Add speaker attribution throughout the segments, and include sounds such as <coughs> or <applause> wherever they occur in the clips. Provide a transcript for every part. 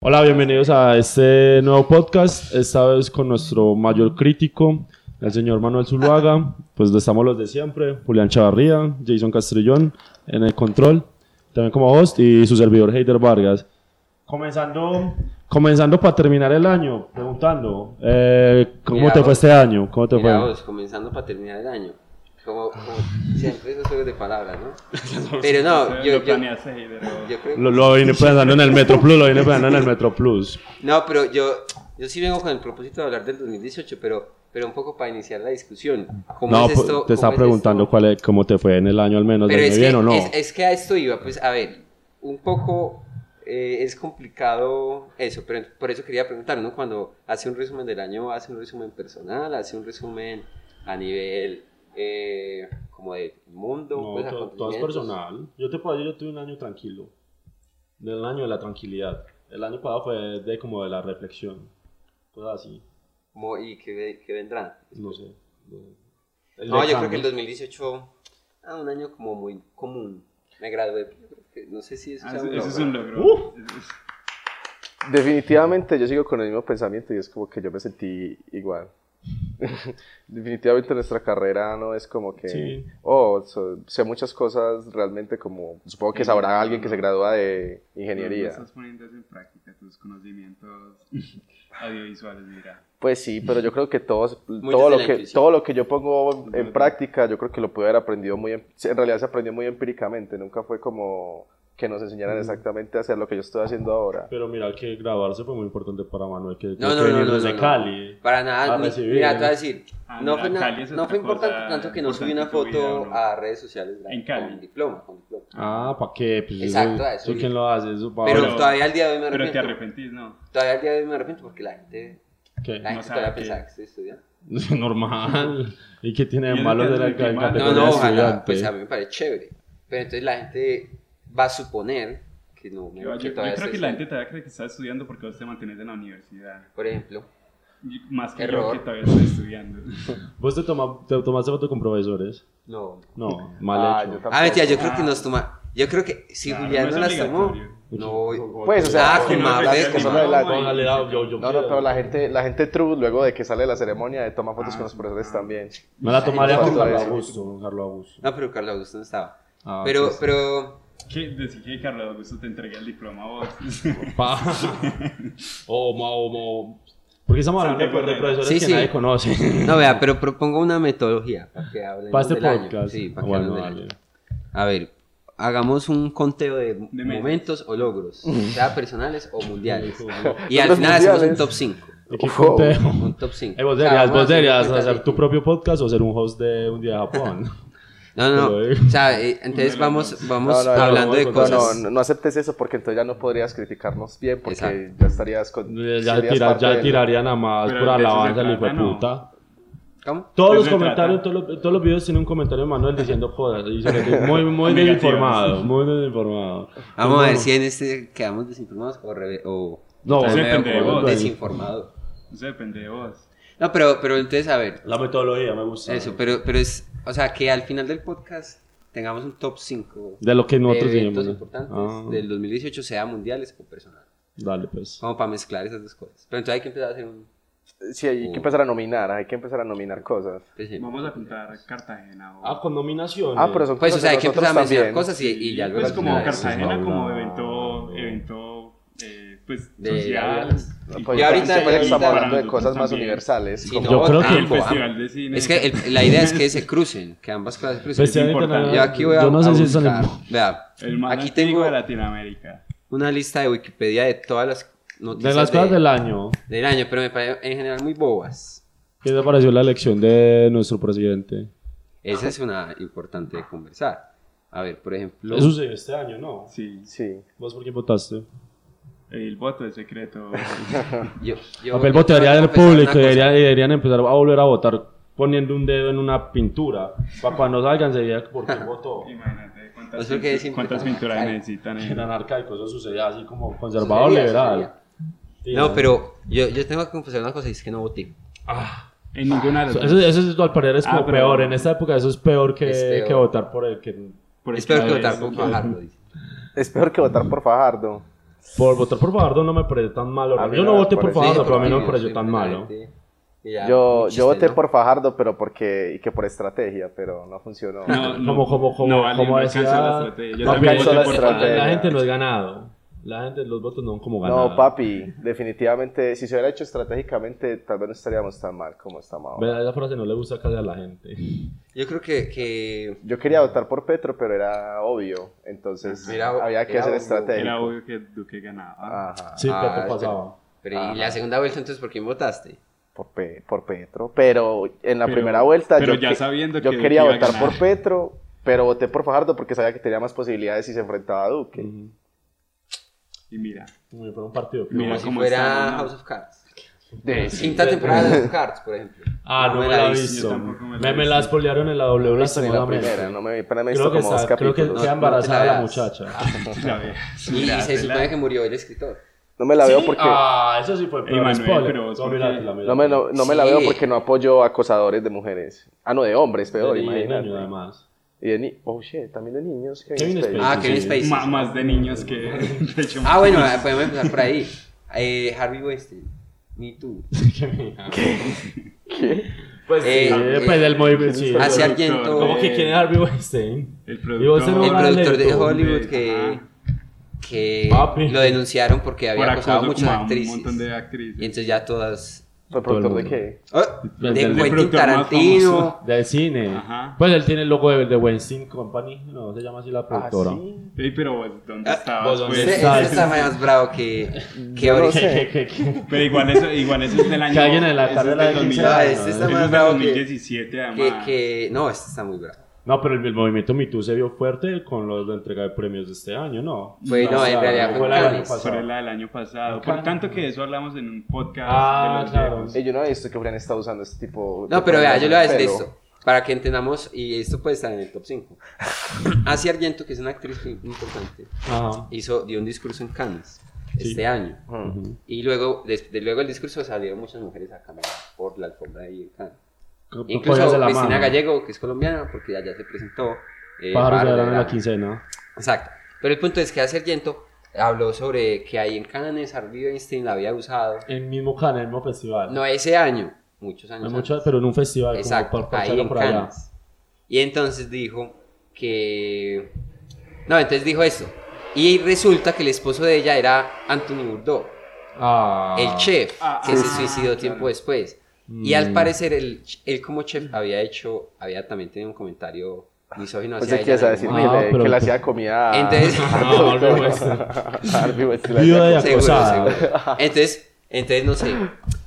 Speaker 1: Hola, bienvenidos a este nuevo podcast, esta vez con nuestro mayor crítico, el señor Manuel Zuluaga, pues lo estamos los de siempre, Julián Chavarría, Jason Castrillón en el control, también como host y su servidor Heider Vargas. Comenzando, comenzando para terminar el año, preguntando, eh, ¿cómo
Speaker 2: Mira
Speaker 1: te
Speaker 2: vos.
Speaker 1: fue este año? ¿Cómo te
Speaker 2: Mira
Speaker 1: fue?
Speaker 2: vos, comenzando para terminar el año. Como, como siempre esos juegos de palabras,
Speaker 3: <laughs>
Speaker 2: ¿no? Pero no, yo,
Speaker 3: lo
Speaker 2: yo,
Speaker 3: planeaste y de nuevo.
Speaker 2: yo creo...
Speaker 1: Lo, lo vine pensando en el Metro Plus, lo vine pensando en el Metro Plus.
Speaker 2: No, pero yo, yo sí vengo con el propósito de hablar del 2018, pero, pero un poco para iniciar la discusión. ¿Cómo
Speaker 1: No,
Speaker 2: es
Speaker 1: pues,
Speaker 2: esto?
Speaker 1: te
Speaker 2: ¿Cómo
Speaker 1: estaba
Speaker 2: es
Speaker 1: preguntando
Speaker 2: esto?
Speaker 1: cuál es, cómo te fue en el año al menos,
Speaker 2: Pero
Speaker 1: ¿dormí
Speaker 2: es
Speaker 1: bien
Speaker 2: que,
Speaker 1: o no?
Speaker 2: es, es que a esto iba, pues a ver, un poco eh, es complicado eso, pero por eso quería preguntar, ¿no? Cuando hace un resumen del año, hace un resumen personal, hace un resumen a nivel eh, como de mundo,
Speaker 1: No,
Speaker 2: pues,
Speaker 1: to- todo es
Speaker 2: acontecimientos.
Speaker 1: personal. Yo te puedo decir, yo tuve un año tranquilo. Del año de la tranquilidad. El año pasado fue de como de la reflexión. Cosas así.
Speaker 2: Como, ¿Y qué, ve- qué vendrá?
Speaker 1: No sé. no- El
Speaker 2: No,
Speaker 1: de
Speaker 2: yo creo
Speaker 1: cambio.
Speaker 2: que el 2018, ah, un año como muy común. Me gradué, no sé si eso
Speaker 3: Ah,
Speaker 2: sea
Speaker 3: eso,
Speaker 2: un
Speaker 3: eso es
Speaker 2: logro.
Speaker 3: un logro.
Speaker 1: Uh.
Speaker 3: Es- es-
Speaker 4: Definitivamente yo sigo con el mismo pensamiento y es como que yo me sentí igual. Definitivamente nuestra carrera no es como que...
Speaker 1: Sí.
Speaker 4: Oh, so- sé muchas cosas realmente como... Supongo que sabrá alguien que se gradúa de
Speaker 3: lo
Speaker 4: ingeniería.
Speaker 3: Estás poniendo en práctica tus conocimientos audiovisuales, mira.
Speaker 4: Pues sí, pero yo creo que todos,
Speaker 2: Muy desde
Speaker 4: todo, lo
Speaker 2: la
Speaker 4: que,
Speaker 2: intuición.
Speaker 4: todo lo que yo pongo en
Speaker 3: Ujú.
Speaker 4: práctica, yo creo que lo pude haber aprendido muy... em- En realidad se aprendió muy empíricamente, nunca fue como que nos enseñaran exactamente a hacer lo que yo estoy haciendo ahora.
Speaker 1: Pero mira que graduarse fue muy importante para Manuel, que
Speaker 2: No,
Speaker 1: tuvo
Speaker 2: no,
Speaker 1: que
Speaker 2: no,
Speaker 1: venir
Speaker 2: no,
Speaker 1: desde
Speaker 2: no, no.
Speaker 1: Cali. Ah,
Speaker 2: Para nada,
Speaker 1: A
Speaker 2: ni-
Speaker 1: recibir.
Speaker 2: mira, te voy a decir,
Speaker 3: Ah,
Speaker 2: no
Speaker 3: mira,
Speaker 2: fue, na-
Speaker 3: Cali es
Speaker 2: no
Speaker 3: otra
Speaker 2: fue importante
Speaker 3: cosa
Speaker 2: tanto que no subí una
Speaker 3: importante en tu
Speaker 2: foto
Speaker 3: vida, ¿no?
Speaker 2: a redes sociales ¿verdad?
Speaker 3: En Cali.
Speaker 2: con diploma, con diploma.
Speaker 1: Ah, ¿para qué? Pues
Speaker 2: Exacto,
Speaker 1: eso,
Speaker 2: a eso
Speaker 1: ¿tú
Speaker 2: iba.
Speaker 1: quién lo hace? Eso para
Speaker 2: Pero
Speaker 3: Pero-
Speaker 2: todavía al día de hoy me
Speaker 3: Pero te
Speaker 2: arrepiento.
Speaker 3: arrepentís, ¿no.
Speaker 2: todavía al día de hoy me arrepiento porque la gente,
Speaker 1: ¿Qué? <laughs>
Speaker 2: la
Speaker 3: No
Speaker 2: gente
Speaker 3: sabe
Speaker 2: todavía
Speaker 3: qué.
Speaker 2: pensaba que estoy estudiando.
Speaker 1: Normal. ¿Y qué tiene
Speaker 3: Y
Speaker 1: de
Speaker 3: eso
Speaker 1: malo
Speaker 3: que
Speaker 1: de
Speaker 3: es
Speaker 1: la
Speaker 3: muy malo.
Speaker 2: No,
Speaker 1: categoría
Speaker 2: no,
Speaker 1: estudiante?
Speaker 2: ojalá, pues a mí me parece chévere. Pero entonces la gente va a suponer que no me
Speaker 3: Yo, yo-
Speaker 2: que
Speaker 3: yo
Speaker 2: todavía
Speaker 3: creo
Speaker 2: estoy
Speaker 3: que la gente
Speaker 2: estudiando.
Speaker 3: todavía cree que estás estudiando porque vos te mantienes en la universidad.
Speaker 2: Por ejemplo,
Speaker 3: Y- Más que
Speaker 2: Error.
Speaker 3: yo que todavía estoy estudiando. <laughs>
Speaker 1: ¿Vos te, toma- te tomaste foto con profesores?
Speaker 2: no.
Speaker 1: No, mal
Speaker 4: Ah,
Speaker 1: hecho.
Speaker 4: yo
Speaker 2: Ah, mentira, yo
Speaker 3: Ah.
Speaker 2: creo que nos toma. Yo creo que si
Speaker 3: Claro,
Speaker 2: Julián no,
Speaker 3: no es
Speaker 2: las tomó,
Speaker 3: obligatorio.
Speaker 2: no.
Speaker 4: Pues, o sea,
Speaker 2: ah, con
Speaker 3: no,
Speaker 2: Mabel,
Speaker 3: no,
Speaker 2: con
Speaker 3: no,
Speaker 2: Mabel.
Speaker 3: no,
Speaker 1: Con Aleado, yo, yo
Speaker 4: No, no,
Speaker 1: quiero.
Speaker 4: pero la gente, la gente true luego de que sale de la ceremonia de toma fotos
Speaker 3: Ah,
Speaker 4: con los profesores
Speaker 3: ah.
Speaker 4: también.
Speaker 1: Me la tomaría con
Speaker 4: Exacto,
Speaker 1: Carlos
Speaker 4: eso.
Speaker 1: Augusto, con Carlos Augusto.
Speaker 2: No, pero Carlos Augusto no estaba.
Speaker 1: Ah,
Speaker 2: pero,
Speaker 1: pues,
Speaker 2: pero,
Speaker 3: ¿Qué? Decir que Carlos Augusto te entregué el diploma a vos. <laughs>
Speaker 1: pa.
Speaker 3: Oh,
Speaker 1: o, o, o- Porque estamos hablando de,
Speaker 3: Santiago
Speaker 1: de profesores
Speaker 2: Sí,
Speaker 1: que
Speaker 2: sí.
Speaker 1: nadie <laughs> conoce. <clears throat>
Speaker 2: no vea, pero propongo una metodología para que hablen
Speaker 1: Para este
Speaker 2: del año.
Speaker 1: podcast.
Speaker 2: Sí, para que
Speaker 1: bueno,
Speaker 2: hablen del
Speaker 1: vale.
Speaker 2: año. A ver, hagamos un conteo de,
Speaker 3: metas.
Speaker 2: momentos o logros, sea personales o mundiales. Y al
Speaker 4: Logros
Speaker 2: final hacemos un
Speaker 4: mundiales.
Speaker 2: top 5.
Speaker 1: ¿Y qué
Speaker 4: Ojo.
Speaker 1: conteo?
Speaker 2: Un top 5.
Speaker 1: Eh, vos deberías, vos deberías hacer tu propio podcast o ser un host de un día de
Speaker 3: <laughs>
Speaker 1: Japón.
Speaker 2: No, no, no.
Speaker 1: Pero, eh.
Speaker 2: O sea, eh, entonces
Speaker 3: Una
Speaker 2: vamos, vamos
Speaker 4: No, no, no,
Speaker 2: hablando
Speaker 1: no,
Speaker 2: de
Speaker 1: no,
Speaker 4: No,
Speaker 2: cosas.
Speaker 4: no, no, no aceptes eso porque entonces ya no podrías criticarnos bien porque
Speaker 2: Exacto.
Speaker 4: ya estarías con.
Speaker 1: ya
Speaker 4: serías
Speaker 1: tira-
Speaker 4: parte
Speaker 1: ya
Speaker 4: del-
Speaker 1: tiraría nada más
Speaker 3: Pero
Speaker 1: por
Speaker 3: de eso se
Speaker 1: alabanza al hijo de
Speaker 3: trata, ¿no?
Speaker 1: puta.
Speaker 2: ¿Cómo?
Speaker 1: Todos
Speaker 3: De
Speaker 1: los
Speaker 3: eso se
Speaker 1: comentarios,
Speaker 3: trata.
Speaker 1: todos los, todos los videos tienen un comentario de Manuel diciendo jodas. Y se le- muy,
Speaker 3: <laughs>
Speaker 1: muy
Speaker 3: Negativas.
Speaker 1: desinformado. Muy desinformado.
Speaker 2: Vamos a ver
Speaker 1: Bueno.
Speaker 2: si en este quedamos desinformados o, reve- o
Speaker 1: No,
Speaker 3: Eso
Speaker 2: o medio
Speaker 3: depende de
Speaker 2: como
Speaker 3: vos.
Speaker 2: desinformados.
Speaker 3: Eso depende de vos.
Speaker 2: No, pero, pero entonces, a ver,
Speaker 1: La metodología me gusta.
Speaker 2: eso, pero, pero es, o sea, que al final del podcast tengamos un top 5
Speaker 1: De lo que nosotros
Speaker 2: de
Speaker 1: dijimos.
Speaker 2: eventos
Speaker 1: ¿no?
Speaker 2: importantes
Speaker 1: Ah,
Speaker 2: del Ah, 2018, sea mundiales o personales.
Speaker 1: Dale, pues.
Speaker 2: Como para mezclar esas dos cosas. Pero entonces hay que empezar a hacer un...
Speaker 4: Sí, hay
Speaker 2: Uh.
Speaker 4: que empezar a nominar, hay que empezar a nominar cosas.
Speaker 2: pues, sí.
Speaker 3: Vamos a contar Cartagena. o-
Speaker 1: Ah, con nominaciones.
Speaker 4: Ah, pero son
Speaker 2: Pues, o
Speaker 4: cosas
Speaker 2: sea,
Speaker 4: de
Speaker 2: hay que
Speaker 4: nosotros
Speaker 2: empezar a mencionar
Speaker 4: también.
Speaker 2: cosas y, y ya luego...
Speaker 3: pues
Speaker 2: al
Speaker 3: como
Speaker 2: final eso.
Speaker 3: Cartagena
Speaker 1: no,
Speaker 3: como
Speaker 1: no, no.
Speaker 3: evento, evento eh, pues
Speaker 2: De-
Speaker 3: social.
Speaker 2: de-
Speaker 3: y
Speaker 4: Pues,
Speaker 2: Y ahorita-
Speaker 4: pues,
Speaker 2: ahorita-
Speaker 4: estamos hablando de
Speaker 3: También.
Speaker 4: cosas más universales.
Speaker 2: Sí, no,
Speaker 4: como-
Speaker 1: Yo creo que-
Speaker 2: ambos,
Speaker 3: el festival
Speaker 2: ambos.
Speaker 3: de cine.
Speaker 2: Ah, Es que el- la idea
Speaker 1: <laughs>
Speaker 2: es que se crucen, que ambas cosas se crucen.
Speaker 1: Pues,
Speaker 3: sí,
Speaker 1: ahorita
Speaker 3: importante.
Speaker 1: nada-
Speaker 2: Yo aquí voy a,
Speaker 1: yo no sé
Speaker 2: a
Speaker 1: si son
Speaker 2: buscar. Vea,
Speaker 3: el más
Speaker 2: aquí
Speaker 3: antiguo
Speaker 2: tengo
Speaker 3: de Latinoamérica.
Speaker 2: una lista de Wikipedia de todas las noticias
Speaker 1: de las cosas del año.
Speaker 2: del año, pero me parecen en general muy bobas.
Speaker 1: ¿Qué te pareció la elección de nuestro presidente?
Speaker 2: Esa es una importante de conversar. A ver, por ejemplo,
Speaker 1: Eso sucedió este año, ¿no?
Speaker 3: Sí,
Speaker 4: Sí.
Speaker 1: ¿Vos por quién votaste?
Speaker 3: el voto es secreto.
Speaker 2: yo, yo,
Speaker 1: Papel
Speaker 2: yo
Speaker 1: votaría
Speaker 2: tengo
Speaker 1: del
Speaker 2: que confesar
Speaker 1: público
Speaker 2: una
Speaker 1: y
Speaker 2: cosa.
Speaker 1: deberían, y deberían empezar a volver a votar poniendo un dedo en una pintura. Para cuando salgan se diga <laughs> por quién votó.
Speaker 3: Imagínate cuántas,
Speaker 2: Eso que es
Speaker 3: pintu- cuántas
Speaker 2: importante.
Speaker 3: pinturas
Speaker 2: Ay.
Speaker 3: necesitan. eh.
Speaker 1: Eran arcaicos, eso sucedía así como
Speaker 2: Eso
Speaker 1: conservador
Speaker 2: sería, eso
Speaker 1: liberal.
Speaker 2: sería. No, pero yo, yo tengo que confesar una cosa y es que no voté.
Speaker 3: En ninguna de las
Speaker 1: Eso, eso, eso al parecer es como
Speaker 3: Ah, pero-
Speaker 1: peor. En esta época eso es peor que,
Speaker 2: Es peor.
Speaker 1: que votar por el que...
Speaker 3: por
Speaker 2: Espero que
Speaker 3: esta vez.
Speaker 2: votar por Fajardo. dice.
Speaker 4: Es peor que votar por Fajardo.
Speaker 1: Por votar por Fajardo no me pareció tan malo.
Speaker 4: A mí
Speaker 1: Yo no
Speaker 4: no me
Speaker 1: voté por
Speaker 4: parece-
Speaker 1: Fajardo,
Speaker 4: Sí,
Speaker 1: pero a mí no me
Speaker 2: porque
Speaker 1: pareció tan malo.
Speaker 2: simplemente- y ya,
Speaker 4: Yo,
Speaker 2: un chiste,
Speaker 4: yo voté
Speaker 2: ¿no?
Speaker 4: por Fajardo, pero porque, y que por estrategia, pero no funcionó.
Speaker 1: Como, como, como,
Speaker 3: no, vale,
Speaker 1: como
Speaker 3: no
Speaker 1: decía-
Speaker 3: alcanzó la estrategia. Yo
Speaker 1: No
Speaker 3: también
Speaker 1: alcanzó
Speaker 3: voté
Speaker 1: la
Speaker 3: por
Speaker 4: estrategia.
Speaker 1: La
Speaker 3: Fajardo.
Speaker 1: gente no es ganado. La gente, los votos no son como ganado.
Speaker 4: No, papi, definitivamente, si se hubiera hecho estratégicamente, tal vez no estaríamos tan mal como estamos ahora.
Speaker 1: Esa frase no le gusta casi a la gente. <laughs>
Speaker 2: Yo creo que, que
Speaker 4: Yo quería votar por Petro, pero era obvio, entonces
Speaker 2: Era o-
Speaker 4: había que
Speaker 2: era
Speaker 4: hacer
Speaker 2: obvio.
Speaker 4: estrategia.
Speaker 3: Pues Era obvio que Duque ganaba.
Speaker 4: Ajá,
Speaker 1: Sí,
Speaker 2: Ah,
Speaker 1: Petro
Speaker 2: espera.
Speaker 1: pasaba.
Speaker 2: pero
Speaker 4: Ajá.
Speaker 2: y la segunda vuelta entonces por quién votaste?
Speaker 4: por, Pe- por Petro, pero en la
Speaker 3: Pero-
Speaker 4: primera vuelta
Speaker 3: pero
Speaker 4: yo,
Speaker 3: ya
Speaker 4: que-
Speaker 3: sabiendo
Speaker 4: yo
Speaker 3: que
Speaker 4: quería
Speaker 3: iba a
Speaker 4: votar
Speaker 3: ganar.
Speaker 4: por Petro, pero voté por Fajardo porque sabía que tenía más posibilidades si se enfrentaba a Duque.
Speaker 1: Ujú.
Speaker 3: Y mira,
Speaker 1: Muy Fue un partido.
Speaker 3: Mira
Speaker 2: Como si
Speaker 3: cómo
Speaker 2: fuera
Speaker 3: está, ¿no?
Speaker 2: House of Cards.
Speaker 3: <laughs>
Speaker 4: De-
Speaker 2: Quinta temporada de House of Cards, por ejemplo.
Speaker 1: Ah, no, me la he visto.
Speaker 3: Yo tampoco me la
Speaker 1: Me,
Speaker 3: he
Speaker 1: me
Speaker 3: visto.
Speaker 1: la spoilearon en la W
Speaker 4: no he visto ni la
Speaker 1: lastimosamente.
Speaker 4: primera, no me vi, apenas me he visto
Speaker 1: Creo que,
Speaker 4: como dos
Speaker 1: está, creo que
Speaker 4: capítulos.
Speaker 1: queda
Speaker 2: No, no te la
Speaker 1: embarazada la
Speaker 2: veas.
Speaker 1: muchacha.
Speaker 3: la veas.
Speaker 2: Y,
Speaker 3: Mira,
Speaker 2: se
Speaker 3: te la-
Speaker 2: supone que murió el escritor.
Speaker 4: No me la veo
Speaker 1: ¿Sí?
Speaker 4: porque...
Speaker 1: Ah, eso sí fue el peor
Speaker 3: Emanuel,
Speaker 1: spoiler.
Speaker 3: pero es
Speaker 1: No,
Speaker 3: porque-
Speaker 1: míratela, míratela.
Speaker 4: No me, no, no me la
Speaker 2: Sí.
Speaker 4: veo porque no apoyo acosadores de mujeres. Ah, no, de hombres, peor,
Speaker 1: Y de
Speaker 4: imagínate.
Speaker 1: niño, además.
Speaker 4: Y de ni- Oh, shit, también de niños.
Speaker 1: Kevin Spacey.
Speaker 2: Ah, Kevin
Speaker 1: sí. <laughs>
Speaker 2: Spacey.
Speaker 3: Ma- más de niños que <laughs> de hecho,
Speaker 2: Ah, bueno,
Speaker 3: más-
Speaker 2: podemos empezar por ahí. Eh, Harvey Weinstein. Me Too.
Speaker 1: Pues sí,
Speaker 2: Eh,
Speaker 1: eh, pues del movimiento. sí.
Speaker 2: Hace
Speaker 3: el Eh.
Speaker 2: Argento.
Speaker 3: productor
Speaker 1: ¿Cómo
Speaker 3: de-
Speaker 1: que quién es Harvey Weinstein?
Speaker 3: el
Speaker 1: Y vos
Speaker 3: productor
Speaker 1: se
Speaker 2: El
Speaker 1: no-
Speaker 2: productor de
Speaker 1: Lento,
Speaker 2: Hollywood
Speaker 3: de-
Speaker 2: que,
Speaker 3: ajá.
Speaker 2: que
Speaker 1: Papi.
Speaker 2: lo denunciaron porque
Speaker 3: por
Speaker 2: había acosado a
Speaker 3: acoso como
Speaker 2: muchas
Speaker 3: a un
Speaker 2: actrices.
Speaker 3: montón de
Speaker 2: Y
Speaker 3: actrices.
Speaker 2: entonces ya todas.
Speaker 4: ¿Fue productor
Speaker 1: Todo el
Speaker 4: de
Speaker 1: mundo.
Speaker 4: qué?
Speaker 2: ¡Ah!
Speaker 1: Del-
Speaker 2: de
Speaker 1: del
Speaker 2: Quentin
Speaker 3: productor más
Speaker 2: Tarantino.
Speaker 3: famoso.
Speaker 1: Del cine.
Speaker 3: Ajá.
Speaker 1: Pues él tiene el logo de, de Weinstein Company. No, se llama así la
Speaker 4: Ah,
Speaker 1: productora.
Speaker 4: sí.
Speaker 3: Ey, pero vos, ¿dónde
Speaker 2: Ah,
Speaker 1: vos
Speaker 3: estabas?
Speaker 1: dónde
Speaker 2: Ese,
Speaker 3: pues?
Speaker 1: está-
Speaker 2: ese está más bravo que, que
Speaker 4: Yo no
Speaker 2: ahorita.
Speaker 4: sé.
Speaker 1: <laughs> Que- que- que-
Speaker 3: <laughs> Pero igual eso, igual eso es del año.
Speaker 1: Que alguien en la
Speaker 3: eso
Speaker 1: tarde
Speaker 3: es
Speaker 1: la
Speaker 3: del
Speaker 1: de
Speaker 3: 2000,
Speaker 1: quince años.
Speaker 3: eso
Speaker 1: Ah, este
Speaker 2: está
Speaker 3: es
Speaker 2: más
Speaker 3: del
Speaker 2: bravo que-
Speaker 3: 2017,
Speaker 2: Que,
Speaker 3: además.
Speaker 2: que- no, este está muy bravo.
Speaker 1: No, pero el, el movimiento Me Too se vio fuerte con los de entrega de premios de este año, ¿no?
Speaker 2: Fue- no, en realidad fue
Speaker 1: la del año
Speaker 2: Cannes.
Speaker 1: pasado.
Speaker 3: Pero es la del año pasado.
Speaker 1: Acá.
Speaker 3: Por tanto que eso hablamos en un podcast.
Speaker 1: Ah,
Speaker 3: de los
Speaker 1: claro.
Speaker 3: viejos.
Speaker 4: Eh, yo no he visto que Brian está usando este tipo de
Speaker 2: No, pero vea, yo le voy a decir
Speaker 4: pelo.
Speaker 2: esto. Para que entendamos, y esto puede estar en el top 5. <coughs> Asia Argento, que es una actriz muy importante,
Speaker 1: Ajá.
Speaker 2: hizo, dio un discurso en Cannes
Speaker 1: Sí.
Speaker 2: este año.
Speaker 4: Ujú.
Speaker 2: Y luego, des- de, luego el discurso salieron muchas mujeres a caminar por la alfombra ahí en Cannes.
Speaker 1: Co-
Speaker 2: Incluso
Speaker 1: cogidas de la
Speaker 2: Cristina
Speaker 1: mano.
Speaker 2: Gallego, que es colombiana, porque allá se presentó.
Speaker 1: Pájaros de
Speaker 2: eh, Bárbara
Speaker 1: verano en la
Speaker 2: Grande.
Speaker 1: quincena.
Speaker 2: Exacto. Pero el punto es que Asia Argento habló sobre que ahí en Cannes Harvey Weinstein la había usado.
Speaker 1: El mismo canal, el mismo festival.
Speaker 2: No ese año, muchos años.
Speaker 1: Hay
Speaker 2: antes.
Speaker 1: mucho, pero en un festival.
Speaker 2: Exacto,
Speaker 1: como por, por
Speaker 2: ahí
Speaker 1: echarlo
Speaker 2: en
Speaker 1: por allá.
Speaker 2: Cannes. Y entonces dijo que... No, entonces dijo esto. Y resulta que el esposo de ella era Anthony Bourdain,
Speaker 1: Ah.
Speaker 2: el chef,
Speaker 3: Ah,
Speaker 2: que se
Speaker 3: ah,
Speaker 2: suicidó
Speaker 3: claro.
Speaker 2: tiempo después. Y al
Speaker 1: Mm.
Speaker 2: parecer él, él como chef había hecho, había también tenido un comentario misógino hacia
Speaker 4: Pensé
Speaker 2: ella.
Speaker 4: que ibas a
Speaker 2: en
Speaker 4: decir
Speaker 2: algún
Speaker 4: que,
Speaker 1: Ah,
Speaker 2: momento.
Speaker 4: le,
Speaker 1: pero-
Speaker 4: que le
Speaker 2: <laughs>
Speaker 4: hacía comida a-
Speaker 2: Entonces-
Speaker 4: a-
Speaker 1: Ah, Harvey Weinstein.
Speaker 4: <laughs> a Harvey Weinstein.
Speaker 1: Viuda de
Speaker 2: "Ah, Seguro,
Speaker 1: acosada.
Speaker 2: seguro. Entonces, entonces no sé.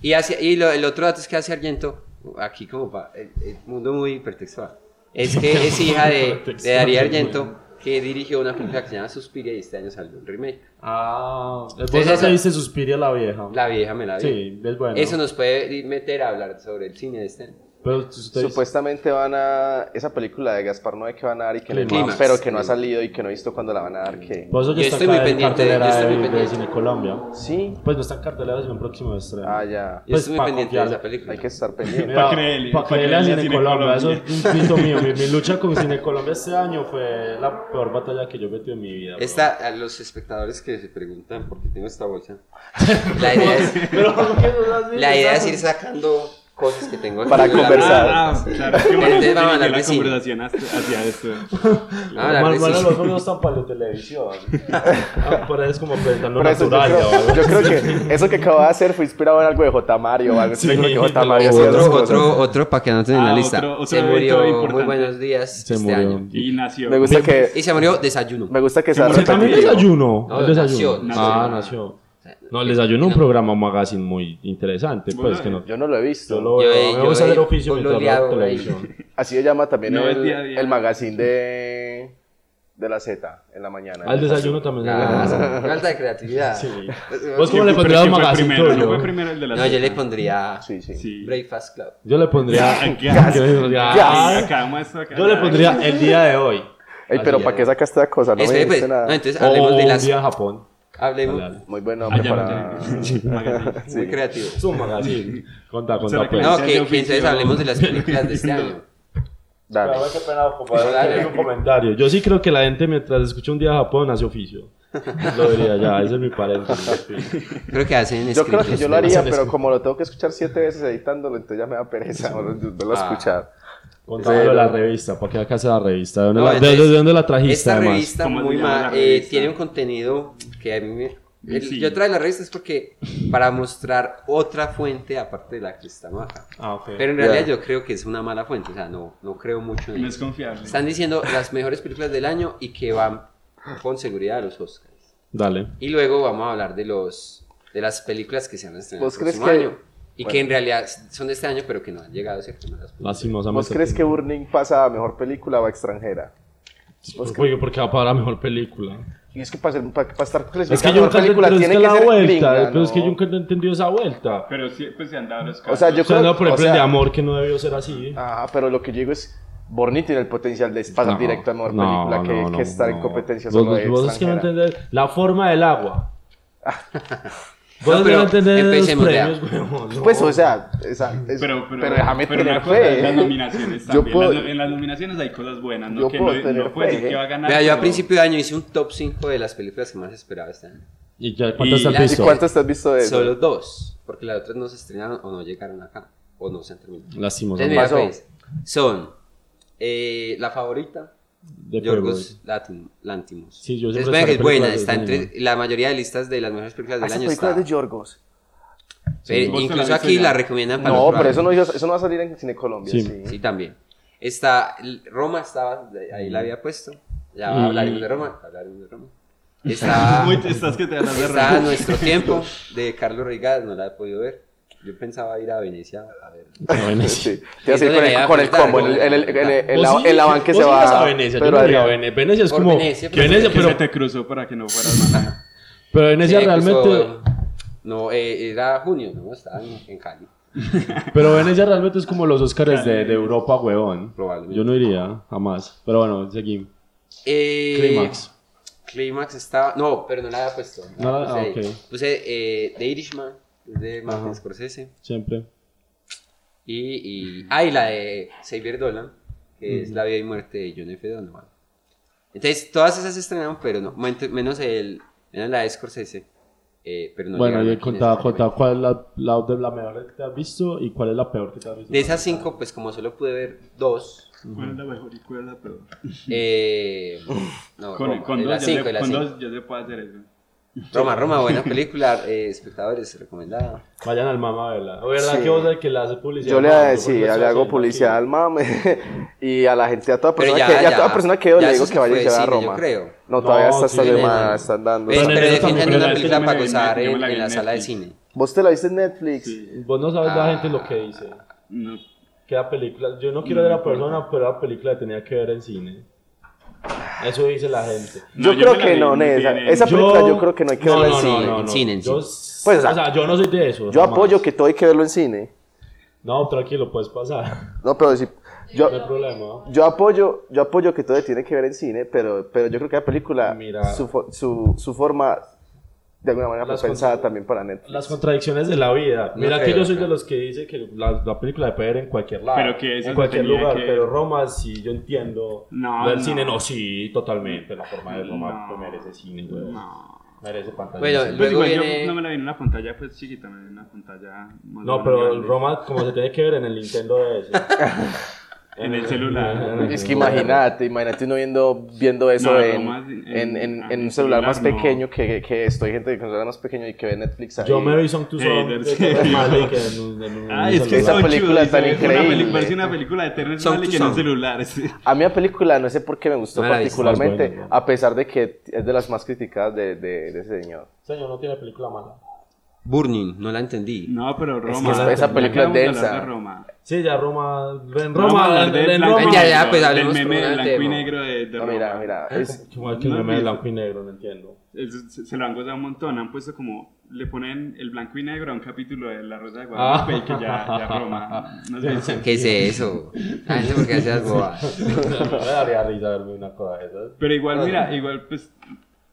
Speaker 2: Y, hacia- y lo- el otro dato es que hace Argento, aquí como pa- el, el mundo muy hipertextual, es
Speaker 1: <laughs>
Speaker 2: que es hija de, de Darío Argento, que dirigió una película que se llama Suspiria y este año salió un remake.
Speaker 1: Ah. Vos
Speaker 2: Entonces,
Speaker 1: se
Speaker 2: esa-
Speaker 1: dice Suspiria la vieja.
Speaker 2: La vieja me la vi.
Speaker 1: Sí, es bueno.
Speaker 2: Eso nos puede meter a hablar sobre el cine de este año.
Speaker 1: Pero ustedes-
Speaker 4: Supuestamente van a... Esa película de Gaspar Noé que van a dar y que no-
Speaker 1: Clímax.
Speaker 4: pero que no ha salido y que no he visto cuando la van a dar que...
Speaker 1: Por eso que
Speaker 2: Yo
Speaker 1: está
Speaker 2: estoy muy
Speaker 1: acá en
Speaker 2: pendiente de- yo
Speaker 1: cartelera
Speaker 2: estoy muy
Speaker 1: de- de
Speaker 2: pendiente.
Speaker 1: Cine Colombia.
Speaker 4: Sí.
Speaker 1: Pues no está en cartelera, sino en próximo estreno.
Speaker 4: Ah, ya.
Speaker 2: Yo
Speaker 1: Pues,
Speaker 2: estoy muy
Speaker 1: pa'
Speaker 2: pendiente
Speaker 1: confiar.
Speaker 2: de esa película.
Speaker 4: Hay que estar pendiente.
Speaker 1: Mira,
Speaker 3: Pa' creerle,
Speaker 1: pa'
Speaker 3: pa'
Speaker 1: creerle
Speaker 3: creerle
Speaker 1: a
Speaker 3: a
Speaker 1: Cine
Speaker 3: Cine
Speaker 1: Colombia.
Speaker 3: Colombia.
Speaker 1: Eso es un pito mío. Mi, mi lucha con Cine Colombia este año fue la peor batalla que yo he metido en mi vida. bro. <laughs>
Speaker 2: Esta, a los espectadores que se preguntan por qué tengo esta
Speaker 4: <laughs>
Speaker 2: bolsa, la idea es,
Speaker 1: Pero ¿por qué no es así?
Speaker 2: la idea es ir sacando cosas que tengo aquí
Speaker 4: Para
Speaker 2: en la-
Speaker 4: conversar.
Speaker 3: Ah, ah, claro. Qué bueno
Speaker 2: Entonces
Speaker 3: que
Speaker 2: vamos a hablar
Speaker 3: la
Speaker 2: de cine.
Speaker 3: conversación hasta- hacia esto.
Speaker 2: Ah, hablar
Speaker 1: Mal-
Speaker 2: de
Speaker 1: mal a
Speaker 2: cine.
Speaker 1: los no están para la
Speaker 2: <laughs>
Speaker 1: televisión. Ah, Por ahí es como pensando
Speaker 4: Pero eso yo,
Speaker 1: natural. ya,
Speaker 4: creo,
Speaker 1: bro.
Speaker 4: yo creo que eso que acabo de hacer fue inspirado en algo de J. Mario. o algo.
Speaker 1: Sí,
Speaker 4: Seguro que J.
Speaker 1: lo-
Speaker 4: Mario hacía esas
Speaker 2: Otro,
Speaker 4: cosas.
Speaker 2: otro, otro para que no tenga en la
Speaker 3: Ah,
Speaker 2: lista.
Speaker 3: otro- otro
Speaker 2: se
Speaker 3: evento
Speaker 2: murió, muy
Speaker 3: importante.
Speaker 2: buenos días
Speaker 1: Se
Speaker 2: <laughs> este
Speaker 1: murió.
Speaker 2: año.
Speaker 3: Y nació.
Speaker 4: Me gusta que,
Speaker 2: Y se murió desayuno.
Speaker 4: me gusta que sea
Speaker 1: Pero también
Speaker 4: repetitivo.
Speaker 1: desayuno.
Speaker 2: No,
Speaker 1: el desayuno.
Speaker 2: nació, nació.
Speaker 1: Ah, nació. No, el desayuno es un programa un magazine muy interesante.
Speaker 3: Bueno,
Speaker 1: Pues que no.
Speaker 4: Yo no lo he visto.
Speaker 1: Yo lo
Speaker 2: Yo-
Speaker 1: veo.
Speaker 2: yo-
Speaker 1: Me gusta
Speaker 2: yo-
Speaker 1: ver oficio
Speaker 2: yo lo
Speaker 1: mientras veo
Speaker 2: liado ahí. <laughs>
Speaker 1: televisión.
Speaker 4: Así se llama también
Speaker 3: No, es
Speaker 4: el,
Speaker 3: día a día.
Speaker 4: el magazine de, de la Z en la mañana.
Speaker 1: Al desayuno también. se
Speaker 2: Ah,
Speaker 1: ve.
Speaker 2: falta de creatividad.
Speaker 1: Sí.
Speaker 2: ¿Vos
Speaker 1: ¿Vos cómo
Speaker 3: ¿Quién
Speaker 1: le
Speaker 3: fue-
Speaker 1: pondrías
Speaker 3: quién fue
Speaker 1: magazine
Speaker 3: primero?
Speaker 1: tuyo?
Speaker 3: ¿No fue primero el de la
Speaker 2: No, yo
Speaker 3: cena?
Speaker 2: le pondría
Speaker 4: Sí, sí.
Speaker 3: Sí.
Speaker 2: Breakfast Club.
Speaker 1: Yo le
Speaker 4: <laughs>
Speaker 1: pondría.
Speaker 3: Ah,
Speaker 1: <laughs> Yo
Speaker 3: gas.
Speaker 1: le pondría-
Speaker 4: Gas.
Speaker 1: Ah,
Speaker 3: Acá, maestro, acá.
Speaker 1: Yo le pondría el día de hoy.
Speaker 4: Ey, pero ¿para qué sacaste la cosa? No me
Speaker 2: Espere,
Speaker 4: dijiste
Speaker 2: pues.
Speaker 4: nada.
Speaker 2: No, entonces hablemos
Speaker 1: O
Speaker 2: de
Speaker 1: un
Speaker 2: las.
Speaker 1: día en Japón.
Speaker 2: Hablemos.
Speaker 1: Dale, dale.
Speaker 4: Muy buen
Speaker 3: Ah,
Speaker 4: nombre
Speaker 3: ya,
Speaker 4: para...
Speaker 3: ya. Magazine.
Speaker 4: <laughs> Sí.
Speaker 2: Muy creativo.
Speaker 1: Es un magazine. Conta,
Speaker 3: Será
Speaker 1: conta.
Speaker 3: que
Speaker 1: Pues.
Speaker 2: No,
Speaker 3: Sí,
Speaker 2: que,
Speaker 3: sí,
Speaker 2: que
Speaker 3: oficio.
Speaker 2: entonces hablemos de las películas de este año.
Speaker 4: Dale.
Speaker 2: <laughs>
Speaker 1: Pero, qué pena, compadre, darle un comentario. Yo sí creo que la gente mientras escucha un día en Japón hace oficio. Lo diría ya, ese es mi paréntesis.
Speaker 2: Creo que hacen
Speaker 4: Yo creo que
Speaker 2: escritos,
Speaker 4: yo lo
Speaker 2: ¿no?
Speaker 4: haría,
Speaker 1: Hacen
Speaker 4: pero
Speaker 1: escrito.
Speaker 4: como lo tengo que escuchar siete veces editándolo, entonces ya me da pereza ahora de volverlo a
Speaker 2: Ah.
Speaker 4: escuchar.
Speaker 1: Contándolo de la revista, ¿para qué acá sea la revista? ¿De dónde,
Speaker 2: No,
Speaker 1: la,
Speaker 2: entonces,
Speaker 1: desde dónde la trajiste,
Speaker 2: Esta
Speaker 1: además?
Speaker 2: revista
Speaker 3: ¿Cómo se
Speaker 2: muy
Speaker 3: llama la
Speaker 2: mal,
Speaker 3: revista?
Speaker 2: tiene un contenido que a mí me... el-
Speaker 3: Sí.
Speaker 2: Yo traigo la revista es porque para mostrar otra fuente aparte de la que está maja.
Speaker 1: Ah, ok.
Speaker 2: Pero en realidad
Speaker 4: Ya.
Speaker 2: yo creo que es una mala fuente, o sea, no, no creo mucho en
Speaker 3: No
Speaker 2: eso.
Speaker 3: es confiable.
Speaker 2: Están diciendo las mejores películas del año y que van con seguridad a los Oscars.
Speaker 1: Dale.
Speaker 2: Y luego vamos a hablar de los de las películas que se han estrenado
Speaker 4: ¿Vos
Speaker 2: el
Speaker 4: crees
Speaker 2: próximo
Speaker 4: que-
Speaker 2: año y
Speaker 4: Bueno.
Speaker 2: que en realidad son de este año pero que no han llegado, ¿cierto? No las-
Speaker 1: Lastimosamente.
Speaker 4: ¿Vos crees que Burning pasa a mejor película o a extranjera?
Speaker 1: Pues, Porque, porque va para la mejor película.
Speaker 4: Y es que para, ser- para, para estar clasificada
Speaker 1: Es que
Speaker 4: a
Speaker 1: yo
Speaker 4: mejor
Speaker 1: nunca
Speaker 4: película
Speaker 1: pero es
Speaker 4: tiene
Speaker 1: que
Speaker 4: que
Speaker 1: la
Speaker 4: ser
Speaker 1: vuelta,
Speaker 4: gringa,
Speaker 1: pero es que
Speaker 4: ¿no?
Speaker 1: yo nunca he entendido esa vuelta.
Speaker 3: Pero sí, pues se han dado los
Speaker 4: O sea,
Speaker 1: o sea,
Speaker 4: yo creo
Speaker 1: no, por
Speaker 4: o
Speaker 1: ejemplo,
Speaker 4: sea-
Speaker 1: el de amor que no debió ser así.
Speaker 4: Ah, pero lo que yo digo es, Borny tiene el potencial de pasar
Speaker 1: No,
Speaker 4: directo a mejor
Speaker 1: no,
Speaker 4: película que,
Speaker 1: no, no,
Speaker 4: que estar en
Speaker 1: no.
Speaker 4: competencias
Speaker 1: Vos,
Speaker 4: solo de
Speaker 1: vos, vos es que no
Speaker 4: extranjera.
Speaker 1: entendés la forma del
Speaker 4: <laughs>
Speaker 1: agua.
Speaker 2: No,
Speaker 1: Vos no,
Speaker 2: pero
Speaker 1: entendés los
Speaker 2: empecemos, vea.
Speaker 1: premios, huevón, no.
Speaker 4: Pues, o sea, esa- es-
Speaker 3: Pero, pero,
Speaker 4: déjame
Speaker 3: pero una
Speaker 4: tener
Speaker 3: cosa es las
Speaker 4: fe.
Speaker 3: nominaciones
Speaker 4: Yo
Speaker 3: también.
Speaker 4: puedo-
Speaker 3: Las no- en las nominaciones hay cosas buenas, ¿no?
Speaker 4: Yo
Speaker 3: que
Speaker 4: puedo
Speaker 3: no,
Speaker 4: tener
Speaker 3: no puede
Speaker 4: fe. ¿eh?
Speaker 3: decir que va a ganar.
Speaker 2: Vea, yo a
Speaker 3: pero-
Speaker 2: principio de año hice un top 5 de las películas que más esperaba este año.
Speaker 1: ¿Y ya cuántas
Speaker 3: Y-
Speaker 1: has
Speaker 2: ¿Y
Speaker 4: ¿Y
Speaker 1: visto?
Speaker 4: cuántas te has visto de eso?
Speaker 2: Solo dos, porque las otras no se estrenaron o no llegaron acá o no se han terminado. Entonces,
Speaker 1: Lastimosamente.
Speaker 2: mira,
Speaker 4: pasó.
Speaker 2: pues, son eh, la favorita,
Speaker 1: De Playboy.
Speaker 2: Yorgos Latim, Lantimos.
Speaker 1: Sí, yo siempre
Speaker 2: es, buena,
Speaker 1: estaré
Speaker 2: es buena,
Speaker 1: películas
Speaker 2: está
Speaker 1: de ese
Speaker 2: entre la mayoría de listas de las mejores películas
Speaker 4: Ah,
Speaker 2: del
Speaker 4: esas
Speaker 2: año.
Speaker 4: películas
Speaker 2: Está,
Speaker 4: de Yorgos.
Speaker 2: Pero
Speaker 3: Vos te la
Speaker 2: incluso
Speaker 3: viste
Speaker 2: aquí
Speaker 3: ya.
Speaker 2: la recomiendan para
Speaker 4: No,
Speaker 2: otro
Speaker 4: pero
Speaker 2: año.
Speaker 4: eso no, eso no va a salir en Cine Colombia,
Speaker 1: Sí.
Speaker 4: sí.
Speaker 2: Sí, también. Está, Roma estaba, ahí
Speaker 4: Mm.
Speaker 2: la había puesto. Ya
Speaker 1: Mm.
Speaker 2: hablaremos de Roma, hablaremos de
Speaker 4: <laughs>
Speaker 2: Roma. Está,
Speaker 3: Uy, te estás que te van a hacer
Speaker 2: está
Speaker 3: raro.
Speaker 2: Nuestro Tiempo, de Carlos Reigas, no la he podido ver. Yo pensaba ir a Venecia a ver.
Speaker 4: <laughs>
Speaker 1: Ah, bueno.
Speaker 4: Sí. Te vas a ir
Speaker 2: Eso
Speaker 4: con
Speaker 2: le
Speaker 4: el,
Speaker 2: da
Speaker 4: con el
Speaker 2: falta
Speaker 4: combo, en,
Speaker 2: algo.
Speaker 4: el- en el- en el- en
Speaker 1: Vos
Speaker 4: la,
Speaker 1: sí-
Speaker 4: en la banca
Speaker 1: vos
Speaker 4: se
Speaker 1: sí ibas
Speaker 4: va.
Speaker 1: a Venecia, yo
Speaker 4: Pedro
Speaker 1: no iría a
Speaker 4: Adrián.
Speaker 1: Venecia. Venecia es
Speaker 2: Por
Speaker 1: como...
Speaker 2: Venecia, pues,
Speaker 1: que
Speaker 2: pero-
Speaker 1: Venecia,
Speaker 3: Que se
Speaker 1: pero,
Speaker 3: te cruzó para que no <laughs> fueras maná.
Speaker 1: pero Venecia
Speaker 2: Sí,
Speaker 1: realmente...
Speaker 2: incluso, Eh, No, eh, era junio, ¿no? Estaba en, en Cali.
Speaker 1: Pero Venecia realmente es como los Óscares de, de Europa, huevón.
Speaker 2: Probablemente.
Speaker 1: Yo no iría, jamás. Pero bueno, seguimos.
Speaker 2: Eh,
Speaker 1: Climax.
Speaker 2: Climax estaba. No, pero no la había puesto.
Speaker 1: No la-
Speaker 2: puse
Speaker 1: ah,
Speaker 2: ahí.
Speaker 1: ok.
Speaker 2: Puse eh, The Irishman, de Martin
Speaker 1: Ajá.
Speaker 2: Scorsese.
Speaker 1: Siempre.
Speaker 2: Y, y, ah, y la de Xavier Dolan, que es La vida y muerte de John F. Donovan. Entonces, todas esas se estrenaron, pero no, men- menos, el, menos la de Scorsese. eh, pero no
Speaker 1: bueno,
Speaker 2: llegaron
Speaker 1: yo
Speaker 2: aquí en
Speaker 1: contaba,
Speaker 2: este
Speaker 1: contaba
Speaker 2: momento.
Speaker 1: cuál es la, la, de la mejor que te has visto y cuál es la peor que te has visto.
Speaker 2: De esas cinco, pues como solo pude ver dos,
Speaker 3: ¿Cuál es la mejor y cuál es la peor?
Speaker 2: eh, no,
Speaker 3: Con,
Speaker 2: Roma,
Speaker 3: con
Speaker 2: de
Speaker 3: dos
Speaker 2: las
Speaker 3: ya
Speaker 2: cinco,
Speaker 3: se-
Speaker 2: de las
Speaker 3: con
Speaker 2: cinco.
Speaker 3: dos ya se puede hacer eso.
Speaker 2: Roma, Roma, buena película, eh, espectadores, recomendada.
Speaker 1: Vayan al mamá, ¿verdad? O ¿Verdad
Speaker 4: Sí.
Speaker 1: que vos es el que le hace publicidad?
Speaker 4: Yo le
Speaker 1: Mamá,
Speaker 4: voy a
Speaker 1: por
Speaker 4: decir,
Speaker 1: eso
Speaker 4: le
Speaker 1: estoy
Speaker 4: hago
Speaker 1: haciendo
Speaker 4: publicidad
Speaker 1: aquí.
Speaker 4: al mame <laughs> y a la gente, a toda
Speaker 2: Pero
Speaker 4: persona,
Speaker 2: ya,
Speaker 4: que, y a
Speaker 2: ya.
Speaker 4: toda persona que yo
Speaker 2: Ya
Speaker 4: le digo
Speaker 2: eso
Speaker 4: que
Speaker 2: se
Speaker 4: vaya
Speaker 2: fue
Speaker 4: y se vea
Speaker 2: de cine,
Speaker 4: Roma.
Speaker 2: Yo creo.
Speaker 4: No, todavía
Speaker 1: No,
Speaker 4: está esta
Speaker 1: sí,
Speaker 4: semana,
Speaker 2: no.
Speaker 4: están dando.
Speaker 2: Ves,
Speaker 1: Pero en
Speaker 2: Pues,
Speaker 1: enero
Speaker 2: pero defienden
Speaker 1: tampoco
Speaker 2: una
Speaker 1: la-
Speaker 2: película
Speaker 3: yo me la
Speaker 2: para
Speaker 3: vi en
Speaker 2: gozar
Speaker 3: Netflix, yo
Speaker 2: en,
Speaker 3: me la vi
Speaker 2: en
Speaker 3: en
Speaker 2: la sala de
Speaker 3: Netflix.
Speaker 2: cine.
Speaker 4: Vos te la viste en Netflix.
Speaker 1: Vos no sabes la
Speaker 2: Ah.
Speaker 1: gente lo que dice.
Speaker 3: No.
Speaker 1: Que la película, yo no quiero
Speaker 2: Mm.
Speaker 1: ver a la persona, pero la película la tenía que ver en cine. Eso dice la gente.
Speaker 3: No,
Speaker 4: Yo
Speaker 3: yo
Speaker 4: creo
Speaker 3: me la
Speaker 4: que
Speaker 3: vi,
Speaker 4: no,
Speaker 3: me
Speaker 4: Ned.
Speaker 3: vi en
Speaker 4: Esa,
Speaker 3: el-
Speaker 4: esa película yo creo que no hay que
Speaker 2: No,
Speaker 4: verla en
Speaker 2: no,
Speaker 4: cine.
Speaker 2: no, no. en cine, en
Speaker 1: Yo,
Speaker 2: cine.
Speaker 1: s-
Speaker 4: Pues,
Speaker 1: o
Speaker 4: o sea,
Speaker 1: sea, yo no soy de eso.
Speaker 4: Yo
Speaker 1: jamás.
Speaker 4: apoyo que todo hay que verlo en cine.
Speaker 1: No, tranquilo, puedes pasar.
Speaker 4: No, pero si.
Speaker 1: <laughs>
Speaker 4: Yo,
Speaker 1: No hay problema.
Speaker 4: yo apoyo, yo apoyo que todo se tiene que ver en cine, pero, pero yo creo que la película,
Speaker 1: Mira.
Speaker 4: su, fo- su, su forma, de alguna manera fue
Speaker 1: Las
Speaker 4: pensada
Speaker 1: cons-
Speaker 4: también para Netflix.
Speaker 1: Las contradicciones de la vida.
Speaker 2: No
Speaker 1: Mira que
Speaker 2: creo,
Speaker 1: yo soy
Speaker 2: creo.
Speaker 1: de los que dice que la, la película se puede ver en cualquier lado.
Speaker 3: Pero que eso
Speaker 1: en cualquier
Speaker 3: tenía
Speaker 1: lugar,
Speaker 3: que-
Speaker 1: pero Roma sí, yo entiendo.
Speaker 3: No,
Speaker 1: Ver
Speaker 3: no.
Speaker 1: cine no, sí, totalmente. La forma de Roma
Speaker 3: No.
Speaker 1: pues, merece cine, güey.
Speaker 3: No.
Speaker 1: Merece pantalla.
Speaker 2: Bueno,
Speaker 1: Sí.
Speaker 3: Pues
Speaker 2: Luego
Speaker 3: igual
Speaker 2: viene-
Speaker 3: yo no me la vi en una pantalla pues chiquita, me la vi en una pantalla más
Speaker 1: no,
Speaker 3: más
Speaker 1: pero
Speaker 3: grande.
Speaker 1: Roma como se tiene que ver en el Nintendo
Speaker 3: <laughs>
Speaker 1: DS.
Speaker 3: En el celular.
Speaker 4: <laughs> Es
Speaker 3: <laughs>
Speaker 4: que imagínate, imagínate uno viendo, viendo eso
Speaker 3: No,
Speaker 4: en,
Speaker 3: Roma es en-
Speaker 4: en,
Speaker 3: en-
Speaker 4: en- en
Speaker 3: en
Speaker 4: un celular
Speaker 3: celular,
Speaker 4: más
Speaker 3: no.
Speaker 4: pequeño que, que esto. Hay gente con celular más pequeño y que ve Netflix ahí.
Speaker 1: Yo me vi Son Tu Son
Speaker 3: Hater,
Speaker 1: de
Speaker 3: sí.
Speaker 1: Terrence Malick en un- en un-
Speaker 3: Ah,
Speaker 1: en un
Speaker 3: es que
Speaker 1: celular.
Speaker 4: esa película
Speaker 3: es
Speaker 4: tan increíble.
Speaker 3: Parece una película de Terrence
Speaker 2: Sound
Speaker 3: Malick
Speaker 2: to
Speaker 3: en un
Speaker 2: sound.
Speaker 3: celular.
Speaker 4: A mí la película no sé por qué me gustó
Speaker 2: No la he visto,
Speaker 4: particularmente,
Speaker 1: es buena, ¿no?
Speaker 4: a pesar de que es de las más criticadas de, de- de ese señor.
Speaker 1: Señor, no tiene película mala.
Speaker 2: Burning, no la entendí.
Speaker 3: No, pero
Speaker 4: que
Speaker 3: Roma.
Speaker 1: esa- esa
Speaker 3: ya
Speaker 4: película es
Speaker 3: que vamos a hablar
Speaker 4: densa.
Speaker 3: de Roma.
Speaker 1: Sí, ya Roma. En
Speaker 3: Vamos a
Speaker 1: Roma,
Speaker 3: hablar
Speaker 1: en,
Speaker 3: de
Speaker 1: en
Speaker 3: blanco y
Speaker 1: Roma.
Speaker 2: Ya, ya,
Speaker 3: negro,
Speaker 2: pues,
Speaker 3: del
Speaker 2: hablemos
Speaker 3: meme
Speaker 2: por
Speaker 3: de
Speaker 2: delante,
Speaker 3: blanco y
Speaker 2: ¿no?
Speaker 3: negro de, de
Speaker 4: No,
Speaker 3: Roma.
Speaker 4: mira, mira, es-
Speaker 1: <laughs> Como que
Speaker 3: No,
Speaker 1: me
Speaker 3: no,
Speaker 1: blanco y negro, no entiendo. <laughs>
Speaker 3: Es- se, se lo han gozado un montón. Han puesto como. Le ponen el blanco y negro a un capítulo de La Rosa de Guadalupe y que ya, ya Roma. No
Speaker 4: <laughs>
Speaker 3: sé.
Speaker 2: ¿Qué es
Speaker 3: <laughs>
Speaker 2: eso? Ah, eso porque hacías bobadas.
Speaker 1: me daría risa verme una cosa de esas.
Speaker 3: Pero igual, mira, igual, pues.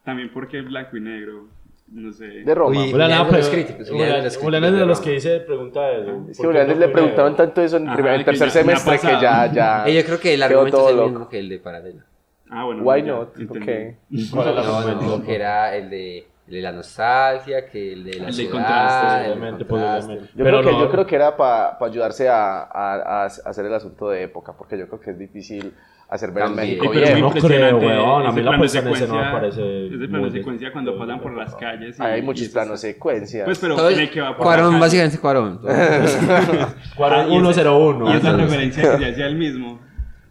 Speaker 3: También porque el blanco y negro. No sé.
Speaker 4: De Roma.
Speaker 2: Uy,
Speaker 1: Julián
Speaker 2: Julián
Speaker 1: no,
Speaker 2: es de los
Speaker 1: pero-
Speaker 2: críticos, Julián es de
Speaker 1: Julián
Speaker 2: los
Speaker 1: es
Speaker 2: críticos
Speaker 1: de
Speaker 2: de
Speaker 1: los
Speaker 2: Roma.
Speaker 1: que dice pregunta eso.
Speaker 4: es que a les le preguntaban tanto eso en
Speaker 3: Ajá,
Speaker 4: primer-
Speaker 3: que
Speaker 4: en tercer
Speaker 3: ya- ya ha
Speaker 4: semestre que
Speaker 1: <laughs>
Speaker 3: pasado.
Speaker 4: ya, ya.
Speaker 2: Eh, yo creo que el
Speaker 4: quedó
Speaker 2: argumento
Speaker 4: todo
Speaker 2: es el
Speaker 4: loco.
Speaker 2: mismo que el de Paradela.
Speaker 3: Ah, bueno.
Speaker 4: Why
Speaker 3: ya,
Speaker 4: not?
Speaker 3: entendí.
Speaker 4: Ok.
Speaker 1: ¿Cuál es la
Speaker 2: No, no,
Speaker 1: preferencia?
Speaker 2: que era el de, el de la nostalgia, que el de la
Speaker 3: El de
Speaker 2: ciudad,
Speaker 3: contraste,
Speaker 2: el de
Speaker 1: Posiblemente,
Speaker 2: contraste.
Speaker 1: posiblemente.
Speaker 4: Yo,
Speaker 1: Pero
Speaker 4: creo que,
Speaker 1: no,
Speaker 4: yo creo que era para ayudarse a, a- a hacer el asunto de época, porque yo creo que es difícil hacer ver en
Speaker 2: También.
Speaker 4: México
Speaker 2: Sí,
Speaker 1: Ey,
Speaker 4: viejo.
Speaker 1: pero yo no creo,
Speaker 3: impresionante
Speaker 1: weón. A
Speaker 3: ese
Speaker 1: mí la
Speaker 3: plano de
Speaker 1: puesta en escena me
Speaker 3: secuencia-
Speaker 1: parece.
Speaker 3: Es de
Speaker 1: muy
Speaker 3: plano
Speaker 1: bien.
Speaker 3: secuencia cuando pasan por las calles. y-
Speaker 4: Hay
Speaker 3: y
Speaker 4: muchos
Speaker 3: eso
Speaker 4: planos
Speaker 3: está-
Speaker 4: secuencias.
Speaker 3: Pues, pero
Speaker 2: Todo
Speaker 3: en el
Speaker 2: es-
Speaker 3: que va por
Speaker 2: Cuarón,
Speaker 3: la calle.
Speaker 2: básicamente Cuarón.
Speaker 1: Cuarón
Speaker 3: Ah, y ese-
Speaker 1: 101.
Speaker 3: Y otra
Speaker 2: Entonces-
Speaker 3: referencia que ya hacía
Speaker 2: <laughs>
Speaker 3: el mismo.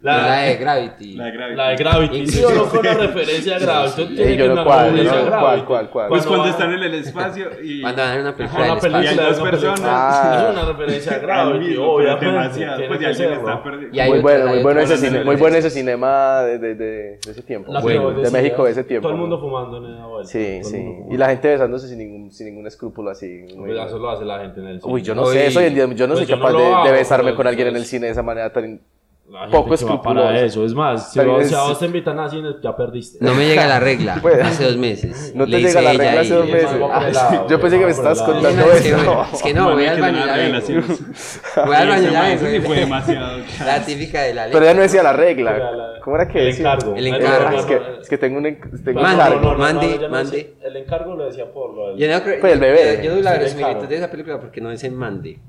Speaker 2: La,
Speaker 1: La-
Speaker 2: de Gravity.
Speaker 3: La de Gravity.
Speaker 1: La de Gravity.
Speaker 2: Sí,
Speaker 1: Sí, no fue una referencia a Gravity. Tú tienes
Speaker 4: yo
Speaker 1: que
Speaker 4: no,
Speaker 1: una
Speaker 4: ¿cuál?
Speaker 1: referencia
Speaker 4: Yo no,
Speaker 1: a Gravity.
Speaker 4: ¿cuál, cuál, cuál?
Speaker 3: Pues cuando
Speaker 1: van-
Speaker 3: están en el espacio
Speaker 2: <laughs>
Speaker 3: y.
Speaker 2: Cuando van a ver una película
Speaker 1: Ajá,
Speaker 2: del
Speaker 1: una película,
Speaker 2: espacio.
Speaker 3: Y hay dos
Speaker 1: una película.
Speaker 3: personas.
Speaker 4: Ah.
Speaker 1: Es una referencia a
Speaker 3: al
Speaker 1: Gravity,
Speaker 3: mismo, pero
Speaker 1: obviamente.
Speaker 3: demasiado.
Speaker 1: tiene
Speaker 3: Pues
Speaker 1: que
Speaker 3: ya alguien
Speaker 1: serlo.
Speaker 3: está perdido.
Speaker 2: Y hay
Speaker 4: muy
Speaker 2: otras,
Speaker 4: bueno, muy
Speaker 2: hay
Speaker 4: bueno, ese
Speaker 2: otras.
Speaker 4: cine, muy bueno ese cinema de, de- de- de ese tiempo.
Speaker 1: La
Speaker 2: Bueno,
Speaker 1: filosofía.
Speaker 4: de México de ese tiempo.
Speaker 1: Todo el mundo fumando en esa vuelta.
Speaker 4: Sí,
Speaker 1: Todo el
Speaker 4: sí.
Speaker 1: mundo fumando.
Speaker 4: Y la gente besándose sin ningún, sin ningún escrúpulo así. muy-
Speaker 1: Pues Eso lo hace la gente en el cine.
Speaker 4: Uy, yo no
Speaker 2: Uy,
Speaker 4: sé, eso hoy en día- yo no
Speaker 1: pues
Speaker 4: soy
Speaker 1: yo no
Speaker 4: capaz
Speaker 1: lo
Speaker 4: de, de
Speaker 1: hago,
Speaker 4: besarme
Speaker 1: pues,
Speaker 4: con alguien en el
Speaker 1: pues.
Speaker 4: cine de esa manera tan...
Speaker 1: La gente
Speaker 4: poco
Speaker 1: que va para
Speaker 4: escrupulosa.
Speaker 1: eso. Es más, si,
Speaker 4: Pero
Speaker 1: vos-
Speaker 4: es-
Speaker 1: si a vos te invitan a cine, ya perdiste.
Speaker 2: No me llega la regla.
Speaker 4: Pues,
Speaker 2: hace dos meses.
Speaker 4: No
Speaker 2: Le
Speaker 4: te
Speaker 2: hice
Speaker 4: llega la
Speaker 2: ella
Speaker 4: regla
Speaker 2: y-
Speaker 4: hace dos
Speaker 1: y-
Speaker 4: meses.
Speaker 1: vamos por
Speaker 4: Ah,
Speaker 1: el lado,
Speaker 4: <laughs> Yo pensé que me
Speaker 1: vamos por el lado.
Speaker 4: estabas
Speaker 2: Y no,
Speaker 4: contando
Speaker 2: es, que, bueno, es
Speaker 4: eso.
Speaker 2: que no, voy
Speaker 3: Manuel,
Speaker 2: al
Speaker 3: que le
Speaker 2: baño
Speaker 3: da
Speaker 2: y la
Speaker 3: reglas,
Speaker 2: vengo.
Speaker 3: sí.
Speaker 2: Voy al baño y la
Speaker 3: Eso sí
Speaker 2: vengo. <laughs>
Speaker 3: fue demasiado.
Speaker 2: La típica de la ley.
Speaker 4: <laughs> Pero ella no decía la
Speaker 1: Era
Speaker 4: regla.
Speaker 1: <laughs> la-
Speaker 4: ¿Cómo era que
Speaker 1: El
Speaker 4: decía?
Speaker 1: encargo.
Speaker 2: El encargo.
Speaker 4: Ah, es,
Speaker 1: No, no,
Speaker 4: que,
Speaker 1: no,
Speaker 4: es que tengo un, enc- tengo
Speaker 1: no,
Speaker 2: Mande,
Speaker 4: un
Speaker 1: no,
Speaker 4: encargo.
Speaker 1: no, no,
Speaker 2: mande,
Speaker 1: yo no
Speaker 2: mande.
Speaker 1: decía- El encargo lo decía por lo del-
Speaker 2: Yo no creo,
Speaker 4: Pues el bebé.
Speaker 2: Yo, yo doy la
Speaker 1: Sí,
Speaker 2: verosimilitud
Speaker 1: claro.
Speaker 2: de esa película porque no es en Mande.